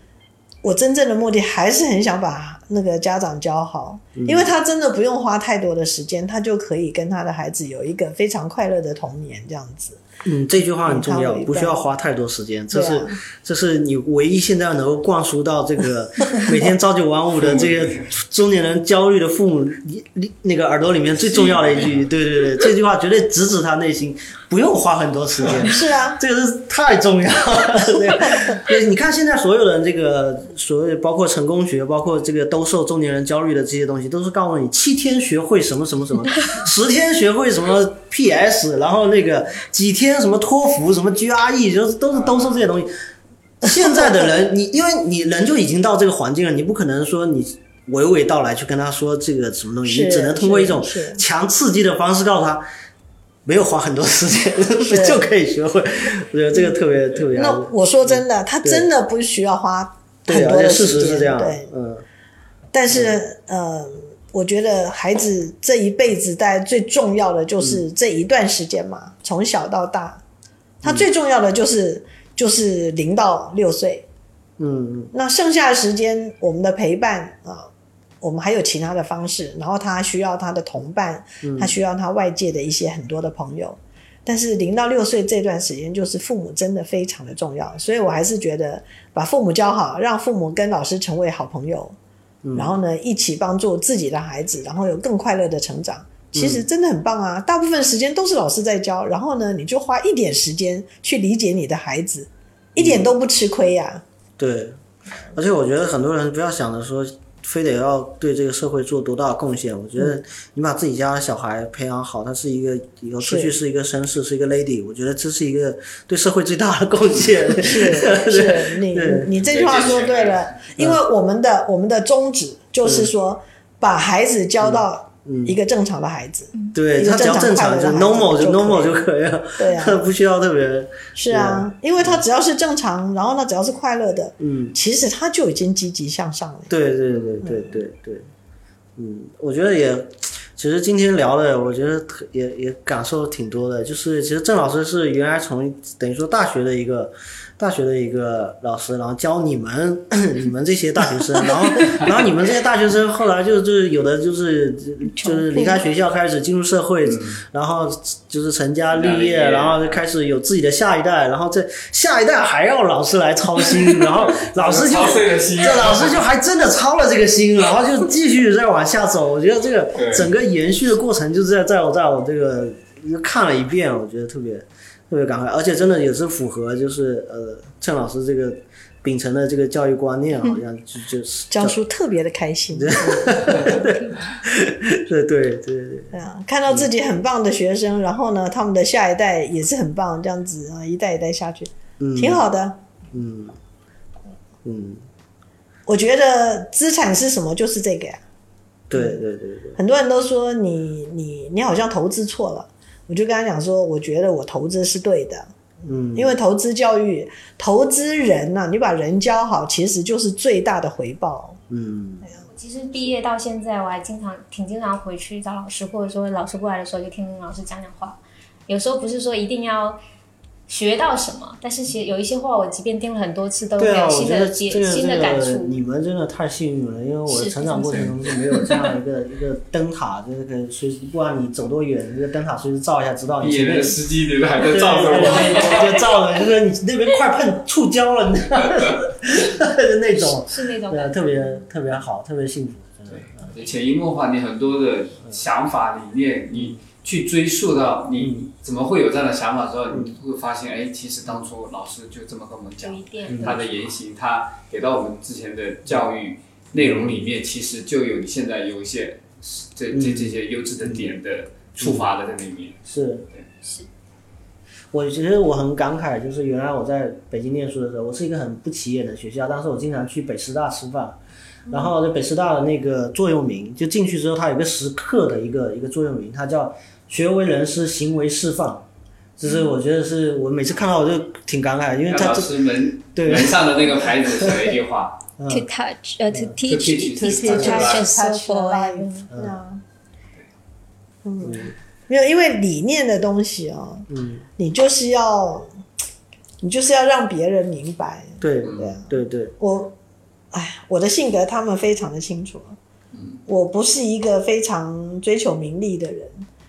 我真正的目的还是很想把那个家长教好，嗯因为他真的不用花太多的时间，他就可以跟他的孩子有一个非常快乐的童年，这样子。嗯，这句话很重要他，会不需要办花太多时间，这对是、啊这是你唯一现在能够灌输到这 *laughs* 个每天朝九晚五的这个中年人焦虑的父母你你那个耳朵里面最重要的一 *laughs* 句，对对对，这句话绝对直指他内心，不用花很多时间。是啊，这个是太重要了，对对，你看现在所有的这个所谓包括成功学，包括这个兜售中年人焦虑的这些东西，都是告诉你七天学会什么什么 *laughs* 什么，十天学会什么 PS，然后那个几天什么托福什么 GRE，就是都是兜售这些东西。现在的人，你因为你人就已经到这个环境了，你不可能说你娓娓道来去跟他说这个什么东西，你是只能通过一种是是强刺激的方式告诉他，没有花很多时间 *laughs* 就可以学会。我觉得这个特别特别。嗯那我说真的，他对真的不需要花对，很而多且的事时实间，是这样对，，嗯，但是，呃，我觉得孩子这一辈子，大概最重要的嗯就是这一段时间嘛，从小到大，嗯他最重要的就是就是零到六岁，嗯那剩下的时间，我们的陪伴啊，我们还有其他的方式，然后他需要他的同伴，他需要他外界的一些很多的朋友。但是零到六岁这段时间，就是父母真的非常的重要，所以我还是觉得把父母教好，让父母跟老师成为好朋友，然后呢一起帮助自己的孩子，然后有更快乐的成长。其实真的很棒啊！大部分时间都是老师在教，然后呢，你就花一点时间去理解你的孩子，一点都不吃亏呀、对。而且我觉得很多人不要想着说非得要对这个社会做多大的贡献。我觉嗯得你把自己家的小孩培养好，他是一个以后出去是是一个绅士，是一个 lady，我觉得这是一个对社会最大的贡献。 *laughs* 是是，*laughs* 你对你这句话说对了，因为嗯我们的我们的宗旨就是说，把孩子嗯教到一个正常的孩子。对一个他只要正正常常，快乐就的孩子 normal 就就可以 normal 就可以了，对 *laughs* 啊不需要特别。是啊，因为他只要是正常，然后他只要是快乐的，嗯，其实他就已经积极向上了。对对对对对对，嗯，我觉得也，其实今天聊的，我觉得特也也感受挺多的。就是其实郑老师是原来从等于说大学的一个大学的一个老师，然后教你们 *clears throat* 你们这些大学生，然后然后你们这些大学生后来就就是有的就是就是离开学校开始进入社会，然后就是成家立业，嗯成家立业然后就开始有自己的下一代，然后这下一代还要老师来操心，然后老师就操碎了心这老师就还真的操了这个心，然后就继续再往下 *laughs* 走。我觉得这个对整个延续的过程，就是在在我在我这个又看了一遍，我觉得特别特别感慨，而且真的也是符合就是呃郑老师这个秉承的这个教育观念，啊好像就就是嗯教书特别的开心，对对对对。对啊，看到自己很棒的学生，然后呢，他们的下一代也是很棒，这样子啊，一代一代下去，挺好的。嗯，嗯，我觉得资产是什么，就是这个呀、对对对对，很多人都说你你你好像投资错了，我就跟他讲说，我觉得我投资是对的，嗯，因为投资教育、投资人啊呐、你把人教好，其实就是最大的回报。嗯其实毕业到现在，我还经常挺经常回去找老师，或者说老师过来的时候就听听老师讲讲话。有时候不是说一定要学到什么，但是其实有一些话，我即便听了很多次，都没对啊，有我新觉的得解、这个新的感这个触。你们真的太幸运了，因为我是成长过程中是没有这样一个一个灯塔，就是可以随时不管你走多远，这个灯塔随时照一下，知道你毕业前那面个司机里头还对在照着我。对，就照着，就是你那边快碰触礁了，你知道吗 *laughs* 就那 *laughs* 种，是那种对啊，感觉特别特别好，特别幸福，真的。对，潜移默化，你很多的想法理念，你去追溯到你怎么会有这样的想法之后，你会发现，哎，其实当初老师就这么跟我们有一讲，点他的言行，他给到我们之前的教育内容里面，其实就有现在有一些这这这些优质的点的触发的在里面。是对是。我其实我很感慨，就是原来我在北京念书的时候，我是一个很不起眼的学校，但是我经常去北师大吃饭。然后在北师大的那个座右铭，就进去之后，它有一个时刻的一个一个座右铭，它叫“学为人师，行为示范”。就是我觉得是我每次看到我就挺感慨，因为那它老这师门对门上的那个牌子写了一句话， to touch 呃 to teach teach is is to to touch and so touch the forth。 life，嗯，嗯，没有，因为理念的东西哦，嗯，你就是要，你就是要让别人明白。对对对对，我，哎，我的性格他们非常的清楚。啊我不是一个非常追求名利的人，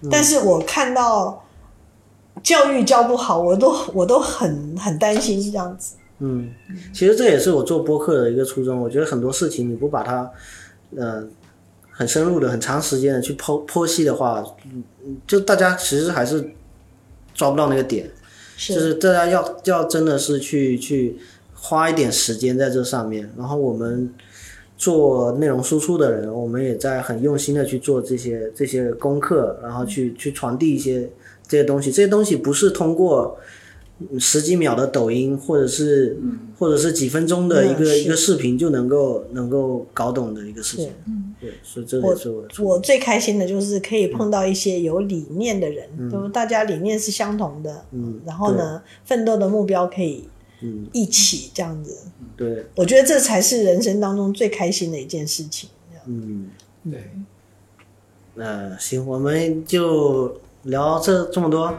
嗯但是我看到教育教不好，我都我都很很担心这样子。嗯，其实这也是我做播客的一个初衷。我觉得很多事情你不把它，呃，很深入的、很长时间的去剖剖析的话，嗯就大家其实还是抓不到那个点。是就是大家要要真的是去去花一点时间在这上面，然后我们做内容输出的人，我们也在很用心的去做这些这些功课，然后去去传递一些这些东西，这些东西不是通过。嗯十几秒的抖音，或者是、或者是几分钟的一嗯个是一个视频就能够能够搞懂的一个事情，对，所以这也是我的初衷我最开心的就是可以碰到一些有理念的人，就是大家理念是相同的，嗯然后呢，奋斗的目标可以一起这样子，对，我觉得这才是人生当中最开心的一件事情。嗯。对，那行，我们就聊这这么多。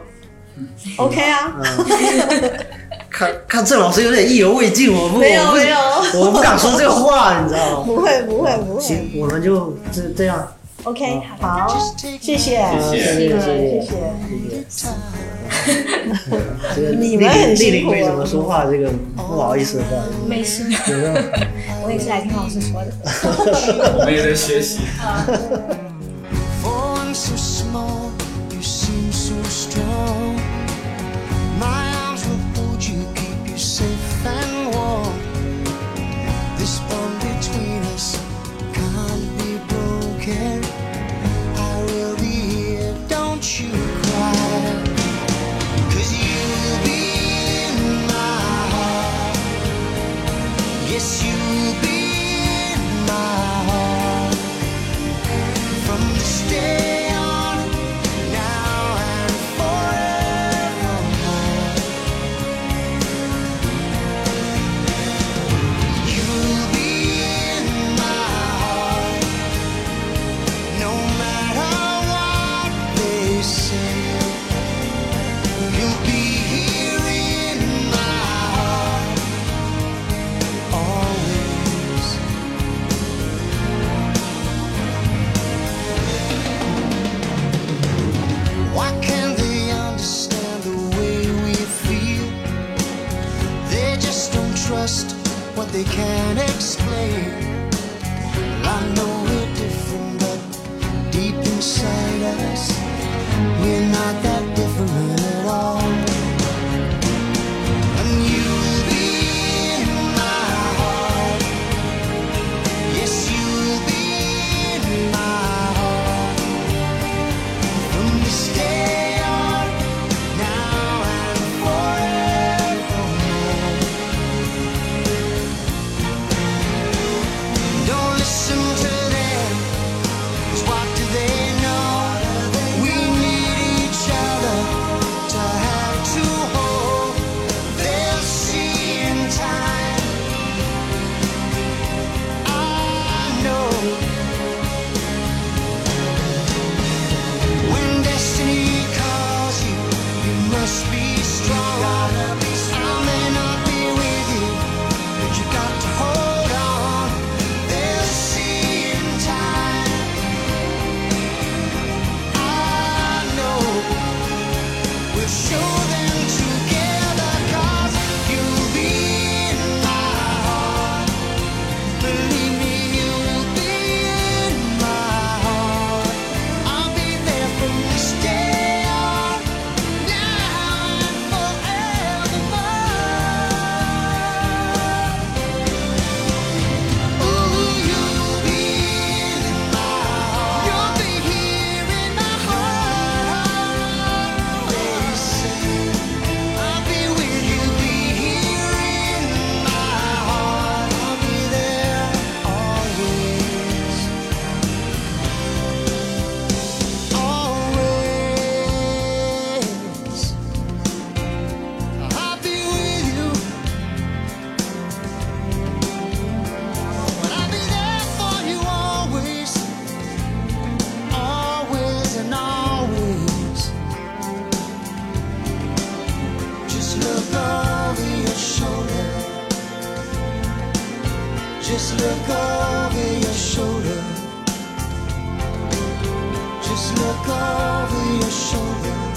OK 啊，嗯看看郑老师有点意犹未尽，我不没有我不没有我不敢说这个话，你知道吗？不会不会不会行，我们就这这样， ，OK，好，嗯谢谢，谢谢谢谢谢谢 *laughs* 谢。这个你们很丽辛苦啊玲没怎么说话，这个不好意思，不好意思没事，有没有？ *laughs* 我也是来听老师说的。我们也在学习。 voice so small, you seem so strong. My arms will hold you, keep you safe and warm. This bond between us can't you'll be in my heart from this day on, now and forevermore. You'll be in my heart, no matter what they say. You'll be here in my heart always. Why can't they understand the way we feel? They just don't trust what they can't explain. Well, I know we're different, but deep inside us, we're not that different at all. And you'll be in my heart. Yes, you'll be in my heart. From this day on, now and forevermore. Don't listen to them, 'cause what do they know? We need each other to have to hold. They'll see in time. I know. When destiny calls you, you must be strong. I may not be with you, but you got to hold on. They'll see in time. I know. We'll show them together 'cause you'll be in my heart. Believe me, you'll be in my heart. I'll be there from this day on, now and forevermore. Ooh, you'll be in my heart. You'll be here in my heart. I'll be with you, be here in my heart. I'll be there always, always. I'll be with you, I'll be there for you always, always and always. Just look over your shoulder. Just look over your shoulder. Just look over your shoulder.